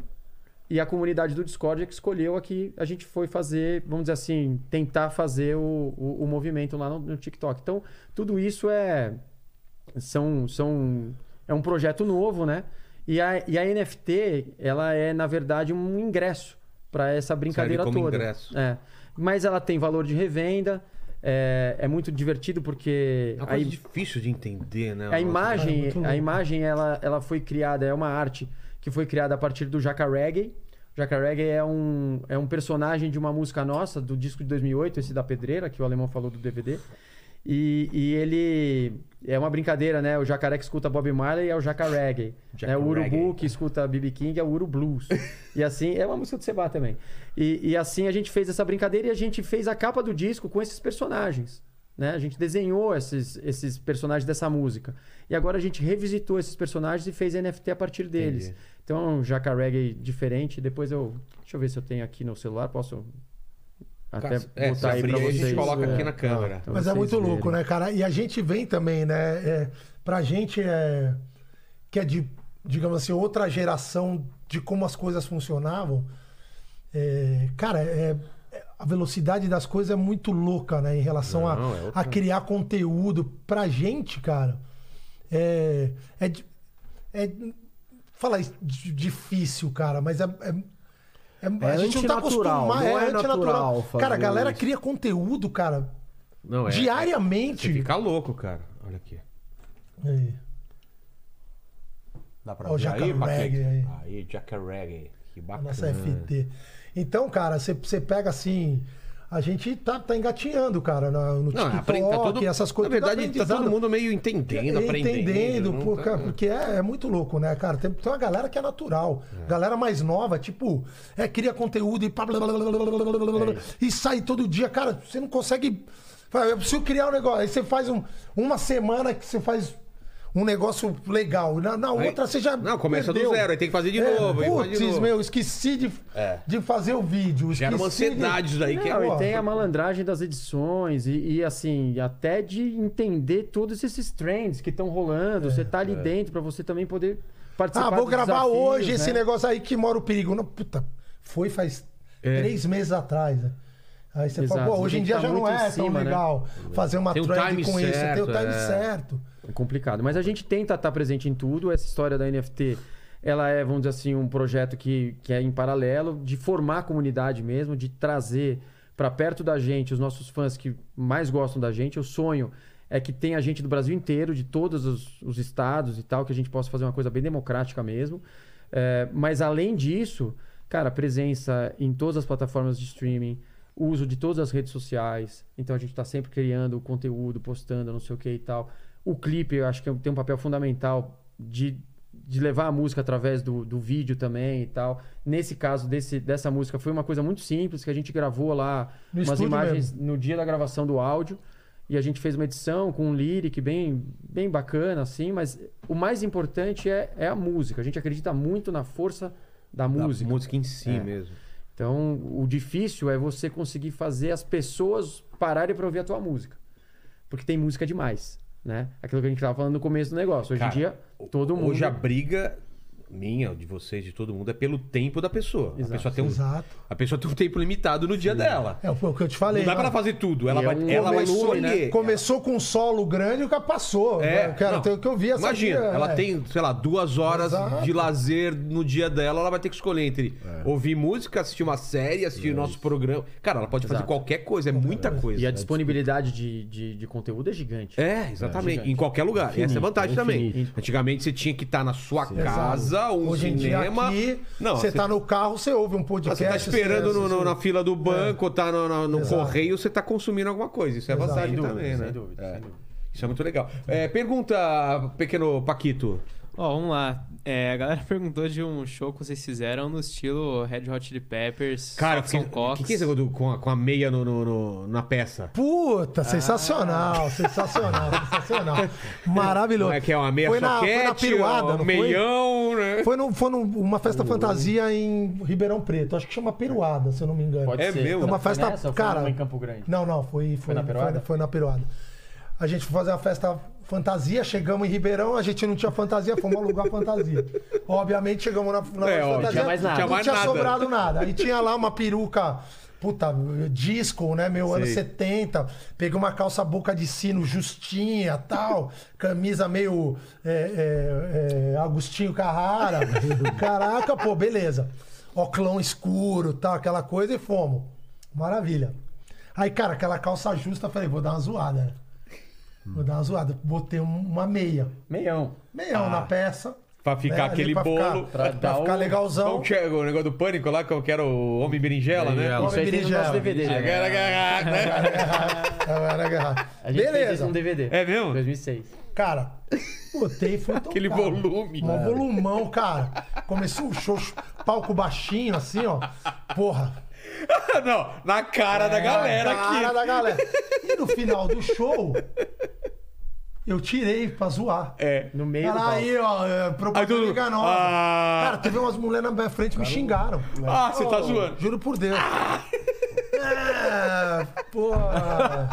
D: e a comunidade do Discord é que escolheu aqui. A gente foi fazer, vamos dizer assim, tentar fazer o, o, o movimento lá no, no TikTok. Então, tudo isso é são, são é um projeto novo, né? E a, e a NFT, ela é na verdade um ingresso para essa brincadeira
A: como
D: toda.
A: ingresso.
D: É. Mas ela tem valor de revenda. É, é muito divertido porque
A: É uma
D: a,
A: coisa difícil de entender, né?
D: a
A: Nossa,
C: cara, é
D: imagem,
C: muito louco.
D: a imagem ela, ela foi criada, é uma arte que foi criada a partir do Jaca Reggae. O Jaca Reggae é um, é um personagem de uma música nossa, do disco de 2008, esse da Pedreira, que o alemão falou do DVD. E, e ele. É uma brincadeira, né? O jacaré que escuta Bob Marley é o Jaca Reggae.
A: Jaca
D: né? O urubu
A: Reggae.
D: que escuta BB King é o Uru Blues. e assim, é uma música do Seba também. E, e assim a gente fez essa brincadeira e a gente fez a capa do disco com esses personagens. Né? A gente desenhou esses, esses personagens dessa música. E agora a gente revisitou esses personagens e fez NFT a partir deles. Então é um jaca reggae diferente. Depois eu. Deixa eu ver se eu tenho aqui no celular. Posso até
A: Cara, é,
D: botar
A: se
D: aí pra
A: abrir,
D: vocês.
A: a gente coloca
D: é.
A: aqui na câmera.
D: Pra
C: Mas é
D: vocês
C: muito louco,
D: verem.
C: né, cara? E a gente vem também, né? É, pra gente é. Que é de, digamos assim, outra geração de como as coisas funcionavam. é, cara, é- é- a velocidade das coisas é muito louca, né? Em relação a,
A: Não, é outra-
C: a criar conteúdo. Pra gente, cara, é. é, di- é fala isso, di- difícil, cara, mas é. é é- a
E: É
C: gente não tá
E: antinatural,
C: acostumado.
E: não é natural
C: Cara, a
E: fazer
C: galera
E: isso.
C: cria conteúdo, cara,
A: Não, é-
C: diariamente. É,
A: Você fica louco, cara. Olha aqui.
C: Aí.
A: Dá pra
C: Ó, o
A: ver aí,
C: Jacaré
A: Paquete?
C: aí.
A: Aí, Jacaré. Que
C: a
A: bacana.
C: nossa é FT. Então, cara, você- você pega assim. A gente tá, tá engatinhando, cara, na- no
A: Não,
C: TikTok,
A: aprende, tá todo,
C: essas coisas.
A: Na
C: tudo
A: verdade, tá todo
C: aprendizado. É,
A: mundo meio entendendo, aprendendo.
C: Entendendo,
A: não
C: pô,
A: tá-
C: cara, porque é, é muito louco, né, cara? Tem, tem uma galera que é natural. Galera mais nova, tipo, é, cria conteúdo e pá, blá, blá, blá, blá, blá, blá, blá, blá, blá,
A: É
C: e sai todo dia. Cara, você não consegue. Fala, Eu preciso criar um negócio. Aí você faz um- uma semana que você faz um negócio legal. Na, na
A: Aí-
C: outra você já.
A: Não, começa
C: perdeu.
A: do zero, aí tem que fazer de
C: É,
A: novo. aí faz de
C: Putz,
A: novo. É.
C: meu, esqueci de, de fazer o vídeo. Esqueci né?
A: Gera uma
C: de-
A: ansiedade isso daí. que é...
D: Não,
C: ó,
D: e tem a malandragem das edições e, e, assim, até de entender todos esses trends que estão rolando. Você tá ali dentro pra você também poder
C: É,
D: participar
C: Ah, vou
D: dos
C: gravar
D: desafios,
C: hoje
D: né?
C: esse negócio aí que mora o perigo. Não, puta, foi faz
A: É.
C: três meses atrás, né? Aí você fala,
D: Exato,
C: pô,
D: você
C: hoje
D: tem
C: em
D: que
C: dia
D: tá
C: já não
D: muito em
C: é
D: cima,
C: tão
D: né?
C: legal fazer uma
A: Tem o
C: thread
A: time
C: com isso. Tem o
A: certo,
C: time
A: é.
C: certo.
D: É complicado. Mas a gente tenta estar presente em tudo. Essa história da NFT, ela é, vamos dizer assim, um projeto que, que é em paralelo, de formar a comunidade mesmo, de trazer para perto da gente os nossos fãs que mais gostam da gente. O sonho é que tenha gente do Brasil inteiro, de todos os, os estados e tal, que a gente possa fazer uma coisa bem democrática mesmo. É, mas além disso, cara, presença em todas as plataformas de streaming, uso de todas as redes sociais. Então a gente está sempre criando conteúdo, postando, não sei o que e tal. O clipe, eu acho que tem um papel fundamental de, de levar a música através do, do vídeo também e tal. Nesse caso desse, dessa música, foi uma coisa muito simples que a gente gravou lá
C: No
D: umas
C: estúdio
D: imagens no dia da gravação do áudio. E a gente fez uma edição com um lyric bem, bem bacana, assim, mas o mais importante é, é a música. A gente acredita muito na força da
A: Da
D: música.
A: música em si
D: É.
A: mesmo.
D: Então, o difícil é você conseguir fazer as pessoas pararem para ouvir a tua música. Porque tem música demais, né? Aquilo que a gente tava falando no começo do negócio. Hoje
A: Cara,
D: em dia, todo mundo...
A: Hoje a briga minha, de vocês, de todo mundo, é pelo tempo da pessoa.
D: Exato.
A: A, pessoa tem um,
C: Exato.
A: a pessoa tem um tempo limitado no dia dela.
C: É foi o que eu te falei.
A: não dá pra
C: né?
A: ela fazer tudo. Ela
D: E é
A: vai,
D: um
A: ela vai
D: volume,
A: escolher.
D: né?
C: Começou com um solo grande e o cara passou.
A: É,
C: né? cara,
A: não.
C: tem o que eu vi essa
A: Imagina,
C: aqui,
A: ela
C: é.
A: tem, sei lá, duas horas
C: Exato.
A: de lazer no dia dela, ela vai ter que escolher entre
D: É.
A: ouvir música, assistir uma série, assistir o nosso programa. Cara, ela pode fazer
D: Exato.
A: qualquer coisa, é muita coisa.
D: E a disponibilidade de, de, de conteúdo é gigante.
A: É, exatamente.
D: gigante.
A: em qualquer lugar. Essa é a vantagem também.
E: infinito.
A: Antigamente você tinha que estar na sua casa, um
C: Hoje em dia
A: cinema.
C: aqui,
A: Não,
C: você
A: você
C: tá no carro, você ouve um
A: Ah,
C: podcast.
A: você tá esperando
C: você-
A: no- no- na fila do banco, tá no, no- no
C: É. Exato.
A: correio, você tá consumindo alguma coisa. Isso é
C: Exato.
A: vantagem
D: Sem dúvida,
A: também, né?
D: sem dúvida,
A: É.
D: sem dúvida.
A: Isso é muito legal. É, pergunta, pequeno Paquito.
B: Ó, vamos lá. É, a galera perguntou de um show que vocês fizeram no estilo Red Hot Chili Peppers,
A: Cara,
B: Saxon
A: o que- o
B: Cox.
A: que, que é esse negócio do- com a, com a meia no- no- no- na peça?
C: Puta,
A: Ah.
C: sensacional, sensacional, sensacional. Maravilhoso.
A: Como é que é uma meia
C: foi na,
A: soquete,
C: foi na peruada,
A: um
C: não foi?
A: meião, né?
C: Foi, num- foi numa festa fantasia em Ribeirão Preto. Acho que chama peruada, se eu não me engano.
A: É meu.
C: É uma
D: Foi
C: festa-
D: nessa ou
C: cara-
D: Foi numa em Campo Grande.
C: Não, não, foi, foi,
D: na
C: foi-
D: Peruada?
C: foi na peruada. A gente foi fazer uma festa fantasia, chegamos em Ribeirão, a gente não tinha fantasia, fomos alugar fantasia. Obviamente, chegamos na, na
A: É, ó, não
C: fantasia,
D: tinha mais nada.
C: não
A: Tinha mais
C: tinha
A: nada.
C: sobrado nada. Aí tinha lá uma peruca, puta, disco, né, meu, anos 70. Peguei uma calça boca de sino justinha, tal, camisa meio é, é, é, Agostinho Carrara. Caraca, pô, beleza. Oclão escuro, tal, aquela coisa e fomos. Maravilha. Aí, cara, aquela calça justa, eu falei, vou dar uma zoada. né? Vou dar uma zoada. Botei um- uma meia.
D: Meião.
C: Meião na peça. né,
A: Pra Ah. ficar
C: É, ali
A: aquele
C: pra ficar-
A: bolo, um
C: pra,
D: pra dar
C: ficar
D: o-
A: Qual
C: legalzão.
A: que é o negócio do pânico lá, que era o homem berinjela, né?
E: Berinjela.
D: Isso aí tem no
C: berinjela,
D: nosso
A: é
D: DVD. né?
C: Agora agarrar.
D: A gente fez um
C: Beleza.
D: isso num DVD.
A: É mesmo?
D: 2006.
C: Cara, botei e foi tocar.
A: Aquele volume.
C: Um volumão, cara. Começou o show, palco baixinho, assim, ó. Porra,
A: Não, na cara da galera
C: É, Na cara
A: aqui.
C: da galera. E no final do show, eu tirei pra zoar.
A: É.
D: No meio do
C: Cara,
D: palco.
C: aí, ó, é,
A: Aí todo
C: propaganda
A: mundo,
C: enganosa.
A: ah.
C: Cara, teve umas mulheres na minha frente que me xingaram. né?
A: Ah, você tá zoando.
C: Juro por Deus. É, porra.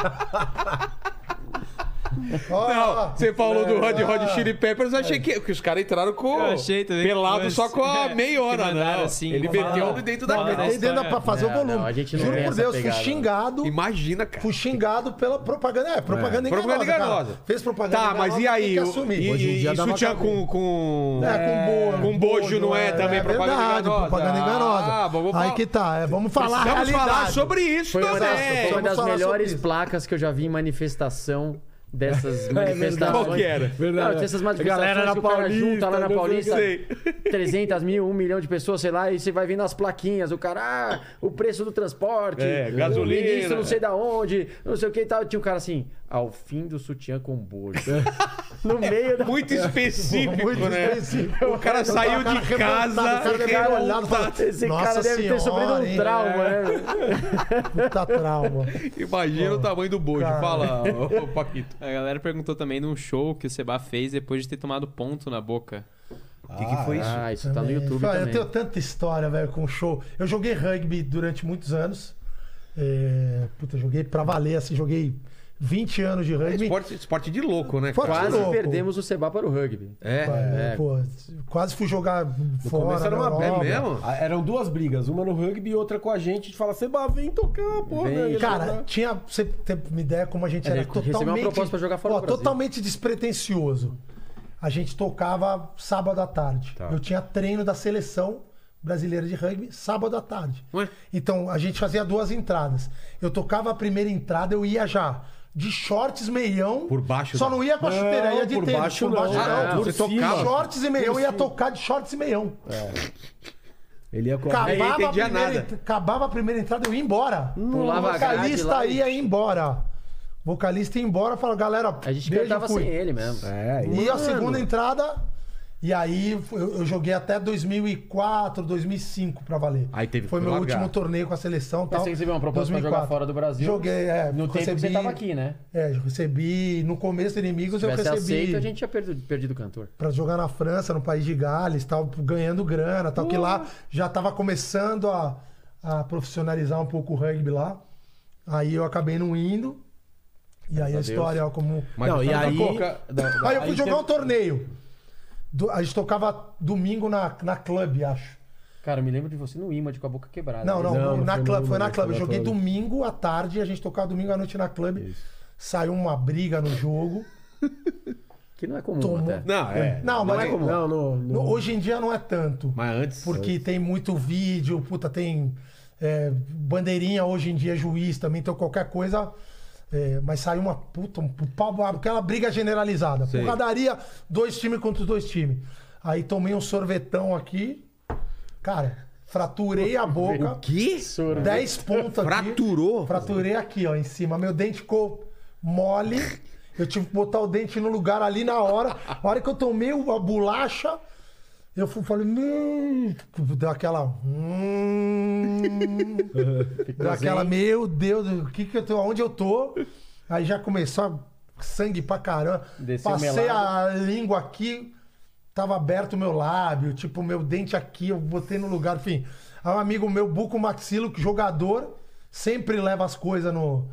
C: Ó, ó,
A: Não, você falou do Rod Rod Chili Peppers, eu achei que, que os caras entraram com
B: Eu achei também que
A: pelado
B: foi-
A: só com a
B: é,
A: meia hora,
B: que mandaram
A: não.
B: assim,
A: Ele
B: falaram-
A: meteu no dentro da
B: falaram
A: cara.
C: Aí dentro dá pra fazer o
D: Não,
C: volume.
D: É, não, a gente não
C: Juro
D: tem
C: por
D: essa
C: Deus, fui
D: pegada, né? não.
C: xingado.
A: Imagina, cara.
C: Fui xingado pela propaganda. É, propaganda enganosa.
A: Propaganda
C: cara.
A: enganosa.
C: Fez propaganda
A: Tá, mas
C: enganosa,
A: e aí?
C: Tem que
A: o-
C: assumir.
A: E,
E: Hoje em
A: e,
E: dia
A: e
E: dá pra
A: sutiã
E: caber.
A: com, com.
C: É, com bojo.
A: Com bojo não é também propaganda
C: verdade,
A: enganosa.
C: propaganda enganosa.
A: Ah, vamos falar-
C: Aí que tá, é, vamos falar a
A: Precisamos
C: realidade.
A: falar sobre isso
D: Foi uma das, foi
A: também.
D: uma
C: Vamos
D: das
C: falar sobre
D: melhores
C: isso.
D: placas que eu já vi em manifestação dessas
E: verdade.
D: manifestações.
A: Qual que era?
E: Verdade.
D: Não, tem essas
E: A
D: manifestações
E: galera na
D: que o cara
E: Paulista,
D: junta lá na
E: não sei o
D: Paulista,
A: quê.
D: 300 mil, 1 milhão de pessoas, sei lá, e você vai vendo as plaquinhas, o cara, ah, o preço do transporte,
A: É,
D: o
A: gasolina.
D: ministro não sei da onde, não sei o que e tal. Tinha um cara assim, ao fim do sutiã com bojo. no meio da...
A: Muito específico,
C: Muito
A: né?
C: específico.
A: O cara saiu
C: é cara
A: de casa.
C: revoltado, o cara deve ter
A: revoltado.
C: olhado e falado,
D: Esse
C: Nossa
D: cara deve ter sofrido
C: senhora,
D: um
C: hein? É.
D: trauma, né?
C: Puta trauma.
A: Imagina o tamanho do bojo.
C: Cara.
A: Fala, ô, Paquito.
B: A galera perguntou também de um show que o Seba fez depois de ter tomado ponto na boca.
A: O que, que foi isso?
D: Ah, isso tá no
C: Também.
D: YouTube
C: Cara,
D: também.
C: Eu tenho tanta história, velho, com show. Eu joguei rugby durante muitos anos. É, Puta, joguei pra valer, assim, joguei 20 anos de
A: É
C: rugby.
A: esporte, esporte de louco, né?
C: Esporte
A: cara?
C: de
D: Quase
C: louco.
D: perdemos o Seba para o rugby.
A: É.
C: É,
D: é.
C: pô, quase fui jogar fora.
E: começo era
C: na
E: uma-
A: É
C: Europa.
A: mesmo?
E: Ah, Eram duas brigas, uma no rugby e outra com a gente, de falar, Seba, vem tocar, porra.
D: Vem.
E: né? E
C: Cara,
E: ele-
C: tinha. pra Você ter uma ideia como a gente
D: É,
C: era
D: recebeu uma
C: totalmente.
D: proposta pra jogar fora
C: ó,
D: do Brasil.
C: totalmente despretensioso. A gente tocava sábado à tarde. Eu tinha treino da seleção brasileira de rugby sábado à tarde.
A: Ué?
C: Então a gente fazia duas entradas. Eu tocava a primeira entrada, eu ia já de shorts meião.
A: Por baixo
C: Só
A: da-
C: não ia com a chuteira,
E: Não,
C: ia de
E: por
C: tênis.
E: baixo
C: por baixo
E: não.
C: não.
A: Ah, você
C: Por cima.
A: tocava.
C: Shorts e meião, eu ia tocar de shorts e meião.
E: Ele ia com a...
A: Aí eu
C: Acabava, a
A: entendia
C: primeira,
A: nada.
C: ent- acabava a primeira entrada, eu ia embora.
D: Pulava
C: o
D: a grade
C: vocalista
D: lá e-
C: ia embora. O vocalista ia embora, falou, galera,
D: A gente
C: beijo,
D: cantava
C: fui.
D: sem ele mesmo.
E: É,
C: E a
D: Mano.
C: segunda entrada, e aí eu, eu joguei até 2004, 2005 pra valer.
A: Aí teve que
C: Foi meu
A: largar.
C: último torneio com a seleção e
D: Mas
C: tal.
D: você recebeu uma proposta pra jogar
C: 2004.
D: fora do Brasil.
C: Joguei, é.
D: No tempo que você tava aqui, né?
C: É, eu recebi, no começo, inimigos,
D: Se
C: eu
D: tivesse
C: recebi
D: aceito, a gente tinha perdido, perdido o cantor.
C: para jogar na França, no país de Gales, tal, ganhando grana, tal, que
E: Uhum.
C: lá já tava começando a, a profissionalizar um pouco o rugby lá. Aí eu acabei não indo. E aí a
D: Deus.
C: história, ó, como.
A: Mas
E: Não,
A: o
E: e
A: cara
E: aí-
A: toca-
E: da-
C: Aí eu fui
E: aí
C: jogar um
E: teve-
C: torneio. Do- a gente tocava domingo na, na club, acho.
D: Cara, eu me lembro de você no imã, de com a boca quebrada. né?
C: Não, não,
E: Não,
C: na
E: foi
C: club,
E: no-
C: foi na
E: foi
C: club. Eu
E: na
C: joguei
E: club.
C: domingo à tarde, a gente tocava domingo à noite na club.
E: Isso.
C: Saiu uma briga no jogo.
D: Que não é comum
C: Tomou.
D: até.
A: Não, é.
C: Não, mas
E: Não, é não, não,
C: no-
E: não.
C: hoje em dia não é tanto.
A: Mas antes.
C: Porque tem muito vídeo, puta, tem é, bandeirinha hoje em dia, juiz também, então qualquer coisa. é, mas saiu uma puta, um pau, aquela briga generalizada.
A: Sei.
C: Porradaria, dois times contra os dois times. Aí tomei um sorvetão aqui. Cara, fraturei a boca.
A: Que?
D: Sorvete.
C: 10 pontos aqui.
A: Fraturou?
C: Fraturei aqui, ó, em cima. Meu dente ficou mole. Eu tive que botar o dente no lugar ali na hora. A hora que eu tomei o- a bolacha, eu fui, falei, meu. Deu aquela. Hum, deu aquela, meu Deus, o que que eu tô, onde eu tô? Aí já começou a sangue pra caramba.
D: Desceu
C: Passei a
D: melado.
C: língua aqui, tava aberto o meu lábio, tipo, meu dente aqui, eu botei no lugar, enfim. Aí um amigo meu, Buco Maxilo, que jogador, sempre leva as coisas no.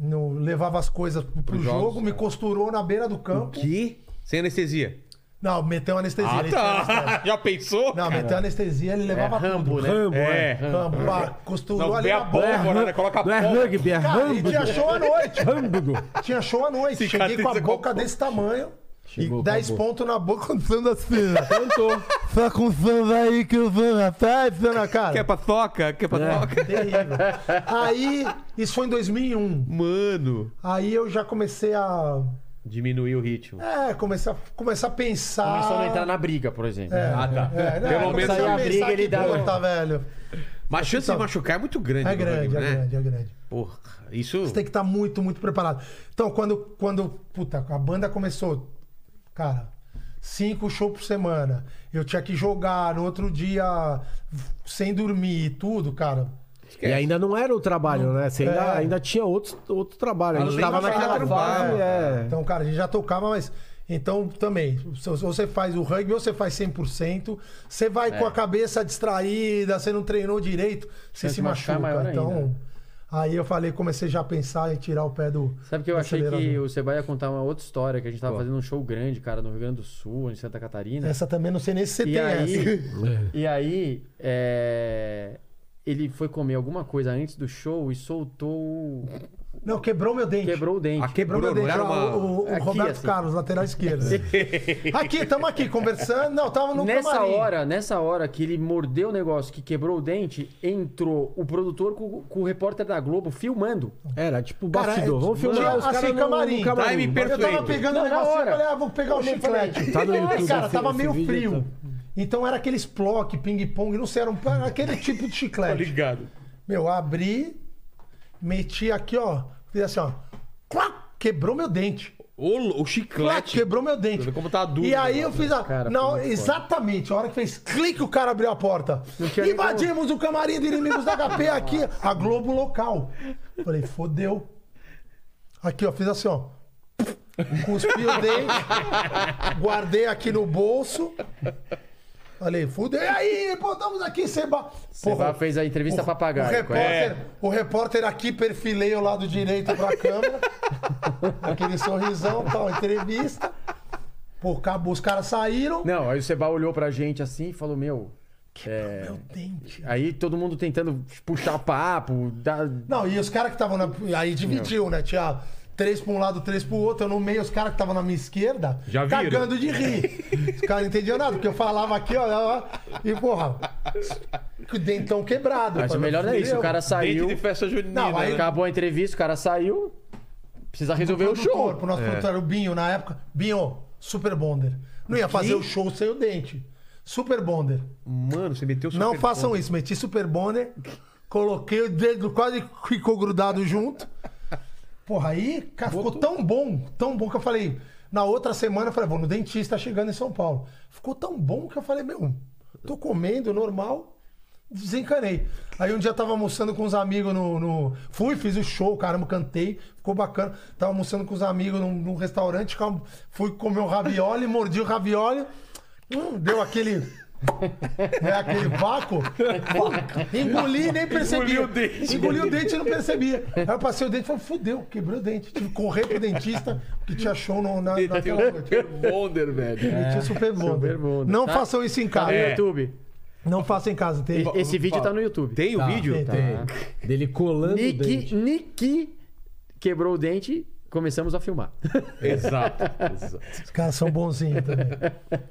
C: no- levava as coisas pro, pro
A: jogos,
C: jogo, me costurou na beira do campo.
A: Que? Sem anestesia.
C: Não, meteu anestesia.
A: Ah,
C: ele tinha anestesia.
A: tá. Já pensou?
C: Não, meteu anestesia, ele levava
D: é Rambo,
C: tudo.
D: né?
E: Rambo,
A: É.
C: Rambo, ah, costurou
A: Não,
C: ali
A: vê a
C: na boca.
A: pólvora, né? Coloca a
E: Não é
A: pólvora.
E: rugby, é
C: Cara, e
E: Rambo.
C: tinha show à noite.
E: Rambo.
C: Tinha show à noite. Cheguei com a
A: Cicatriza com a
C: boca desse tamanho.
E: Chegou
C: e
E: com
C: 10
E: a boca.
C: pontos na boca contando assim. Cantou. Só com samba aí que eu vou na festa tá na
A: Quer
C: cara.
A: paçoca?
C: É.
A: Quer paçoca?
C: Terrível. Aí, isso foi em 2001.
A: Mano.
C: Aí eu já comecei a.
A: Diminuiu o ritmo.
C: É, comecei a, começar a pensar.
D: Começou a não entrar na briga, por exemplo.
A: Ah, tá.
C: É, né?
A: Pelo menos
C: Comecei
A: a
C: a
D: briga
C: pensar
D: ele
C: que,
D: dá-
C: puta, velho.
A: Mas a chance de machucar é muito grande.
C: É
A: no
C: grande,
A: rugby,
C: é
A: né?
C: grande, é grande.
A: Porra, isso.
C: Você tem que estar muito, muito preparado. Então, quando, quando puta, a banda começou, cara, cinco shows por semana, eu tinha que jogar no outro dia sem dormir e tudo, cara.
E: E ainda não era o trabalho, né? Você ainda,
C: É.
E: ainda tinha outro, outro trabalho. A gente
A: Além
E: tava
A: de
E: naquela
A: trabalhar.
E: fase, é.
C: Então, cara, a gente já tocava, mas. Então, também, se você faz o rugby ou você faz 100%, você vai
D: É.
C: com a cabeça distraída, você não treinou direito, você
D: Chance
C: se
D: de machucar
C: machuca.
D: é maior
C: então,
D: ainda.
C: aí eu falei, comecei já a pensar em tirar o pé do.
D: Sabe que eu
C: do
D: achei
C: acelerador.
D: que o Seba ia contar uma outra história, que a gente tava fazendo um show grande, cara, no Rio Grande do Sul, em Santa Catarina.
C: Essa é também não sei nem se você
D: Né? E
C: tem essa.
D: aí, e aí é, ele foi comer alguma coisa antes do show e soltou. o-
C: Não, quebrou meu dente.
D: Quebrou o dente.
A: Ah, quebrou,
C: Bruno,
A: não era
C: lá,
A: uma.
C: o, o
D: Aqui,
C: Roberto
D: assim.
C: Carlos, lateral esquerdo. aqui, estamos aqui conversando. Não, tava no
D: nessa
C: camarim.
D: hora, nessa hora que ele mordeu o negócio, que quebrou o dente, entrou o produtor com, com o repórter da Globo filmando.
E: Era tipo
C: Cara,
E: bastidor.
C: é-
E: Vamos
C: tinha,
E: filmar os
C: assim,
E: caras no,
C: camarim.
E: no camarim.
A: Time
C: Eu
A: Perfeito.
C: tava pegando o
D: Não, na
C: negócio e
D: hora.
C: falei, ah, vou pegar o chiclete.
E: Tá no YouTube
C: cara,
E: esse-
C: tava
E: esse
C: meio
E: vídeo,
C: frio.
E: tá.
C: Então era aqueles plock, ping-pong, não sei, era, um- era aquele tipo de
A: Tá
C: chiclete.
A: ligado.
C: Meu, abri, meti aqui, ó. Fiz assim, ó. Clá, quebrou meu dente.
A: O, o
C: Clá,
A: chiclete.
C: quebrou meu dente.
A: Você vê como tá duro
C: E
A: o
C: aí eu
A: negócio,
C: fiz a.
D: Cara, foi
C: não,
D: muito
C: exatamente. A hora que fez clique, o cara abriu a porta.
D: tinha nem
C: Invadimos o camarim de inimigos da HP aqui, a Globo local. Falei, fodeu. Aqui, ó, fiz assim, ó. Puf. cuspi o dente, guardei aqui no bolso. Falei, fudei aí, pô, estamos aqui, Seba.
D: Seba fez a entrevista pra pagar.
C: O repórter, o repórter aqui perfilei o lado direito pra câmera. aquele sorrisão, tal, entrevista. Pô, acabou, os caras saíram.
D: Não, aí o Seba olhou pra gente assim e falou, meu... é,
C: Meu dente.
D: Aí todo mundo tentando puxar papo, dar,
C: Não, e os caras que estavam na. Aí dividiu, né? Tinha três pra um lado, três pro outro. Eu no meio, os caras que estavam na minha esquerda,
A: Já viram.
C: cagando de rir. os caras não entendiam nada, porque eu falava aqui, ó, ó, e porra, com o dentão quebrado.
D: Mas o
C: Falei,
D: melhor é isso,
C: "Fudeu".
D: o cara
A: Dente
D: saiu,
A: de festa junina.
C: Não, aí-
A: né?
D: acabou a entrevista, o cara saiu, precisa resolver o
C: Produtor,
D: um show.
C: Pro nosso produtor, o Binho, na época. Binho, Super Bonder. Não ia fazer o show sem o dente. Super Bonder.
A: Mano, você meteu
C: Não
A: super
C: façam
A: ponto.
C: isso, meti super bonner, coloquei o dedo, quase ficou grudado junto. Porra, aí cara, ficou tão bom, tão bom que eu falei. Na outra semana eu falei, vou no dentista chegando em São Paulo. Ficou tão bom que eu falei, meu, tô comendo normal, desencanei. Aí um dia eu tava almoçando com uns amigos no. no- Fui, fiz o show, caramba, cantei, ficou bacana. Tava almoçando com os amigos num, num restaurante, calma, fui comer um ravioli, mordi o ravioli, hum, deu aquele. É aquele vácuo. Engoli e nem percebi.
A: Engoliu o dente.
C: Engoli o dente e não percebia. Aí eu passei o dente e falei, fudeu, quebrei o dente. Tive que correr pro dentista que te achou no, na, na
A: Meteu super bonder, velho.
C: Meti super
D: É, Super
C: bom.
D: Bonder.
C: Não
D: Tá-
C: façam isso em
D: Tá
C: casa.
D: no
E: É.
A: É.
D: YouTube.
C: Não façam em casa, tem.
D: E- Esse vídeo tá no YouTube.
A: Tem o
E: Tá,
A: um vídeo?
C: tem,
E: Tem. Dele colando o
D: Nick,
E: dente.
D: Nick quebrou o dente, começamos a filmar.
A: Exato, exato.
C: Os caras são bonzinhos tá? também.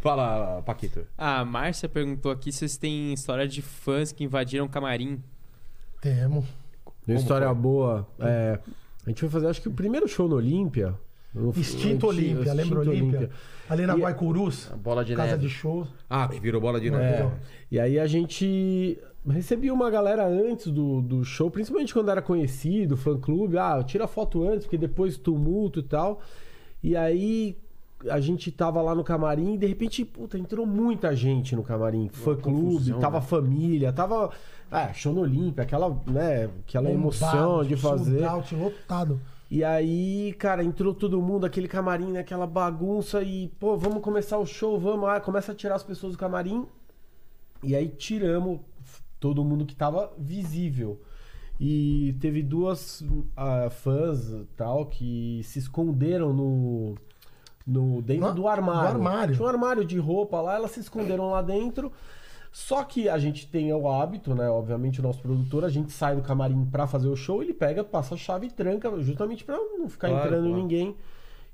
A: Fala, Paquito.
B: A Márcia perguntou aqui se vocês têm história de fãs que invadiram o camarim.
C: Temo.
E: Uma história boa. é, a gente foi fazer, acho que o primeiro show no Olímpia. No-
C: Instinto
E: antigo-
C: Olímpia, lembra
E: Instinto
C: Olímpia? Ali na
E: E-
C: Guaicurus,
D: Bola de
C: casa
D: neve.
C: de show.
A: Ah, que virou bola de neve.
E: É, E aí a gente recebia uma galera antes do, do show, principalmente quando era conhecido, fã clube, ah, tira foto antes, porque depois tumulto e tal. E aí a gente tava lá no camarim e de repente, puta, entrou muita gente no camarim, fã clube,
D: confusão,
E: tava
D: né?
E: família, tava ah, show no Olímpia, aquela, né, aquela
C: Um
E: emoção
C: Bombado,
E: de fazer.
C: sold out, lotado.
E: E aí, cara, entrou todo mundo, aquele camarim, né, aquela bagunça e, pô, vamos começar o show, vamos lá, começa a tirar as pessoas do camarim. E aí tiramos f- todo mundo que tava visível. E teve duas ah, fãs tal que se esconderam no, no dentro
C: Ah,
E: do armário.
C: do armário.
E: Tinha um armário de roupa lá, elas se esconderam lá dentro. Só que a gente tem o hábito, né? Obviamente, o nosso produtor, a gente sai do camarim pra fazer o show, ele pega, passa a chave e tranca, justamente pra não ficar
A: Claro,
E: entrando
A: claro.
E: ninguém.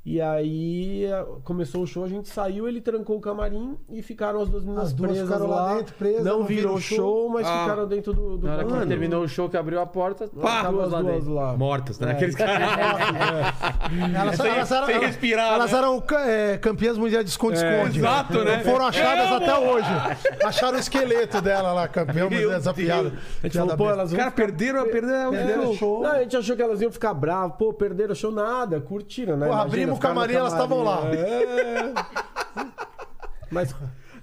E: E aí a- começou o show, a gente saiu, ele trancou o camarim e ficaram as duas meninas
C: As duas
E: presas
C: ficaram lá
E: lá.
C: dentro, presas,
E: não,
C: não viram
E: viram o show, mas
A: Ah.
E: ficaram dentro do, do
D: Na hora que
E: camarim.
D: terminou o show, que abriu a porta,
E: Pá!
D: tava
E: As
D: lá
E: duas
D: dentro.
E: lá.
A: Mortas,
C: É.
A: né? Aqueles caras.
C: Elas,
A: Sem-
C: elas eram,
A: sem
C: elas-
A: respirar,
C: elas
A: né?
C: eram ca- é, campeãs mundiais de esconde-esconde.
A: exato, né?
C: Foram achadas até hoje. Acharam o esqueleto dela lá, campeã
A: Meu
C: mundial dessa
A: Deus.
C: piada.
E: A gente
C: piada
E: falou, pô,
C: besta.
E: elas vão
A: Cara, perderam, perderam,
C: Perderam o show.
E: Não, a gente achou que elas iam ficar bravas. Pô, perderam o show nada, curtiram, né?
C: Porra,
E: Imagina,
C: abrimos o
E: ficaram no
C: camarim, elas estavam lá.
E: É. Mas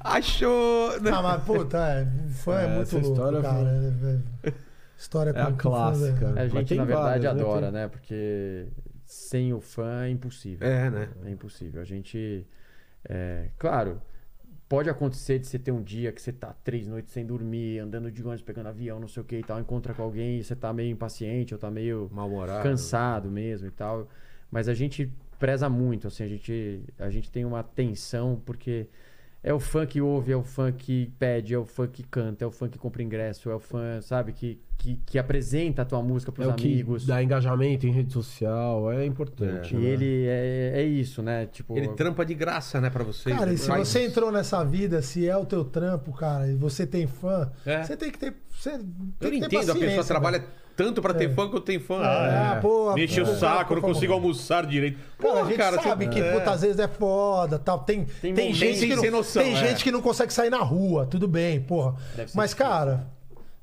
A: Achou. né?
C: Ah, mas puta, é, fã é,
E: É,
C: muito
E: essa
C: louco,
E: história
C: cara. É, é, história
E: é a
C: com- com fã, velho.
E: clássica.
D: A
E: Mas
D: gente,
E: tem
D: na verdade,
E: várias, né?
D: adora, né? Porque sem o fã é impossível.
A: É, né?
D: É impossível. A gente. é, claro, pode acontecer de você ter um dia que você tá três noites sem dormir, andando de ônibus, pegando avião, não sei o que e tal, encontra com alguém e você tá meio impaciente ou tá meio
A: Mal-humorado.
D: cansado mesmo e tal. Mas a gente preza muito, assim, a gente, a gente tem uma tensão porque. É o fã que ouve, é o fã que pede, é o fã que canta, é o fã que compra ingresso, é o fã, sabe, que, que, que apresenta a tua música
E: É
D: pros
E: o que
D: amigos.
E: dá engajamento em rede social, é importante.
D: E
E: né?
D: ele é, é isso, né? Tipo,
A: Ele trampa de graça, né, pra vocês.
C: Cara,
A: né?
C: e se
A: Faz-
C: você entrou nessa vida, se é o teu trampo, cara, e você tem fã,
A: É.
C: você tem que ter. Você
A: Eu
C: tem
A: não
C: que ter
A: entendo, a pessoa
C: paciência,
A: trabalha
C: velho.
A: tanto pra ter fã quanto tem fã. É.
C: Ah, pô,
A: Mexe o
C: pô,
A: saco,
C: pô,
A: não
C: pô,
A: consigo
C: pô.
A: almoçar direito.
C: Cara, a gente
A: você-
C: sabe que,
A: É.
C: puta, às vezes é foda, tal. Tem, tem,
D: momentos
C: gente, que
A: sem
C: não,
A: noção,
C: tem
A: é.
C: gente que não consegue sair na rua, tudo bem, porra. Mas, cara,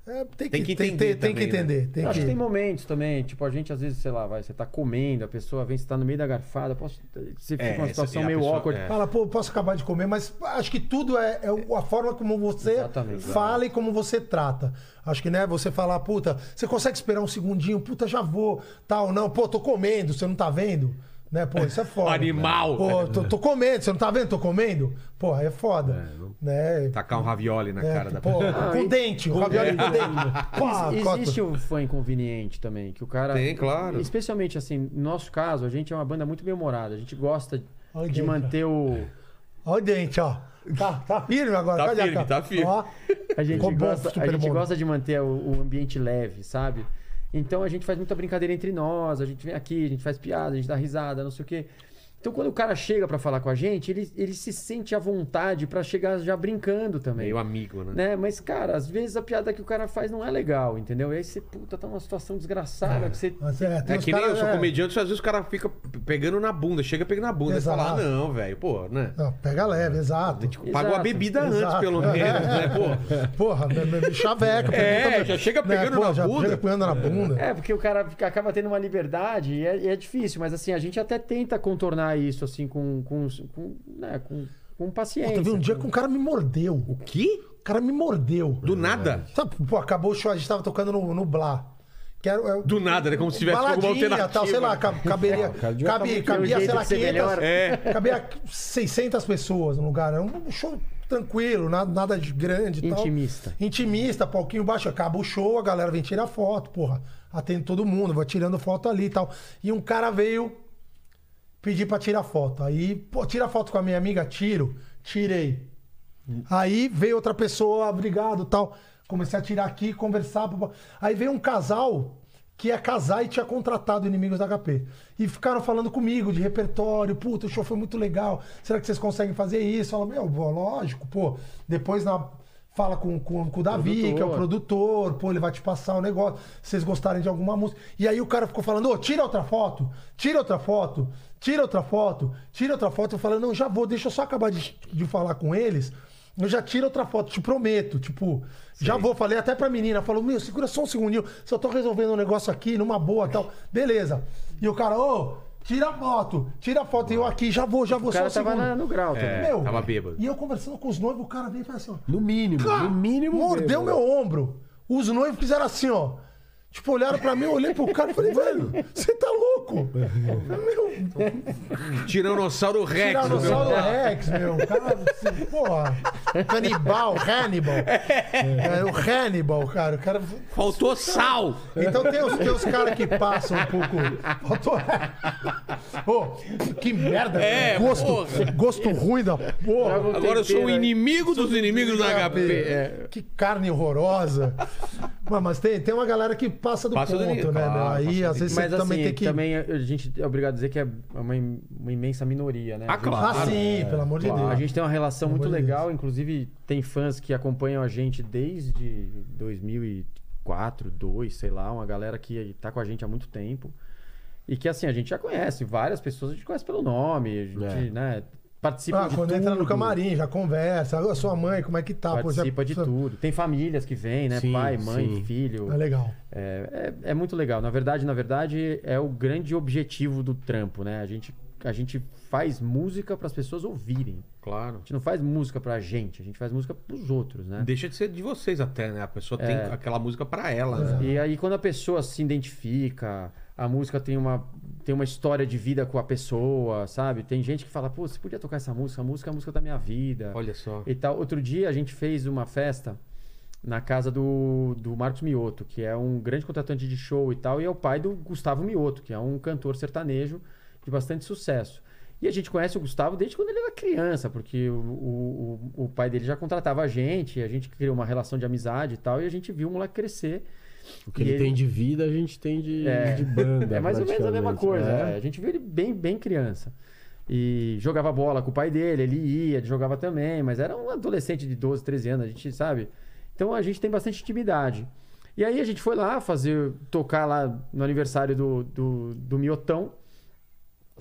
C: é, tem,
A: Tem
C: que,
A: que
C: tem,
A: entender
C: tem, tem que
A: também, né?
C: entender. Tem
D: acho
C: que...
D: que tem momentos também. Tipo, a gente às vezes, sei lá, vai, você tá comendo, a pessoa vem, você tá no meio da garfada, posso, você fica
A: É,
D: uma
A: essa-
D: situação
A: é, a
D: meio
A: pessoa-
D: awkward.
A: é.
C: Fala, pô, posso acabar de comer, mas acho que tudo é, é a forma como você
D: Exatamente.
C: fala e como você trata. Acho que, né, você falar, puta, você consegue esperar um segundinho, puta, já vou, tal, não, pô, tô comendo, você não tá vendo? Né? Pô, isso é foda.
A: Animal!
C: Pô, tô, tô comendo, você não tá vendo? Tô comendo? Pô, aí é foda.
E: É, não-
C: Né?
A: Tacar um ravioli na
C: É,
A: cara da
C: pô,
A: pessoa.
C: com dente, o ravioli com dente. Pá,
D: Ex-
C: Ah, corta.
D: Existe um fã inconveniente também, que o cara.
A: Tem, claro.
D: Especialmente assim, no nosso caso, a gente é uma banda muito bem-humorada. A gente gosta
C: Olha o
D: de
C: dente,
D: manter o.
C: Olha o dente, ó. Tá, tá firme agora.
A: Tá
C: olha
A: firme,
C: cá.
A: tá firme.
C: Ó,
D: A gente,
C: Ficou bom,
D: gosta, a
C: Super
D: gente
C: Bowl.
D: gosta de manter o, o ambiente leve, sabe? Então a gente faz muita brincadeira entre nós, a gente vem aqui, a gente faz piada, a gente dá risada, não sei o quê. Então quando o cara chega pra falar com a gente, ele, ele se sente à vontade pra chegar já brincando também.
A: Meio amigo, né?
C: É.
D: né? Mas, cara, às vezes a piada que o cara faz não é legal, entendeu? E aí você, puta, tá numa situação desgraçada. que você...
C: mas é, tem
A: É
C: uns
A: que nem eu
C: caras,
A: sou
C: é.
A: comediante, às vezes o cara fica pegando na bunda, chega pegando na bunda. Aí você fala, ah,
C: Exato.
A: não, velho, pô, né? Tipo,
C: Não, pega leve, exato.
A: Pagou a
D: Exato.
A: bebida antes,
C: Exato.
A: pelo menos, né, pô?
C: Porra, me, me, me chaveca.
A: É,
C: pergunta-
A: já chega pegando na
C: já
A: bunda.
C: Chega pegando na bunda.
D: É, porque o cara fica- acaba tendo uma liberdade e é, e é difícil, mas assim, a gente até tenta contornar isso, assim, com, com, com, né, com, com paciência.
C: Teve um dia que um cara me mordeu.
A: O quê?
C: O cara me mordeu.
A: Do nada?
C: Sabe, pô, acabou o show, a gente tava tocando no, no Blá. Que era, era-
A: Do nada, né? Como se tivesse alguma
C: baladinha,
A: alternativa.
C: tal, sei lá, ca- caberia,
E: o cara devia tá
C: cabe,
E: muito
C: cabia,
D: um jeito
C: sei lá,
D: de ser
C: 500,
D: melhor.
A: É.
C: cabia 600 pessoas no lugar, era um show tranquilo, nada, nada de grande e tal.
D: Intimista.
C: Intimista, palquinho baixo, acaba o show, a galera vem tirar foto, porra, atendo todo mundo, vai tirando foto ali e tal. E um cara veio pedir pra tirar foto, aí, pô, tira foto com a minha amiga, tiro, tirei. Aí veio outra pessoa, obrigado tal. Comecei a tirar aqui, conversar. papá. Aí veio um casal que ia casar e tinha contratado inimigos da HP. E ficaram falando comigo de repertório. Puta, o show foi muito legal. Será que vocês conseguem fazer isso? Eu falo, meu, bom, lógico, pô. Depois na. Fala com, com, com o Davi, que é o produtor, pô, ele vai te passar o negócio, se vocês gostarem de alguma música. E aí o cara ficou falando, ô, tira outra foto, tira outra foto, tira outra foto, tira outra foto. Eu falei, não, já vou, deixa eu só acabar de, de falar com eles. Eu já tiro outra foto, te prometo. Tipo, já vou, falei até pra menina, falou, meu, segura só um segundinho, só tô resolvendo um negócio aqui, numa boa tal. Beleza. E o cara, ô, tira a foto, tira a foto, e eu aqui, já vou, já vou,
D: O cara
C: só um
D: tava
C: segundo.
D: na- no grau também.
A: É, tava bêbado.
C: E eu conversando com os noivos, o cara veio e falou assim, ó.
E: No mínimo,
C: Cara,
E: no mínimo.
C: Mordeu
E: mesmo. né?
C: meu ombro. Os noivos fizeram assim, ó. Tipo, olharam pra mim, eu olhei pro cara e falei, velho, você tá louco? Meu,
A: Tiranossauro Rex.
C: Tiranossauro
A: meu.
C: Rex, meu. O cara, assim, porra. Canibal, Hannibal. É, o Hannibal, cara. O cara.
A: Faltou sal.
C: Então tem os, tem os caras que passam um pouco. Faltou. Ô, que merda.
A: É,
C: gosto,
A: porra.
C: gosto ruim da porra.
D: um
A: Agora eu sou um o
C: né?
A: inimigo dos inimigos da HP. É.
C: Que carne horrorosa. Mas, mas tem, tem uma galera que passa do
A: Passa do
C: ponto,
A: limite,
C: né?
A: claro,
C: meu?
A: passa
C: Aí
A: do
C: às vezes
D: Mas
C: você
D: assim,
C: também
D: também,
C: tem que.
D: a gente é obrigado a dizer que é uma, im- uma imensa minoria, né?
A: Ah,
D: A gente-
A: claro.
C: Ah, sim, pelo amor de Deus.
D: A gente tem uma relação
C: Pelo
D: muito
C: amor de
D: legal, inclusive tem fãs que acompanham a gente desde 2004, 2002, sei lá, uma galera que tá com a gente há muito tempo. E que assim, a gente já conhece várias pessoas, a gente conhece pelo nome, a gente, né, participa
C: É. Ah,
D: de
C: quando
D: tudo.
C: entra no camarim, já conversa. Ah, Sua mãe, como é que tá? Pô, já-
D: Participa de
C: já-
D: tudo. Tem famílias que vêm, né?
E: Sim,
D: Pai, mãe,
E: sim.
D: filho.
C: É legal.
D: É, é- é muito legal. Na verdade, na verdade, é o grande objetivo do trampo, né? A gente, a gente faz música para as pessoas ouvirem. A
A: Claro.
D: gente não faz música pra gente, a gente faz música pros outros, né?
A: Deixa de ser de vocês até, né? A pessoa tem
C: É.
A: aquela música pra ela, né?
D: E aí quando a pessoa se identifica, a música tem uma, tem uma história de vida com a pessoa, sabe? Tem gente que fala, pô, você podia tocar essa música, a música é a música da minha vida.
A: Olha só.
D: E tal. Outro dia a gente fez uma festa na casa do, do Marcos Mioto, que é um grande contratante de show e tal, e é o pai do Gustavo Mioto, que é um cantor sertanejo de bastante sucesso. E a gente conhece o Gustavo desde quando ele era criança, porque o, o, o- o pai dele já contratava a gente, a gente criou uma relação de amizade e tal, e a gente viu o moleque crescer.
E: O que ele,
D: E ele-
E: tem de vida, a gente tem de,
D: É.
E: de banda.
D: É mais ou menos a mesma
E: praticamente.
D: coisa.
E: É.
D: é. A gente viu ele bem, bem criança. E jogava bola com o pai dele, ele ia, ele jogava também, mas era um adolescente de 12, 13 anos, a gente sabe. Então a gente tem bastante intimidade. E aí a gente foi lá fazer, tocar lá no aniversário do, do, do Miotão.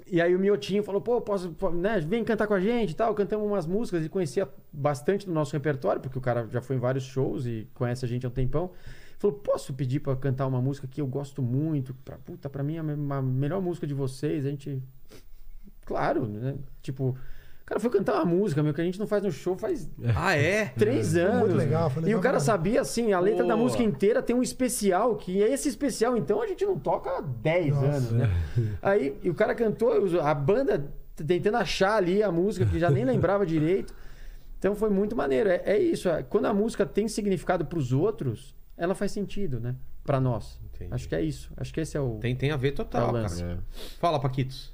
D: E aí o Miotinho falou, pô, posso, po- né, vem cantar com a gente e tal. Cantamos umas músicas, ele conhecia bastante do nosso repertório, porque o cara já foi em vários shows e conhece a gente há um tempão. Falou, posso pedir pra cantar uma música que eu gosto muito? Pra, puta, pra mim é a me- a melhor música de vocês. A gente, claro, né? Tipo, Cara, foi cantar uma música, meu, que a gente não faz no show faz
A: Ah, é?
D: três anos.
C: Muito legal, foi
D: E
C: legal
D: o cara
C: pra
D: sabia, assim, a letra da
A: Boa.
D: música inteira tem um especial, que é esse especial, então a gente não toca há 10 anos, né? Aí e o cara cantou, a banda t- tentando achar ali a música, que já nem lembrava direito. Então foi muito maneiro. É, é isso. é, Quando a música tem significado pros outros, ela faz sentido, né? Pra nós.
A: Entendi.
D: Acho que é isso. Acho que esse é o.
A: Tem, tem a ver total,
D: É o lance.
A: cara. Fala, Paquitos.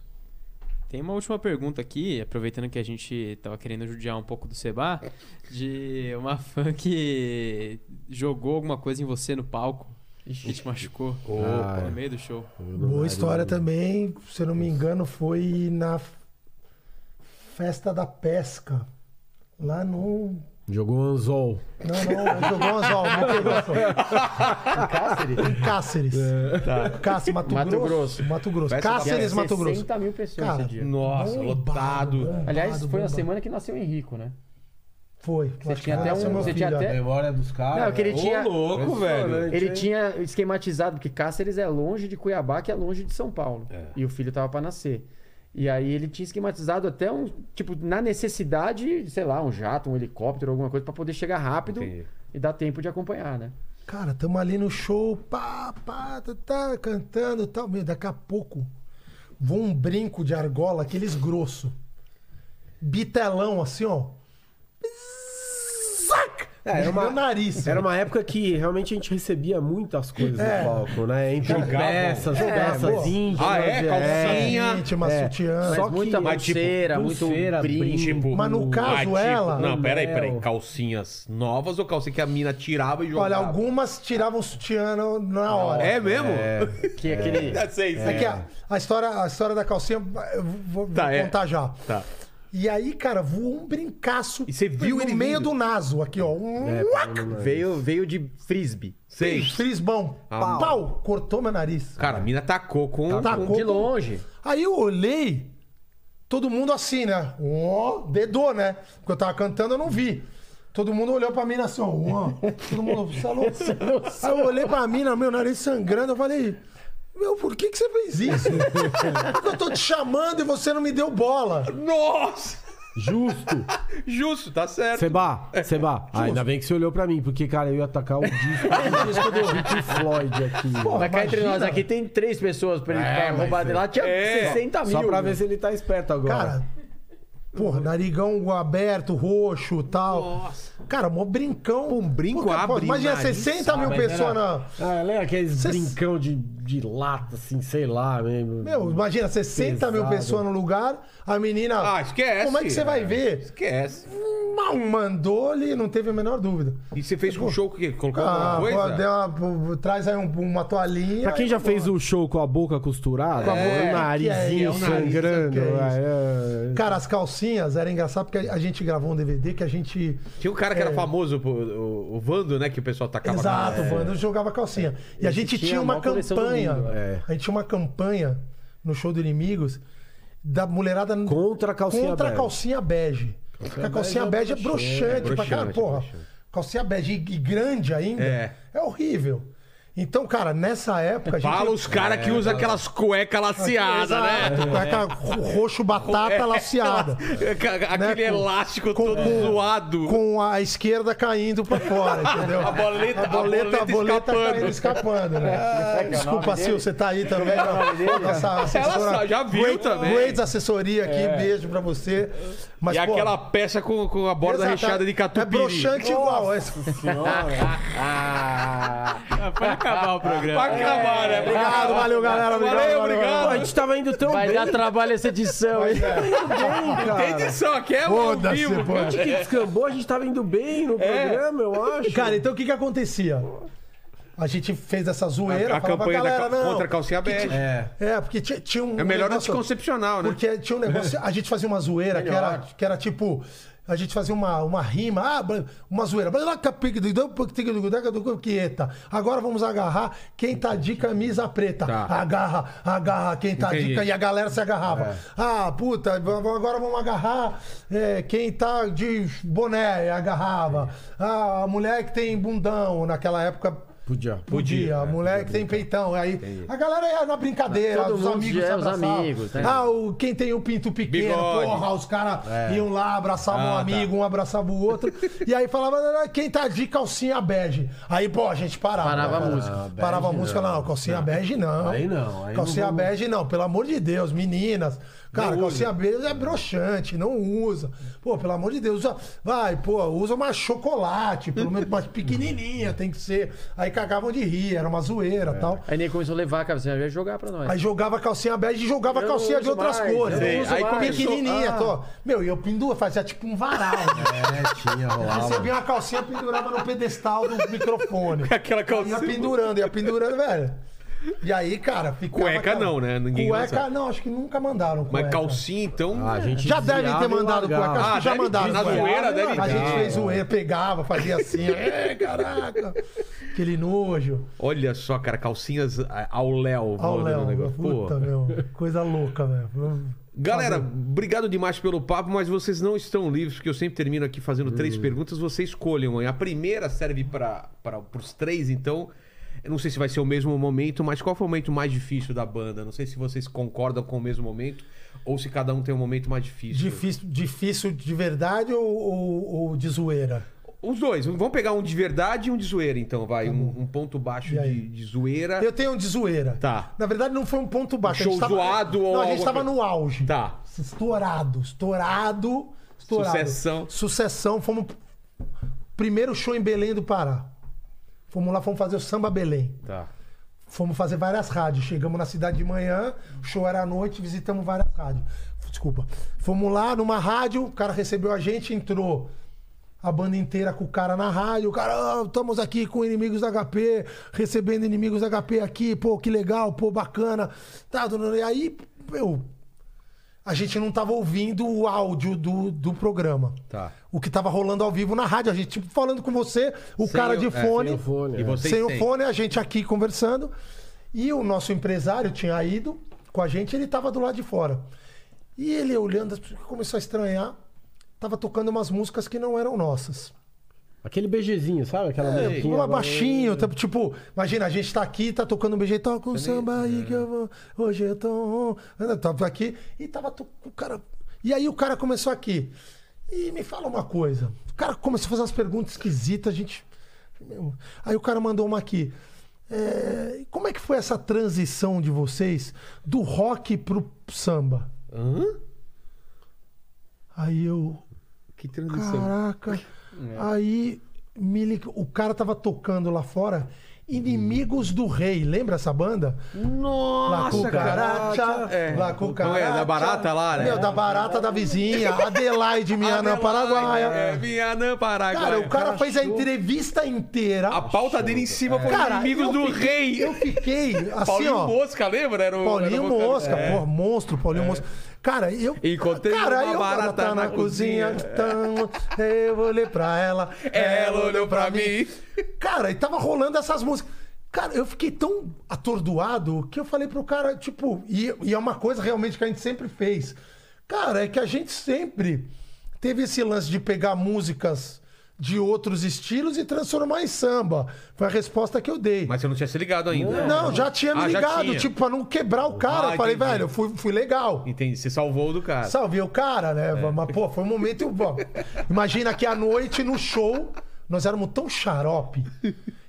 B: Tem uma última pergunta aqui, aproveitando que a gente tava querendo judiar um pouco do Seba, de uma fã que jogou alguma coisa em você no palco e te machucou
E: Opa.
B: no meio do show.
C: Boa história também, se eu não me engano, foi na festa da pesca. Lá no.
E: Jogou um anzol.
C: Não, não, jogou um anzol, não pegou só. Em Cáceres. Cáceres, Mato,
D: Mato
C: Grosso.
D: Grosso.
C: Mato Grosso.
A: Festa da
C: Cáceres,
A: pesca.
C: Mato Grosso.
D: 60 mil pessoas
C: Cara,
D: esse dia.
A: Nossa,
C: Bombado, bombado,
A: lotado.
D: Aliás, foi
C: bombado.
D: a semana que nasceu o Henrico, né?
C: Foi.
D: Você
C: acho que é
D: tinha até
C: nasceu
D: um-
C: meu
D: você tinha
C: filho,
D: até-
C: ó.
E: Memória dos caras.
D: Não, é que ele
E: Ô,
D: tinha-
A: louco, velho.
E: impressionante,
D: Ele
E: hein?
D: tinha esquematizado, porque Cáceres é longe de Cuiabá, que é longe de São Paulo.
A: É.
D: E o filho tava pra nascer. E aí ele tinha esquematizado até um, tipo, na necessidade, sei lá, um jato, um helicóptero, alguma coisa, pra poder chegar rápido
A: Entendi.
D: e dar tempo de acompanhar, né?
C: Cara, tamo ali no show, pá, pá, tá, tá, cantando e tal. Meu, daqui a pouco, vou um brinco de argola, aqueles grosso. Bitelão, assim, ó. Zac!
E: É, era uma-
C: No nariz.
E: Era uma época que realmente a gente recebia muitas coisas
C: É.
E: no palco, né? Entre
A: Jogavam.
E: peças,
C: É,
E: peças
C: pô.
E: íntimas.
A: Ah, é? Calcinha.
C: Gente, uma
E: É.
C: sutiã.
E: Só
D: Mas
E: que-
D: muita
A: mas, tipo,
D: pulseira, muito
E: pulseira,
D: brinde.
E: brinde.
A: Tipo,
C: Mas no caso,
A: ah, tipo,
C: ela-
A: Não, peraí, peraí.
E: Mel.
A: Calcinhas novas ou calcinha que a mina tirava e jogava?
C: Olha, algumas tiravam sutiã na- na hora.
A: É mesmo?
D: Que aquele.
A: É. Sei, sei.
C: É que a, a história, a história da calcinha, eu vou, vou
A: Tá, é.
C: contar já.
A: Tá.
C: E aí, cara, voou um brincaço
A: E você viu
C: no
A: ele
C: meio
A: vindo?
C: do naso, aqui, ó. Um
E: É, pegou no nariz.
D: Veio, veio de frisbee.
A: Sei.
C: frisbão.
A: Ah.
C: pau. Cortou meu nariz.
A: Cara, a mina tacou com...
C: Tacou.
D: De longe.
C: Aí eu olhei, todo mundo assim, né? Ó, dedou, né? Porque eu tava cantando, eu não vi. Todo mundo olhou pra mina assim, ó. ó. Todo mundo, você é louco?" Aí eu olhei pra mina, meu nariz sangrando, eu falei. Meu, por que, que você fez isso? Porque eu tô te chamando e você não me deu bola.
A: Nossa!
E: Justo.
A: Justo, tá certo.
E: Seba, Seba. Ah, ainda bem que você olhou pra mim, porque, cara, eu ia atacar o disco,
D: É,
E: o disco do Rick Floyd aqui.
C: Pô,
D: Mas cá entre
C: imagina.
D: nós, aqui tem três pessoas pra ele
A: É,
D: é, roubar.
A: mas-
D: Lá tinha
A: É.
D: 60 mil.
E: Só pra
D: meu.
E: ver se ele tá esperto agora.
C: Cara, porra, narigão aberto, roxo tal. Nossa. Cara, mó brincão. Um
A: brinco abre
C: Imagina
A: nariz,
C: 60 mil
E: Mas
C: pessoas
E: era-
C: na.
E: Ah, lembra aqueles
C: Cês-
E: brincão de, de lata, assim, sei lá mesmo.
C: Meu, imagina 60 mil
E: Pesado.
C: pessoas no lugar, a menina.
A: Ah, esquece.
C: Como é que você vai ver?
A: Esquece.
C: Mal mandou-lhe, não teve a menor dúvida.
A: E você fez com o show que colocou
C: Ah,
A: alguma
C: pô,
A: coisa?
C: deu uma- pô, traz aí um- uma toalhinha. um
E: Pra quem
C: aí
E: já
C: vambora.
E: fez o show com a boca costurada,
A: a boca-
E: o narizinho
A: que é isso?
E: sangrando.
C: é Que é isso?
E: é, é.
C: Cara, as calcinhas era engraçado porque a gente gravou um DVD que a gente.
A: Tinha um cara que era
C: É.
A: famoso, pô, o, o Vando, né? Que o pessoal tacava
C: Exato,
A: na-
C: Wanda jogava calcinha. E a gente
D: tinha
C: tinha
D: a
C: uma
D: maior coleção do
C: campanha.
D: mundo,
E: é.
C: A gente tinha uma campanha no show do Inimigos da mulherada
E: Contra a calcinha
C: contra a
E: bege.
C: calcinha bege. Porque a calcinha bege é broxante pra cara,
A: broxante,
C: porra.
A: broxante.
C: Calcinha bege e e grande ainda
A: É.
C: é, horrível. Então, cara, nessa época a gente.
A: É, Fala os caras que usam aquelas cuecas laceadas, né?
C: Exato, Com aquela ro- roxo batata laciada.
A: Ca- Aquele
C: Né, com-
A: elástico todo zoado.
C: Com a esquerda caindo pra fora, entendeu?
A: A boleta-
C: a boleta,
A: a boleta
C: a boleta tá
A: escapando.
C: caindo, escapando, né? Desculpa, Sil, você tá aí também. Nossa,
A: só-
C: assessora.
A: já viu
C: great,
A: também.
C: Great assessoria aqui, beijo pra você. Mas,
A: e
C: pô,
A: aquela peça com, com a borda
C: exato,
A: recheada de
C: É
A: catupiry.
C: broxante igual. é-
B: Ah, Pode acabar o
A: Pra
B: programa.
A: acabar,
C: É.
A: né?
C: Obrigado, valeu, galera. Obrigado,
A: Valeu,
C: valeu,
A: obrigado.
E: Pô, a gente tava indo tão
D: Vai
E: bem,
D: dar trabalho essa edição, hein?
A: Tem
E: cara.
A: edição aqui, é ao
C: Foda-se,
A: vivo.
C: pô.
E: Onde que descambou? A gente tava indo bem no
D: É.
E: programa, eu acho.
C: Cara, então o que que acontecia? A gente fez essa zoeira,
A: A, a
C: falava,
A: campanha da
C: galera,
A: ca-
C: não.
A: contra a calcinha bege.
E: É.
C: É, porque tinha, tinha um.
A: É melhor
C: negócio-
A: anticoncepcional, né?
C: Porque tinha um negócio. A gente fazia uma zoeira que era, que era tipo. A gente fazia uma, uma rima, ah, bl- uma zoeira. blá, blá, capique, du- du- pique, tique, du- du- du- quieta. é, tá. Agora vamos agarrar quem tá de camisa preta.
A: Tá.
C: Agarra, agarra quem tá
A: Entendi. É.
C: de camisa. E a galera se agarrava. Ah, puta, v- v- agora vamos agarrar é, quem tá de boné, agarrava. Ah, a mulher que tem bundão. Naquela época
E: Podia.
C: Podia,
D: né?
C: a mulher que tem peitão. Aí a galera ia na brincadeira,
D: Todo
C: os
D: mundo
C: amigos
D: já,
C: se
D: os
C: abraçavam.
D: amigos, né?
C: Ah, o, quem tem o pinto pequeno,
A: Bigode.
C: porra, os caras
D: É.
C: iam lá, abraçavam
D: tá.
C: um
A: Ah,
C: amigo, um abraçava o outro. e aí falava, "Ah, quem tá de calcinha bege? Aí, pô, a gente parava.
D: Parava a
C: cara.
D: música.
E: Ah, bege
C: Parava a
E: não.
C: música, não, calcinha bege não.
E: Aí não, aí
C: calcinha
E: não vamos-
C: bege não, pelo amor de Deus, meninas. Cara,
A: Não
C: calcinha bege é broxante, não usa. Pô, pelo amor de Deus, usa- vai, pô, usa uma chocolate, pelo menos mais pequenininha, tem que ser. Aí cagavam de rir, era uma zoeira e tal.
D: Aí nem começou a levar a cabeça, ia jogar pra nós.
C: Aí jogava calcinha bege e jogava
D: Eu não
C: calcinha de
D: uso
C: outras
D: mais,
C: cores.
A: eu não uso Sei, aí mais. começou-
C: Pequenininha,
A: Ah.
C: tô. Meu, e eu pendurava, fazia tipo um varal. né?
E: É, tinha, rolava.
C: Recebia uma calcinha pendurava no pedestal do microfone.
A: Aquela
C: Ia
A: calcinha.
C: pendurando, ia pendurando, velho. E aí, cara, ficava.
A: Cueca
C: aquela-
A: não, né? Ninguém
C: cueca,
A: lança.
C: não, acho que nunca mandaram cueca.
A: Mas calcinha, então.
E: Ah, a gente
C: Já devem
E: desviava
C: ter
E: e
C: mandado cueca,
E: largava.
C: acho
A: Ah,
C: que já
A: deve-
C: mandaram.
A: na
C: cueca.
A: zoeira deve
C: A
A: ter.
C: gente fez
A: Ah,
C: zoeira, pegava, fazia assim, é, caraca. Aquele nojo.
A: Olha só, cara, calcinhas ah, ao Léo.
C: Olha o
A: mano, no
C: Léo,
A: negócio. Pô.
C: puta, meu. Coisa louca, velho.
A: Galera, obrigado demais pelo papo, mas vocês não estão livres, porque eu sempre termino aqui fazendo três perguntas, vocês escolham. hein? A primeira serve para os três, então. Eu não sei se vai ser o mesmo momento, mas qual foi o momento mais difícil da banda? Não sei se vocês concordam com o mesmo momento, ou se cada um tem um momento mais difícil.
C: Difícil, difícil de verdade ou, ou- ou de zoeira?
A: Os dois, vamos pegar um de verdade e um de zoeira, então, vai. Um, um ponto baixo
C: E aí?
A: de, de zoeira.
C: Eu tenho um de zoeira.
A: Tá.
C: Na verdade, não foi um ponto baixo.
A: Show
C: a gente tava...
A: zoado
C: Não,
A: ou
C: a gente
A: alguma
C: tava
A: coisa.
C: no auge.
A: Tá.
C: Estourado, estourado, estourado.
A: Sucessão.
C: Sucessão. Fomos. Primeiro show em Belém do Pará. Fomos lá, fomos fazer o Samba Belém.
A: Tá.
C: Fomos fazer várias rádios. Chegamos na cidade de manhã, o show era à noite, visitamos várias rádios. Desculpa. Fomos lá numa rádio, o cara recebeu a gente, entrou a banda inteira com o cara na rádio. O cara, "Ah, estamos aqui com inimigos da HP, recebendo inimigos da HP aqui, pô, que legal, pô, bacana. Tá, dona- e aí, meu, a gente não tava ouvindo o áudio do, do programa.
A: Tá.
C: O que tava rolando ao vivo na rádio. A gente, tipo, falando com você, o
A: Sem
C: cara
A: o-
C: de
A: é, sem
C: fone.
E: o fone,
A: E
E: é.
A: vocês
C: Sem o
A: têm?
C: fone, a gente aqui conversando. E o nosso empresário tinha ido com a gente, ele tava do lado de fora. E ele olhando, começou a estranhar. Tava tocando umas músicas que não eram nossas.
E: Aquele beijezinho, sabe? Aquela musiquinha
C: Pula
E: lá.
C: baixinho, tá- tipo, imagina, a gente tá aqui, tá tocando um BG, toca um samba aí que eu vou, hoje eu tô, on. tava aqui, e tava to- o cara, e aí o cara começou aqui, e me fala uma coisa, o cara começou a fazer umas perguntas esquisitas, a gente, meu, aí o cara mandou uma aqui, é, como é que foi essa transição de vocês do rock pro samba?
A: Hã?
C: Aí eu,
A: Que transição.
C: Caraca.
A: É.
C: Aí me lig- o cara tava tocando lá fora Inimigos do Rei. Lembra essa banda? La
A: Nossa,
C: Cucaracha.
A: É.
C: La
A: Não
C: Cucaracha.
A: é, da barata lá, né?
C: Meu, da barata da vizinha. Adelaide, minha anã
A: Adelaide,
C: paraguaia.
A: É, Mianã Paraguaia.
C: Cara, o cara fez a
E: achou-
C: entrevista inteira.
A: A pauta dele em cima foi
C: Cara,
A: Inimigos
C: eu
A: do
C: fiquei-
A: Rei.
C: Eu fiquei assim,
A: Paulinho
C: ó.
A: Mosca, lembra? Era o,
C: Paulinho
A: era o vocal-
C: Mosca,
A: É.
C: porra, monstro, Paulinho Mosca. Cara, eu.
A: Encontrei
C: cara,
A: uma
C: eu
A: barata
C: tá
A: na cozinha.
C: tão, eu olhei pra ela.
A: Ela olhou pra mim.
C: Cara, e tava rolando essas músicas. Cara, eu fiquei tão atordoado que eu falei pro cara, tipo, e, e é uma coisa realmente que a gente sempre fez. Cara, é que a gente sempre teve esse lance de pegar músicas de outros estilos e transformar em samba. Foi a resposta que eu dei.
A: Mas você não tinha se ligado ainda.
C: Não, já tinha me
A: Ah, já
C: ligado,
A: tinha.
C: tipo, pra não quebrar o cara.
A: Ah,
C: eu falei,
A: entendi.
C: velho, eu fui, fui legal.
A: Entendi, você salvou do cara.
C: Salvei o cara, né?
A: É.
C: Mas, pô, foi um momento. bom. Imagina que à noite no show, nós éramos tão xarope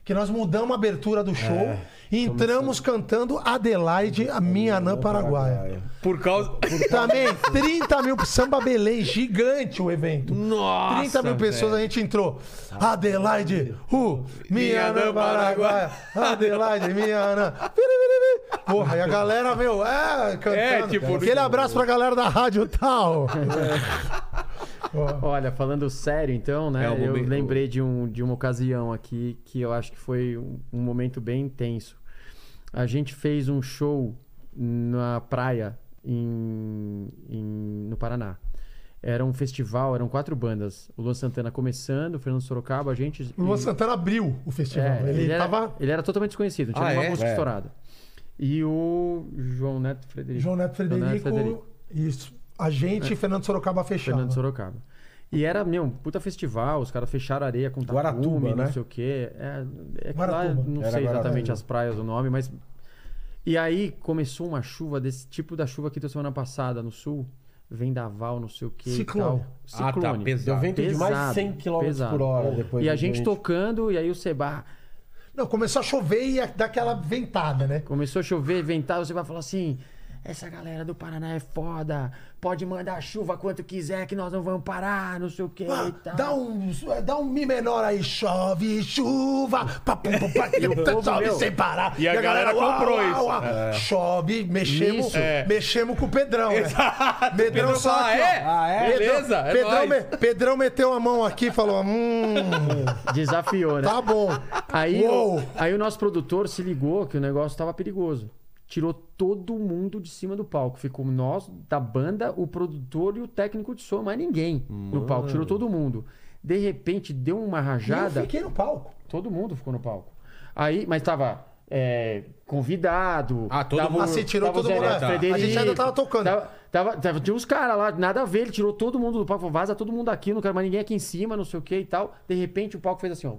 C: que nós mudamos a abertura do show
A: É,
C: e entramos cantando Adelaide, a minha anã paraguaia.
A: Por causa...
C: Também, 30 mil samba Belém, gigante o evento.
A: Nossa,
C: 30 mil pessoas a gente entrou. Adelaide, uh, minha anã Paraguaia. Adelaide, minha anã. Piripiripi. Porra, e a galera, meu, é, cantando.
A: É, tipo,
C: Aquele abraço pra galera da rádio tal.
D: Olha, falando sério, então, né?
A: É, o
D: eu
A: momento-
D: lembrei de, um, de uma ocasião aqui que eu acho que foi um, um momento bem intenso. A gente fez um show na praia em, em- no Paraná. Era um festival, eram quatro bandas. O Luan Santana começando, o Fernando Sorocaba, a gente.
C: O Luan
D: e-
C: Santana abriu o festival.
D: é,
C: ele,
D: ele, era,
C: tava.
D: ele era totalmente desconhecido, não tinha
A: Ah,
D: nenhuma
A: é?
D: música
E: É.
D: estourada. E o João Neto Frederico. É.
C: João Neto Frederico. Isso. A gente e Fernando Sorocaba fecharam.
D: Fernando Sorocaba. E era, meu, um puta festival, os caras fecharam a areia com tapume,
E: Guaratuba,
D: não
E: né?
D: sei o quê. É, é que lá,
C: Guaratuba.
D: não
E: Era
D: sei exatamente
E: Guaratuba.
D: as praias, o nome, mas... E aí começou uma chuva desse tipo da chuva que deu semana passada no sul. Vendaval, não sei o quê e
C: Ciclone.
D: tal.
A: Ah, tá,
D: Ciclone.
A: pesado.
E: Deu vento de mais
D: Pesado,
E: 100 km por
D: pesado.
E: hora depois.
D: E
E: do
D: a gente
E: vento.
D: tocando, e aí o Seba
C: Não, começou a chover e ia dar aquela ventada, né?
D: começou a chover, ventar, você vai falar assim: essa galera do Paraná é foda, pode mandar chuva quanto quiser, que nós não vamos parar, não sei o que
C: Ah,
D: e tal.
C: Dá um, dá um mi menor aí, chove, chuva, pa, pum, pum, pa, chove sem parar.
G: E a galera comprou isso.
C: Chove, mexemos,
G: Isso. É.
C: mexemos com o Pedrão. Né? Pedrão
G: Pedrão
C: só
G: fala,
C: aqui, ó.
G: "É?
C: Ah, é? Pedrão-
G: Beleza, é
C: Pedrão,
G: nóis."
C: me- Pedrão meteu a mão aqui e falou: hum,
D: Desafiou, né?
C: tá bom.
D: Aí,
C: Uou.
D: o, aí o nosso produtor se ligou que o negócio tava perigoso. Tirou todo mundo de cima do palco. Ficou nós, da banda, o produtor e o técnico de som, mais ninguém no palco. Tirou todo mundo. De repente deu uma
C: Eu
D: rajada.
C: fiquei no palco.
D: Todo mundo ficou no palco. Aí, mas tava é, convidado.
A: Ah, todo mundo-
D: o-
A: Ah,
C: se tirou
D: tava o
C: todo
D: Zé
C: mundo,
D: Neto
C: é. A gente
D: Frederico,
C: ainda tava tocando.
D: Tava, tava- tava- tinha uns caras lá, nada a ver, ele tirou todo mundo do palco, falou, vaza todo mundo aqui, não quero mais ninguém aqui em cima, não sei o que e tal. De repente o palco fez assim, ó.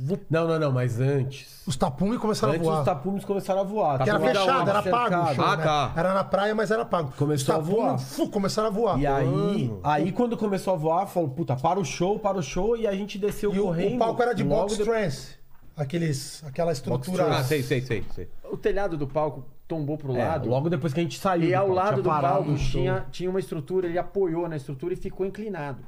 D: vup,
E: Não, não, não, mas antes.
C: Os tapumes começaram
E: Antes
C: a voar.
E: os tapumes começaram a
C: Que
E: voar.
C: Tá era
E: Tapume
C: fechado, era
E: cercado.
C: pago o show,
A: Ah,
C: né?
A: tá.
C: Era na praia, mas era pago.
E: Começou a
C: Os tapumes,
E: voar.
C: fu, começaram a voar.
E: E aí, aí, quando começou a voar, falou, puta, para o show, para o show, e a gente desceu
C: E o,
E: correndo.
C: o palco era de
E: logo
C: box
E: depois-
C: trance. Aqueles, aquela estrutura.
A: Ah, sei, sei, sei, sei.
D: o telhado do palco tombou pro
E: É,
D: lado.
E: logo depois que a gente saiu.
D: E ao
E: palco,
D: lado
E: tinha
D: do
E: parado
D: palco
E: o show.
D: tinha, tinha uma estrutura, ele apoiou na estrutura e ficou inclinado.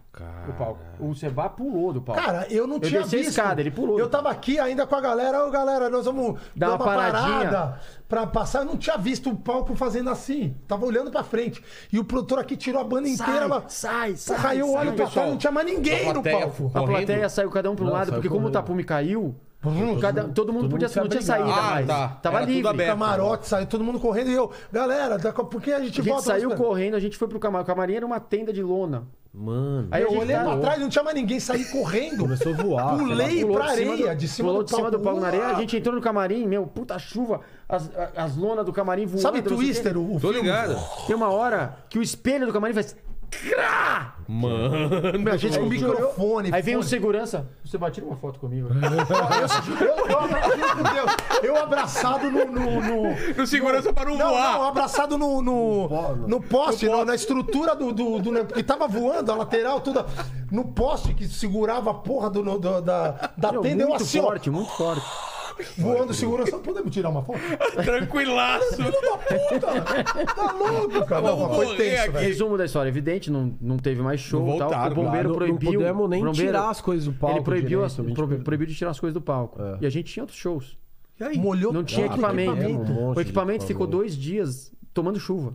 D: O palco. O Seba pulou do palco.
C: Cara, eu não
D: Eu
C: tinha
D: desci a
C: visto.
D: escada, ele pulou.
C: Eu tava aqui ainda com a galera, ô galera, nós vamos
D: Dá uma paradinha.
C: pra passar. Eu não tinha visto o palco fazendo assim. Tava olhando pra frente. E o produtor aqui tirou a banda inteira. lá.
D: sai, sai.
C: Porra, eu olho pra
A: pessoal
C: trás, não tinha mais ninguém
A: da
C: no
A: plateia
C: palco.
D: A
A: Correndo?
D: plateia saiu cada um para um
E: Não,
D: lado,
E: saiu
D: porque como o
E: correndo.
D: tapume caiu, cada- todo, mundo
E: todo
D: podia
E: mundo
D: sair, não tinha
E: se abrigava.
D: saída
A: Ah,
D: mais.
A: tá.
D: Tava
A: Era tudo
D: livre.
A: aberto.
C: Camarote, saiu todo mundo correndo e eu, galera, da- por que a gente
D: A gente
C: volta?
D: saiu
C: Nós-
D: correndo, a gente foi pro camarim. O camarim era uma tenda de lona.
A: Mano.
D: Aí a
C: Eu
D: gente
C: olhei
D: tá-
C: pra trás, não tinha mais ninguém, saí correndo.
E: Começou a voar.
C: Pulei
D: pulou
C: pra areia,
D: cima do-
C: de cima
D: pulou
C: do
D: de cima do palco na areia, a
C: Uau!
D: gente entrou no camarim, meu, puta chuva, as, a- as lonas do camarim voando.
C: Sabe
D: não sei o quê.
C: Twister, o, o
A: Tô
C: filme?
A: ligado.
D: Tem uma hora que o espelho do camarim faz... crá!
A: Mano.
C: A gente com
D: Aí olhou-
C: microfone.
D: Aí vem um
C: fone.
D: segurança, você bateu uma foto comigo.
C: Eu, eu, abra- juro por Deus, eu abraçado no. no, no-
A: No segurança para não
C: Não, não,
A: voar.
C: abraçado no, no, no poste, no- na estrutura do. do, do que tava voando, a lateral, toda. No poste que segurava a porra do, no- do- da, da
D: Meu,
C: tenda, eu
D: muito
C: assim,
D: forte, muito forte.
C: ó, voando segurança. Podemos tirar uma foto? Filho
A: Tranquilaço.
C: da puta! Tá louco, cara.
A: Vamos
C: Não,
A: morrer
C: foi tenso,
A: aqui.
C: velho.
D: Resumo da história, evidente, não, não teve mais show
A: Não
D: e tal.
A: voltaram,
D: O bombeiro
E: claro. Não-
D: proibiu.
E: não pudemos nem
D: o bombeiro-
E: tirar as coisas do palco
D: Ele proibiu,
E: direito,
D: as-
E: a gente
D: pro-
E: perdeu.
D: proibiu de tirar as coisas do palco.
E: É.
D: E a gente tinha outros shows.
C: Molhou
D: Não tinha
C: todo o
D: equipamento.
E: equipamento. Um monte
D: o
E: de
D: equipamento ficou
E: equipamento.
D: dois dias tomando chuva.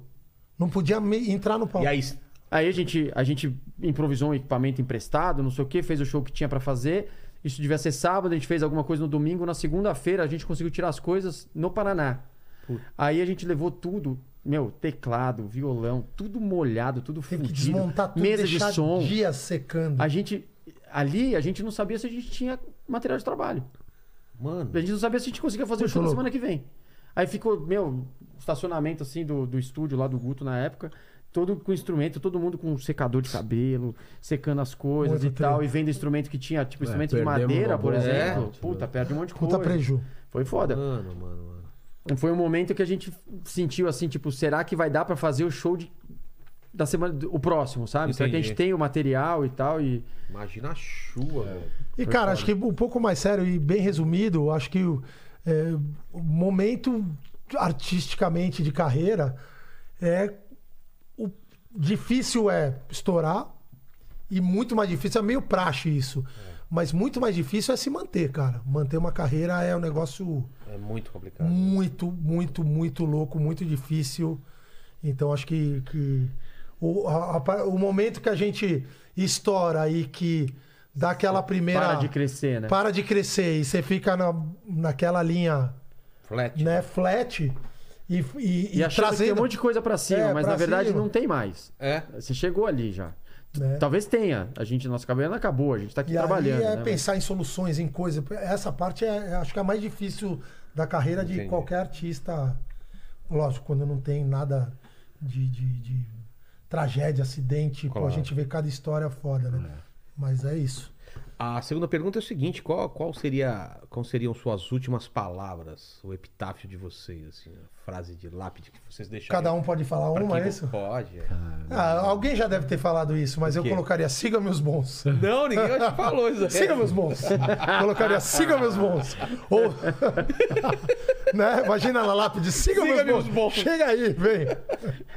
C: Não podia me- entrar no palco.
A: E aí,
D: Aí a gente, a gente improvisou um equipamento emprestado, não sei o que, fez o show que tinha pra fazer. Isso devia ser sábado, a gente fez alguma coisa no domingo. Na segunda-feira a gente conseguiu tirar as coisas no Paraná. Aí a gente levou tudo, meu, teclado, violão, tudo molhado, tudo
C: Teve que
D: fudido,
C: desmontar tudo,
D: mesa de
C: deixar
D: som.
C: dias secando.
D: A gente. Ali a gente não sabia se a gente tinha material de trabalho.
A: Mano.
D: A gente não sabia se a gente conseguia fazer o show na semana que vem. Aí ficou, meu, estacionamento assim do, do estúdio lá do Guto na época, todo com instrumento, todo mundo com um secador de cabelo, secando as coisas
C: Muito
D: e tal,
C: triste.
D: e vendo instrumento que tinha, tipo, instrumento de
E: perdemos
D: madeira,
E: uma
D: por
E: boa
D: exemplo.
E: parte,
D: Puta, perde um monte de
C: Puta
D: coisa.
C: preju.
D: Foi foda.
A: Mano, mano, mano.
D: Foi um momento que a gente sentiu assim, tipo, será que vai dar pra fazer o show de- da semana, o próximo, sabe? Será que a gente
A: Entendi.
D: tem o material e tal e
A: Imagina a chuva,
C: É.
A: velho.
C: E, cara, acho que um pouco mais sério e bem resumido, acho que o, é, o momento artisticamente de carreira é. O difícil é estourar e muito mais difícil, é meio praxe isso. Mas muito mais difícil é se manter, cara. Manter uma carreira é um negócio
A: É muito complicado.
C: muito, muito, muito louco, muito difícil. Então acho que, que o, a- a pa- o momento que a gente estoura e que dá aquela primeira.
D: para de crescer, né?
C: Para de crescer e você fica na, naquela linha
A: Flat.
C: né, flat e, e,
D: E,
C: e
D: achando que tem um monte de coisa pra cima,
C: É,
D: mas
C: pra
D: na verdade
C: cima.
D: não tem mais.
A: É.
D: Você chegou ali já.
C: Né?
D: Talvez tenha. A gente, nossa cabana acabou, a gente tá aqui
C: E
D: trabalhando.
C: aí é
D: né?
C: pensar em soluções, em coisas. Essa parte é, é- acho que é a mais difícil da carreira de
A: Entendi.
C: qualquer artista. Lógico, quando não tem nada de, de- de tragédia, acidente. Pô, a
A: Claro.
C: gente vê cada história foda, né? Mas é isso.
A: A segunda pergunta é o seguinte: qual, qual seria, qual seriam suas últimas palavras, o epitáfio de vocês, assim, a frase de lápide que vocês deixaram?
C: Cada um pode falar
A: pra
C: uma,
A: quem
C: é isso?
A: Pode. é.
C: Ah, alguém já deve ter falado isso, mas eu
A: quê?
C: colocaria siga meus bons.
A: Não, ninguém acho que falou isso. é. aí.
C: Siga meus bons. Colocaria siga meus bons. Ou. né? Imagina na lápide, siga, meus, bons. Chega aí, vem.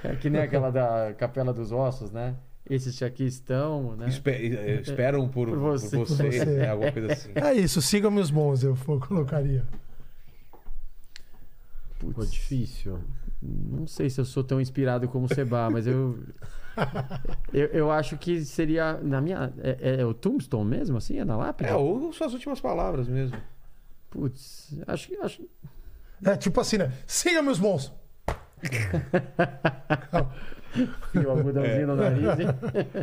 D: É que nem aquela da Capela dos Ossos, né? Esses aqui estão, né?
A: Espe- eh, esperam por,
D: Por
A: por
D: você.
A: você,
C: você.
A: é alguma coisa assim.
C: É isso, siga meus bons, eu for- colocaria.
E: Pô, difícil.
D: Não sei se eu sou tão inspirado como o Seba, mas eu, eu. eu acho que seria. Na minha. É, é o tombstone mesmo, assim? É na lápide?
A: É, ou suas últimas palavras mesmo.
D: Putz, acho que. Acho...
C: É tipo assim, né? Siga meus bons.
D: E o algodãozinho no nariz, hein?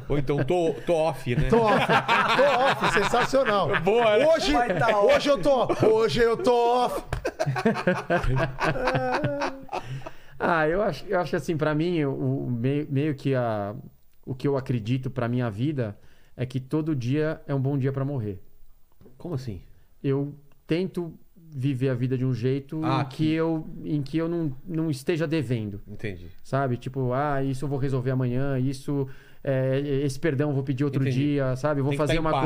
A: Ou então, tô, tô off, né?
C: Tô off, tô off, sensacional.
A: Boa, né?
C: Hoje, hoje eu tô off. Hoje eu tô off.
D: Ah, eu acho, eu acho assim, pra mim, o, o meio, meio que a, o que eu acredito pra minha vida é que todo dia é um bom dia pra morrer.
A: Como assim?
D: Eu tento viver a vida de um jeito
A: Ah,
D: em que eu, em que eu não, não esteja devendo,
A: Entendi.
D: sabe? Tipo, ah, isso eu vou resolver amanhã, isso, é, esse perdão eu vou pedir outro
A: Entendi.
D: dia, sabe? Eu vou
A: Tem que
D: fazer
A: tá em
D: uma
A: paz.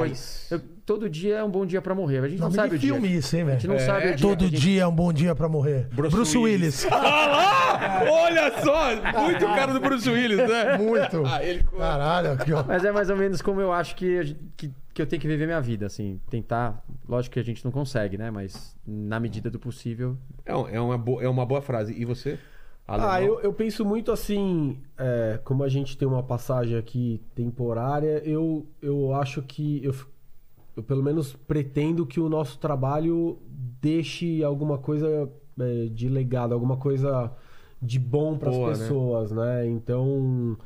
D: coisa. Eu- todo dia é um bom dia pra morrer. A gente não
C: Nome
D: sabe
C: de
D: o dia.
C: filme isso, hein,
D: A gente não
C: velho?
D: sabe o dia.
C: Todo
D: a gente-
C: dia é um bom dia pra morrer. Bruce,
A: Bruce
C: Willis.
A: Tá Olha só! Muito cara do Bruce Willis, né?
C: Muito.
A: ele...
C: Caralho, aqui, ó.
D: Mas é mais ou menos como eu acho que, a gente- que, que eu tenho que viver minha vida, assim. Tentar. Lógico que a gente não consegue, né? Mas na medida do possível.
A: é, um- é uma boa, é uma boa frase. E você?
E: Ah,
A: Alemão?
E: eu, eu penso muito assim, é, como a gente tem uma passagem aqui temporária, eu, eu acho que eu, f- eu pelo menos pretendo que o nosso trabalho deixe alguma coisa é, de legado, alguma coisa de bom para as
A: Boa, né?
E: pessoas, né? Então,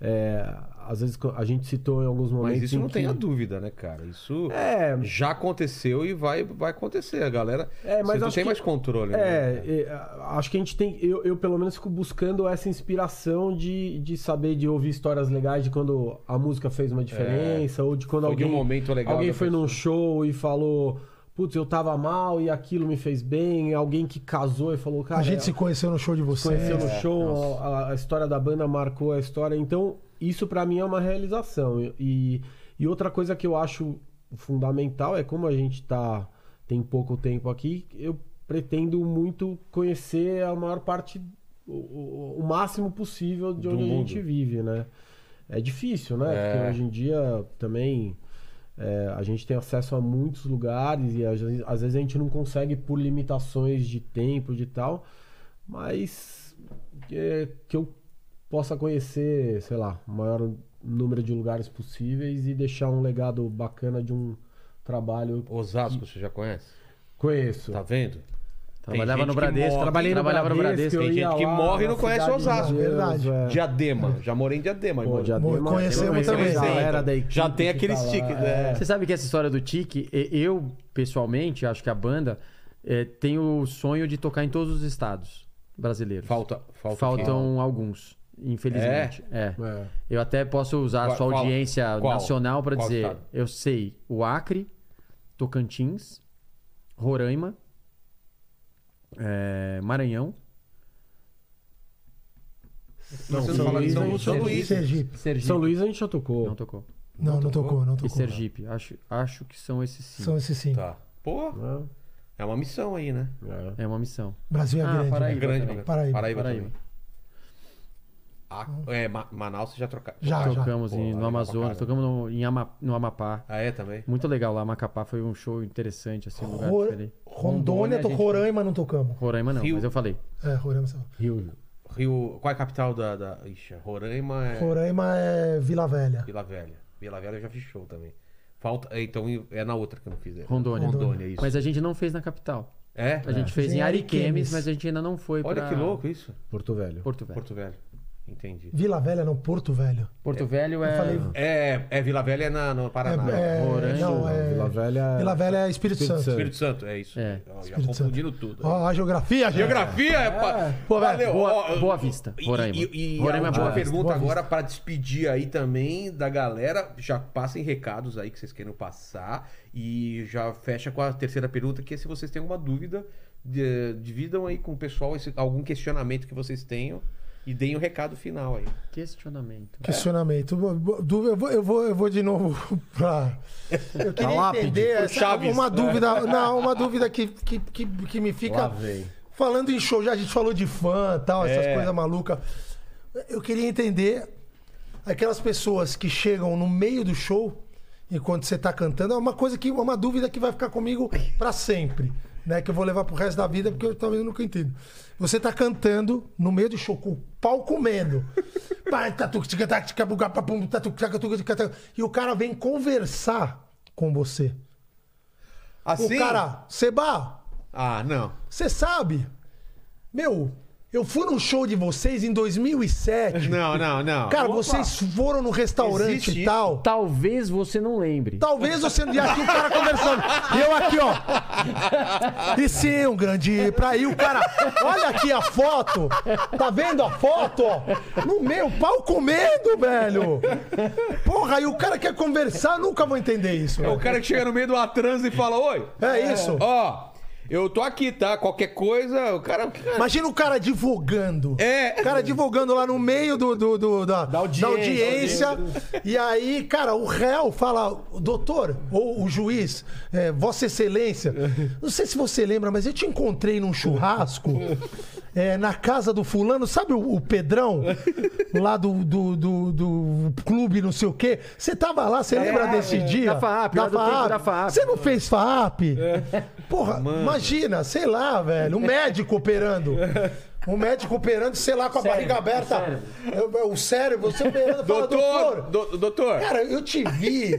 E: é, às vezes co- a gente citou em alguns momentos.
A: Mas isso
E: em
A: não tem
E: que-
A: a dúvida, né, cara? Isso
E: É.
A: já aconteceu e vai, vai acontecer. A galera.
E: É, mas
A: você não
E: acho
A: tem
E: que-
A: mais controle,
E: É,
A: né?
E: e, a- acho que a gente tem. Eu, eu, pelo menos fico buscando essa inspiração de, de saber, de ouvir histórias legais de quando a música fez uma diferença, ou de quando
A: Ou de
E: alguém.
A: um momento legal
E: Alguém
A: da
E: foi
A: pessoa.
E: num show e falou. Putz, eu tava mal e aquilo me fez bem. Alguém que casou e falou, cara.
C: A gente se conheceu no show de vocês.
A: É,
E: conheceu no show, a, a história da banda marcou a história. Então, isso pra mim é uma realização. E, e outra coisa que eu acho fundamental é como a gente tá tem pouco tempo aqui, eu pretendo muito conhecer a maior parte, o- o, o máximo possível de
A: Do
E: onde a
A: mundo.
E: gente vive, né? É difícil, né?
A: É.
E: Porque hoje em dia também é, a gente tem acesso a muitos lugares e às vezes, às vezes a gente não consegue por limitações de tempo e de tal, mas é, que eu possa conhecer, sei lá, o maior número de lugares possíveis e deixar um legado bacana de um trabalho.
A: Osasco, você já conhece?
E: Conheço.
A: Tá vendo?
D: Trabalhava
A: gente
D: no
A: que
D: Bradesco.
A: morre.
D: Trabalhei no
E: Trabalhava
D: Bradesco.
E: eu
A: tem
E: ia
A: gente que
E: lá
A: morre e
E: na
A: não conhece
E: cidade de
A: Osasco.
E: Deus,
C: Verdade.
E: é.
A: Diadema. Já morei em Diadema,
E: Pô,
A: irmão.
E: Diadema,
C: conhecemos
E: Diadema,
C: também.
E: a galera da equipe
A: Já tem
E: que
A: aquele
E: tá lá,
A: stick,
E: é.
A: né?
D: Você sabe que essa história do Tique, e- eu, pessoalmente, acho que a banda eh, tem o sonho de tocar em todos os estados brasileiros.
A: Falta, falta
E: um.
D: Faltam alguns, infelizmente. É.
E: É.
D: Eu até posso usar a
A: Qual-
D: sua
A: qual-
D: audiência
A: qual?
D: nacional para
A: Qual
D: dizer:
A: estado?
D: eu sei o Acre, Tocantins, Roraima, eh, Maranhão,
A: Não,
E: São
A: fala de
E: Luís,
A: São,
E: né?
A: São Luís. né?
C: Sergipe.
D: Sergipe.
E: São Luís a gente já tocou.
D: Não tocou.
C: Não, não tocou, não
D: E
C: tocou.
D: Sergipe. Acho, acho que são esses cinco.
C: São esses cinco.
A: Tá. Pô,
E: né?
A: é uma missão aí, né?
E: É.
D: É uma missão.
C: Brasil é
D: Ah,
C: grande.
D: Paraíba
C: né?
A: Grande,
D: também.
A: né?
C: Paraíba.
A: Paraíba,
D: Paraíba.
A: também. Ah, é, Ma- Manaus você já trocaram?
C: Já, já.
D: tocamos
A: Pô, legal
D: em- no
A: pra
D: Amazonas,
A: caralho.
D: tocamos no, em Ama- no Amapá.
A: Ah, é também?
D: Muito legal lá. Macapá foi um show interessante, assim, um lugar
C: Ro-
D: diferente.
C: Rondônia,
D: a
C: tocou
D: gente-
C: Roraima, não tocamos.
D: Roraima não,
A: Rio.
D: mas eu falei.
C: É, Roraima. só.
E: Rio.
A: Rio. Qual é a capital da. da... Ixi, Roraima é.
C: Roraima é Vila Velha.
A: Vila Velha. Vila Velha eu já fiz show também. Falta. é, Então é na outra que eu não fiz. é.
D: Rondônia.
A: Rondônia, isso.
D: Mas a gente não fez na capital.
A: É?
D: A gente fez
C: Fez em
D: em Ariquemes,
C: Ariquemes.
D: mas a gente ainda não foi
A: Olha
D: pra
A: que louco isso.
E: Porto Velho.
D: Porto Velho.
A: Porto Velho. Entendi.
C: Vila Velha não, Porto Velho.
D: Porto Velho é.
C: Eu falei-
A: É, é Vila Velha é na, no Paraná.
C: É,
D: Morango,
C: não, é...
E: Vila Velha.
C: Vila Velha é Espírito,
E: Espírito
C: Santo.
A: Espírito Santo, é isso.
D: É.
A: Ó, Já
C: Espírito Santo.
A: confundindo tudo.
C: Ó, a geografia, gente.
A: Geografia é. pa-
C: Pô, velho,
D: Boa-
A: ó,
D: Boa Vista,
A: E,
D: Roraima.
A: e- e
D: Roraima é
A: a última
D: Boa Vista.
A: pergunta
C: Boa Vista.
A: agora pra despedir aí também da galera. Já passem recados aí que vocês queiram passar. E já fecha com a terceira pergunta, que é se vocês têm alguma dúvida, de- dividam aí com o pessoal esse- algum questionamento que vocês tenham e deem o recado final aí.
C: É.
D: Questionamento.
C: Questionamento. Bo- bo- dúvida- Eu vou, eu vou, eu vou de novo pra. É. Eu
E: Tá
C: queria entender essa-
A: Chaves.
C: uma dúvida. Não, uma dúvida que, que, que, que me
E: Lá
C: fica.
E: vem.
C: Falando em show, já a gente falou de fã tal, essas coisas malucas. Eu queria entender aquelas pessoas que chegam no meio do show, enquanto você tá cantando, é uma coisa que. uma dúvida que vai ficar comigo pra sempre. Né, que eu vou levar pro resto da vida, porque eu talvez eu nunca entendo. Você tá cantando no meio do show, com o pau comendo. Pá, tatuc, tica, tac, tica, buga, papum, tatuc, taca, tuca, tica, tac. E o cara vem conversar com você.
A: Assim?
C: O cara, Seba,
A: Ah, não.
C: você sabe? Meu, eu fui num show de vocês em 2007.
A: Não, não, não.
C: Cara, vocês foram no restaurante
A: Existe
C: e tal.
D: Talvez você não lembre.
C: Talvez você não aqui o cara conversando. E eu aqui, ó. E sim, um grande. Pra ir o cara. Olha aqui a foto. Tá vendo a foto, ó? No meu pau comendo, velho. Porra, e o cara quer conversar, nunca vou entender isso.
A: É o cara que chega no meio de uma transa e fala: Oi,
C: É isso.
A: ó, eu tô aqui, tá? Qualquer coisa, o cara.
C: Imagina o cara divulgando.
A: É.
C: O cara divulgando lá no meio do, do- do- da, da
E: audiência.
C: audiência. E aí, cara, o réu fala, doutor, ou o juiz, é, Vossa Excelência, não sei se você lembra, mas eu te encontrei num churrasco é, na casa do fulano, sabe o, o Pedrão? Lá do, do, do- do clube, não sei o quê. Você tava lá, você lembra desse dia?
D: É, Da FAAP, lá do tempo da FAAP.
C: Você não fez FAAP?
A: É.
C: Porra, imagina, sei lá, velho, um médico operando. Um médico operando, sei lá, com a barriga aberta. É, é, O cérebro, você operando, fala,
A: Doutor,
C: doutor.
A: do- doutor.
C: Cara, eu te vi.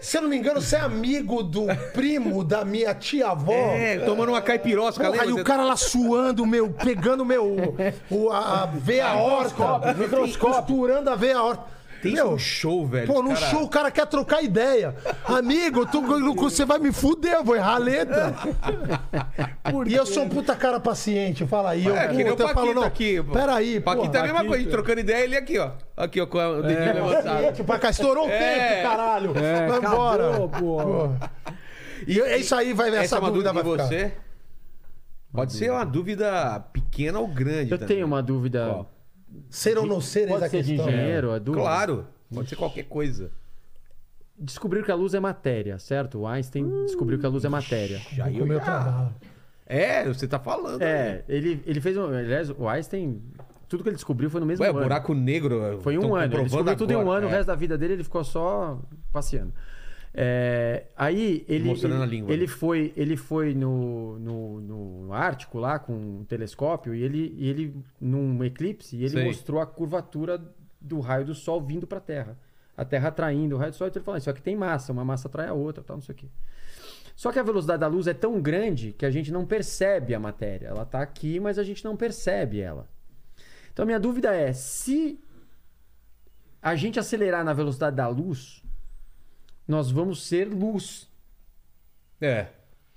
C: Se eu não me engano, você é amigo do primo da minha tia-avó.
A: É, tomando uma caipirosca,
C: Porra,
A: lembra?
C: e o cara lá suando, meu, pegando meu, o, a, a veia aorta, costurando a veia aorta.
A: Tem
C: meu,
A: um show, velho.
C: Pô, num
A: cara.
C: show o cara quer trocar ideia. Amigo, tu- você vai me fuder, eu vou errar a letra. e eu sou um puta cara paciente, fala aí. Eu,
A: É, que nem o
C: puta, eu
A: Paquita
C: falo, não,
A: aqui. pô.
C: tá peraí, pô.
A: Paquita é a mesma coisa, a gente trocando ideia, ele aqui, ó. Aqui, ó, com a- o
C: É,
A: dedinho levantado.
C: Paciente, pra cá, estourou o
A: É.
C: tempo, caralho. vai
E: acabou,
C: embora.
E: pô.
C: Pô. E é isso aí, vai, essa,
A: Essa, é uma dúvida de
C: vai ficar.
A: você? Pode ser uma dúvida pequena ou grande
D: Eu
A: também.
D: tenho uma dúvida.
A: Ó,
C: Ser ou não ser, eis
D: Pode
C: a
D: ser de
C: questão.
D: engenheiro, a dúvida.
A: É. Claro, pode ser qualquer coisa.
D: Descobriu que a luz é matéria, certo? O Einstein
A: Hum.
D: descobriu que a luz é matéria.
A: Já
C: Vou
A: eu
C: comer
A: já-
C: outra bala.
A: É, você tá falando. né?
D: É, ele, ele fez um. Aliás, o Einstein, tudo que ele descobriu foi no mesmo
A: Ué,
D: ano.
A: buraco negro.
D: Foi um
A: tão
D: ano. Ele
A: comprovando
D: descobriu tudo em um
A: agora,
D: ano,
A: é.
D: o resto da vida dele ele ficou só passeando. É, aí ele,
A: Mostrando
D: ele,
A: a língua. né?
D: ele foi, ele foi no, no, no Ártico lá com um telescópio e ele, e ele num eclipse, e ele
A: Sei.
D: mostrou a curvatura do raio do Sol vindo para a Terra. A Terra atraindo o raio do Sol, então ele falou, isso aqui tem massa, uma massa atrai a outra, tal, não sei o quê. Só que a velocidade da luz é tão grande que a gente não percebe a matéria. Ela está aqui, mas a gente não percebe ela. Então, a minha dúvida é: se a gente acelerar na velocidade da luz, nós vamos ser luz
A: É.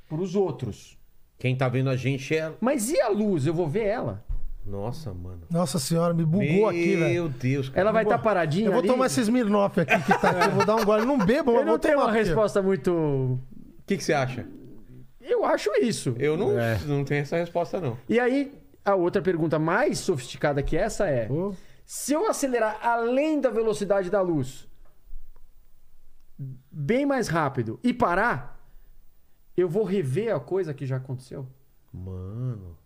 D: para os outros.
A: Quem tá vendo a gente é.
D: Mas e a luz? Eu vou ver ela.
A: Nossa, mano.
C: Nossa senhora, me bugou aqui, velho.
A: Meu Deus, cara.
D: Ela vai tá- estar
C: vou-
D: paradinha.
C: Eu vou
D: ali?
C: tomar esse Smirnoff aqui que tá aqui, eu vou dar um gole. Não bebo, mas
D: Eu não
C: vou
D: tenho
C: tomar.
D: uma
C: porque-
D: resposta muito.
A: O que, que você acha?
D: Eu acho isso.
A: Eu não, não tenho essa resposta, não.
D: E aí, a outra pergunta mais sofisticada que essa é:
E: Pô.
D: se eu acelerar além da velocidade da luz, bem mais rápido, e parar, eu vou rever a coisa que já aconteceu?
A: Mano.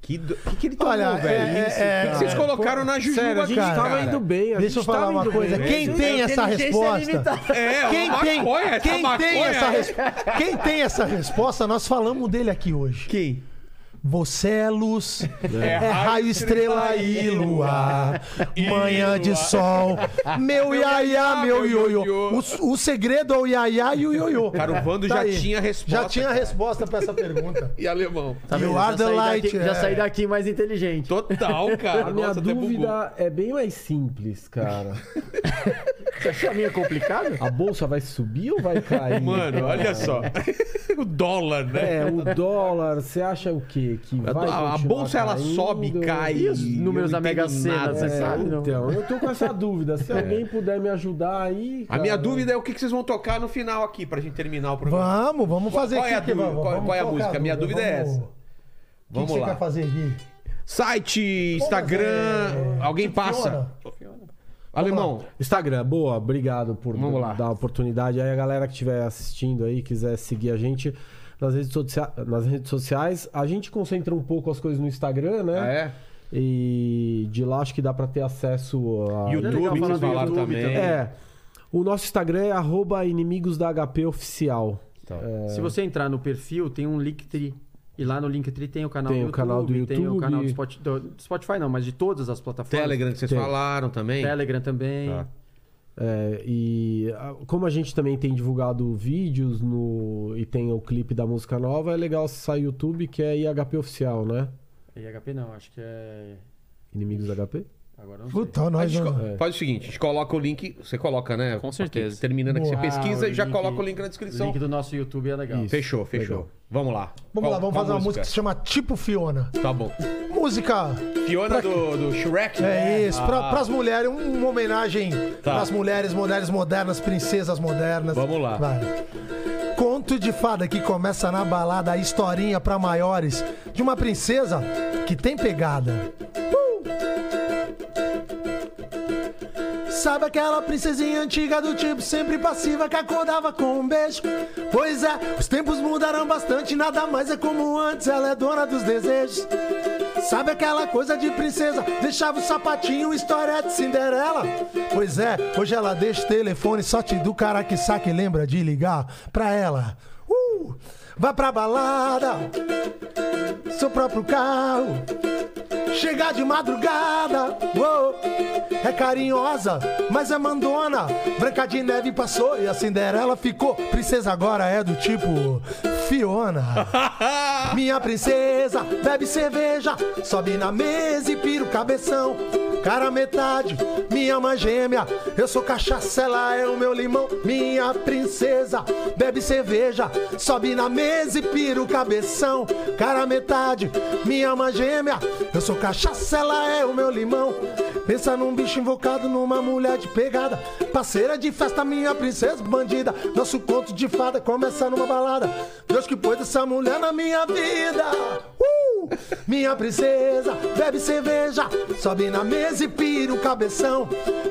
A: Que, do... que, que ele tomou,
C: Olha, é,
A: velho?
C: é, é,
A: que vocês colocaram na jujuba
E: Sério, a gente
A: cara?
E: tava indo bem. a
C: Deixa eu
E: gente tava
C: falar uma
E: indo
C: coisa.
E: bem.
C: Quem tem essa resposta?
A: É,
C: Quem
A: uma
C: tem,
A: maconha, essa
C: quem,
A: maconha
C: tem essa
A: é-
C: res- quem tem essa resposta, nós falamos dele aqui hoje.
A: Quem?
C: Você é luz, é, raio, estrela e lua, manhã de sol, meu iaiá, meu ioiô. O, o segredo é o iaiá e o ioiô. Tá
A: Cara, o Vando já
C: aí.
A: tinha resposta,
C: Já tinha
A: cara.
C: resposta pra essa pergunta.
A: E alemão.
D: Tá
C: You
D: vendo?
C: are
D: Já
C: the
D: saí
C: light,
D: daqui-
C: é.
D: Já saí daqui mais inteligente.
A: Total, cara.
E: A minha
A: Nossa, até bugou.
E: dúvida é bem mais simples, cara.
D: Você achou a minha complicada?
E: A bolsa vai subir ou vai cair?
A: Mano, olha
E: cara?
A: só. o dólar, né?
E: É, o dólar, você acha o quê? Que
A: A-
E: vai
A: a,
E: continuar
A: bolsa ela
E: caindo?
A: sobe, cai.
D: E os números
A: eu não
D: da Mega
A: entendo
D: Sena,
A: nada.
D: você
E: É,
D: sabe? não?
E: então, eu tô com essa dúvida. Se alguém puder me ajudar aí.
A: É. A minha
E: cara,
A: dúvida é o que que vocês vão tocar no final aqui, pra gente terminar o programa.
C: Vamos, vamos fazer
A: Qual é
C: aqui,
A: a
C: que
A: dúvida?
C: vamos-
A: Qual-
C: vamos
A: qual é a
C: colocar
A: música? A minha dúvida é essa.
C: O que que,
A: Vamos
C: você
A: lá.
C: quer fazer aqui?
A: Site, Instagram,
C: é-
A: alguém
C: Fiona.
A: passa. Alemão,
E: Instagram, boa, obrigado por
A: Vamos lá.
E: dar a oportunidade. Aí a galera que estiver assistindo aí, quiser seguir a gente nas redes, socia- nas redes sociais, a gente concentra um pouco as coisas no Instagram, né?
A: Ah, é?
E: E de lá acho que dá pra ter acesso a
A: YouTube,
D: É legal
A: que
D: falar
A: vocês
D: do
A: falaram
D: YouTube
A: também.
D: também.
E: É. O nosso Instagram é arroba inimigos da HP oficial.
D: Se você entrar no perfil, tem um Linktree. E lá no Linktree tem o canal
E: Tem
D: do
E: o
D: YouTube,
E: canal do
D: tem o
E: YouTube.
D: canal do Spot- do Spotify, não, mas de todas as plataformas.
A: Telegram que vocês
E: Tem.
A: falaram também.
D: Telegram também.
A: Tá.
E: É, e ah, como a gente também tem divulgado vídeos no e tem o clipe da música nova, é legal acessar o YouTube que é IHP oficial, né?
D: E HP não, acho que é.
E: Inimigos da HP?
D: Agora não sei.
C: Puta,
A: A
C: nós
A: gente
C: vamos.
A: co- Faz o seguinte, a gente coloca o link, você coloca, né?
B: Com certeza.
A: Aqui, terminando aqui, você
C: Boa,
A: pesquisa e já
D: link-
A: coloca o link na
D: O
A: descrição.
D: link do nosso YouTube é legal.
E: Isso.
A: Fechou, fechou.
E: Legal.
A: Vamos lá.
C: Vamos
A: Qual-
C: lá, vamos
A: qual
C: fazer uma música que se chama Tipo Fiona.
A: Tá bom.
C: Música
A: Fiona do, do Shrek?
C: É
A: né?
C: isso,
A: Ah,
C: para as mulheres, um- uma homenagem
A: Tá.
C: às mulheres, mulheres modernas, princesas modernas.
A: Vamos lá.
C: Vai. Conto de fada que começa na balada, a historinha pra maiores de uma princesa que tem pegada. Uh! Sabe aquela princesinha antiga do tipo sempre passiva que acordava com um beijo? Pois é, os tempos mudaram bastante, nada mais é como antes, ela é dona dos desejos. Sabe aquela coisa de princesa? Deixava o sapatinho, história de Cinderela. Pois é, hoje ela deixa o telefone, sorte do cara que saca e lembra de ligar pra ela. Uh! Vai pra balada, seu próprio carro. Chegar de madrugada, uou, é carinhosa, mas é mandona. Branca de neve passou e a Cinderela ficou. Princesa agora é do tipo Fiona. Minha princesa, bebe cerveja, sobe na mesa e pira o cabeção. Cara metade, minha mãe gêmea, eu sou cachaça, ela é o meu limão. Minha princesa, bebe cerveja, sobe na mesa e pira o cabeção. Cara metade, minha mãe gêmea, eu sou cachaça, ela é o meu limão. Pensa num bicho invocado, numa mulher de pegada. Parceira de festa, minha princesa bandida. Nosso conto de fada começa numa balada. Deus que pôs essa mulher na minha vida. Uh! Minha princesa, bebe cerveja. Sobe na mesa e pira o cabeção.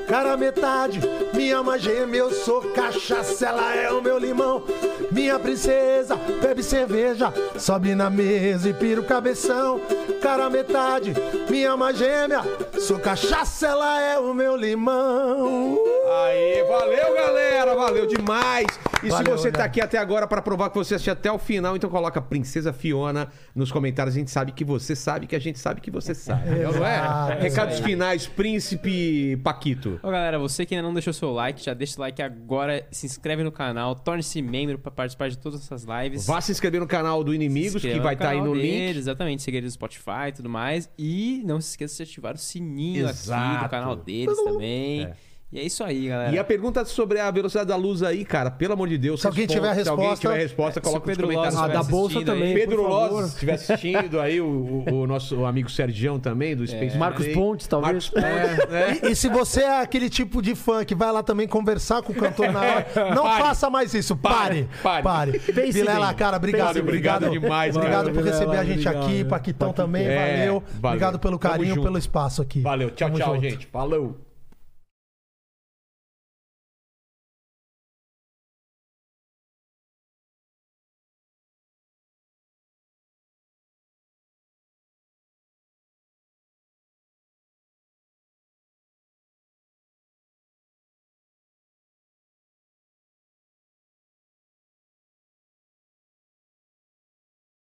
C: Cara, metade, minha mãe gêmea, eu sou cachaça, ela é o meu limão. Minha princesa, bebe cerveja. Sobe na mesa e pira o cabeção. Cara, metade, minha mãe gêmea, sou cachaça, ela é o meu limão. Uh!
A: Aê, valeu, galera. Valeu demais. E se
C: Valeu, né?
A: você tá
C: galera.
A: aqui até agora pra provar que você assistiu até o final, então coloca Princesa Fiona nos comentários. A gente sabe que você sabe que a gente sabe que você sabe. Não é?
C: Exato.
A: Recados finais, Príncipe Paquito.
B: Ó, galera, você que ainda não deixou seu like, já deixa o like agora, se inscreve no canal, torne-se membro pra participar de todas essas lives.
A: Vá se inscrever no canal do
B: Se
A: Inimigos, que
B: inscreva
A: vai estar aí
B: canal
A: no
B: dele,
A: link.
B: Exatamente, seguir ele no Spotify e tudo mais. E não se esqueça de ativar o sininho aqui
A: Exato.
B: do canal deles também. E é isso aí, galera.
A: E a pergunta sobre a velocidade da luz aí, cara, pelo amor de Deus.
C: Se alguém
A: responda.
C: tiver
A: se alguém
C: resposta-
A: tiver resposta,
B: É,
A: coloca
B: se o
A: nos
B: Pedro
A: comentários.
B: Loz
E: Ah,
A: pra
E: da
A: gente.
E: bolsa
B: assistindo aí.
E: também.
A: Pedro
E: por
A: Loz,
E: favor.
A: se estiver assistindo aí, o, o- o nosso amigo Sergião também, do Space
D: É. Marcos
A: Play.
D: Pontes,
A: É, Marcos
D: talvez.
A: Pontes, né?
C: E se você é aquele tipo de fã que vai lá também conversar com o cantor na hora, não
A: Pare.
C: faça mais isso. Pare.
A: Pare.
C: Pare.
D: Pense
C: Vilela,
D: bem.
C: cara, obrigado.
A: Pense bem. Obrigado demais, cara.
C: Obrigado por
E: Vilela,
C: receber a gente
E: obrigado,
C: aqui.
E: né?
C: Paquitão também,
A: É,
C: valeu.
A: valeu.
C: Obrigado pelo
A: Tamo
C: carinho,
A: junto.
C: pelo espaço aqui.
A: Valeu, tchau,
C: Tamo
A: tchau,
C: junto.
A: gente. Falou.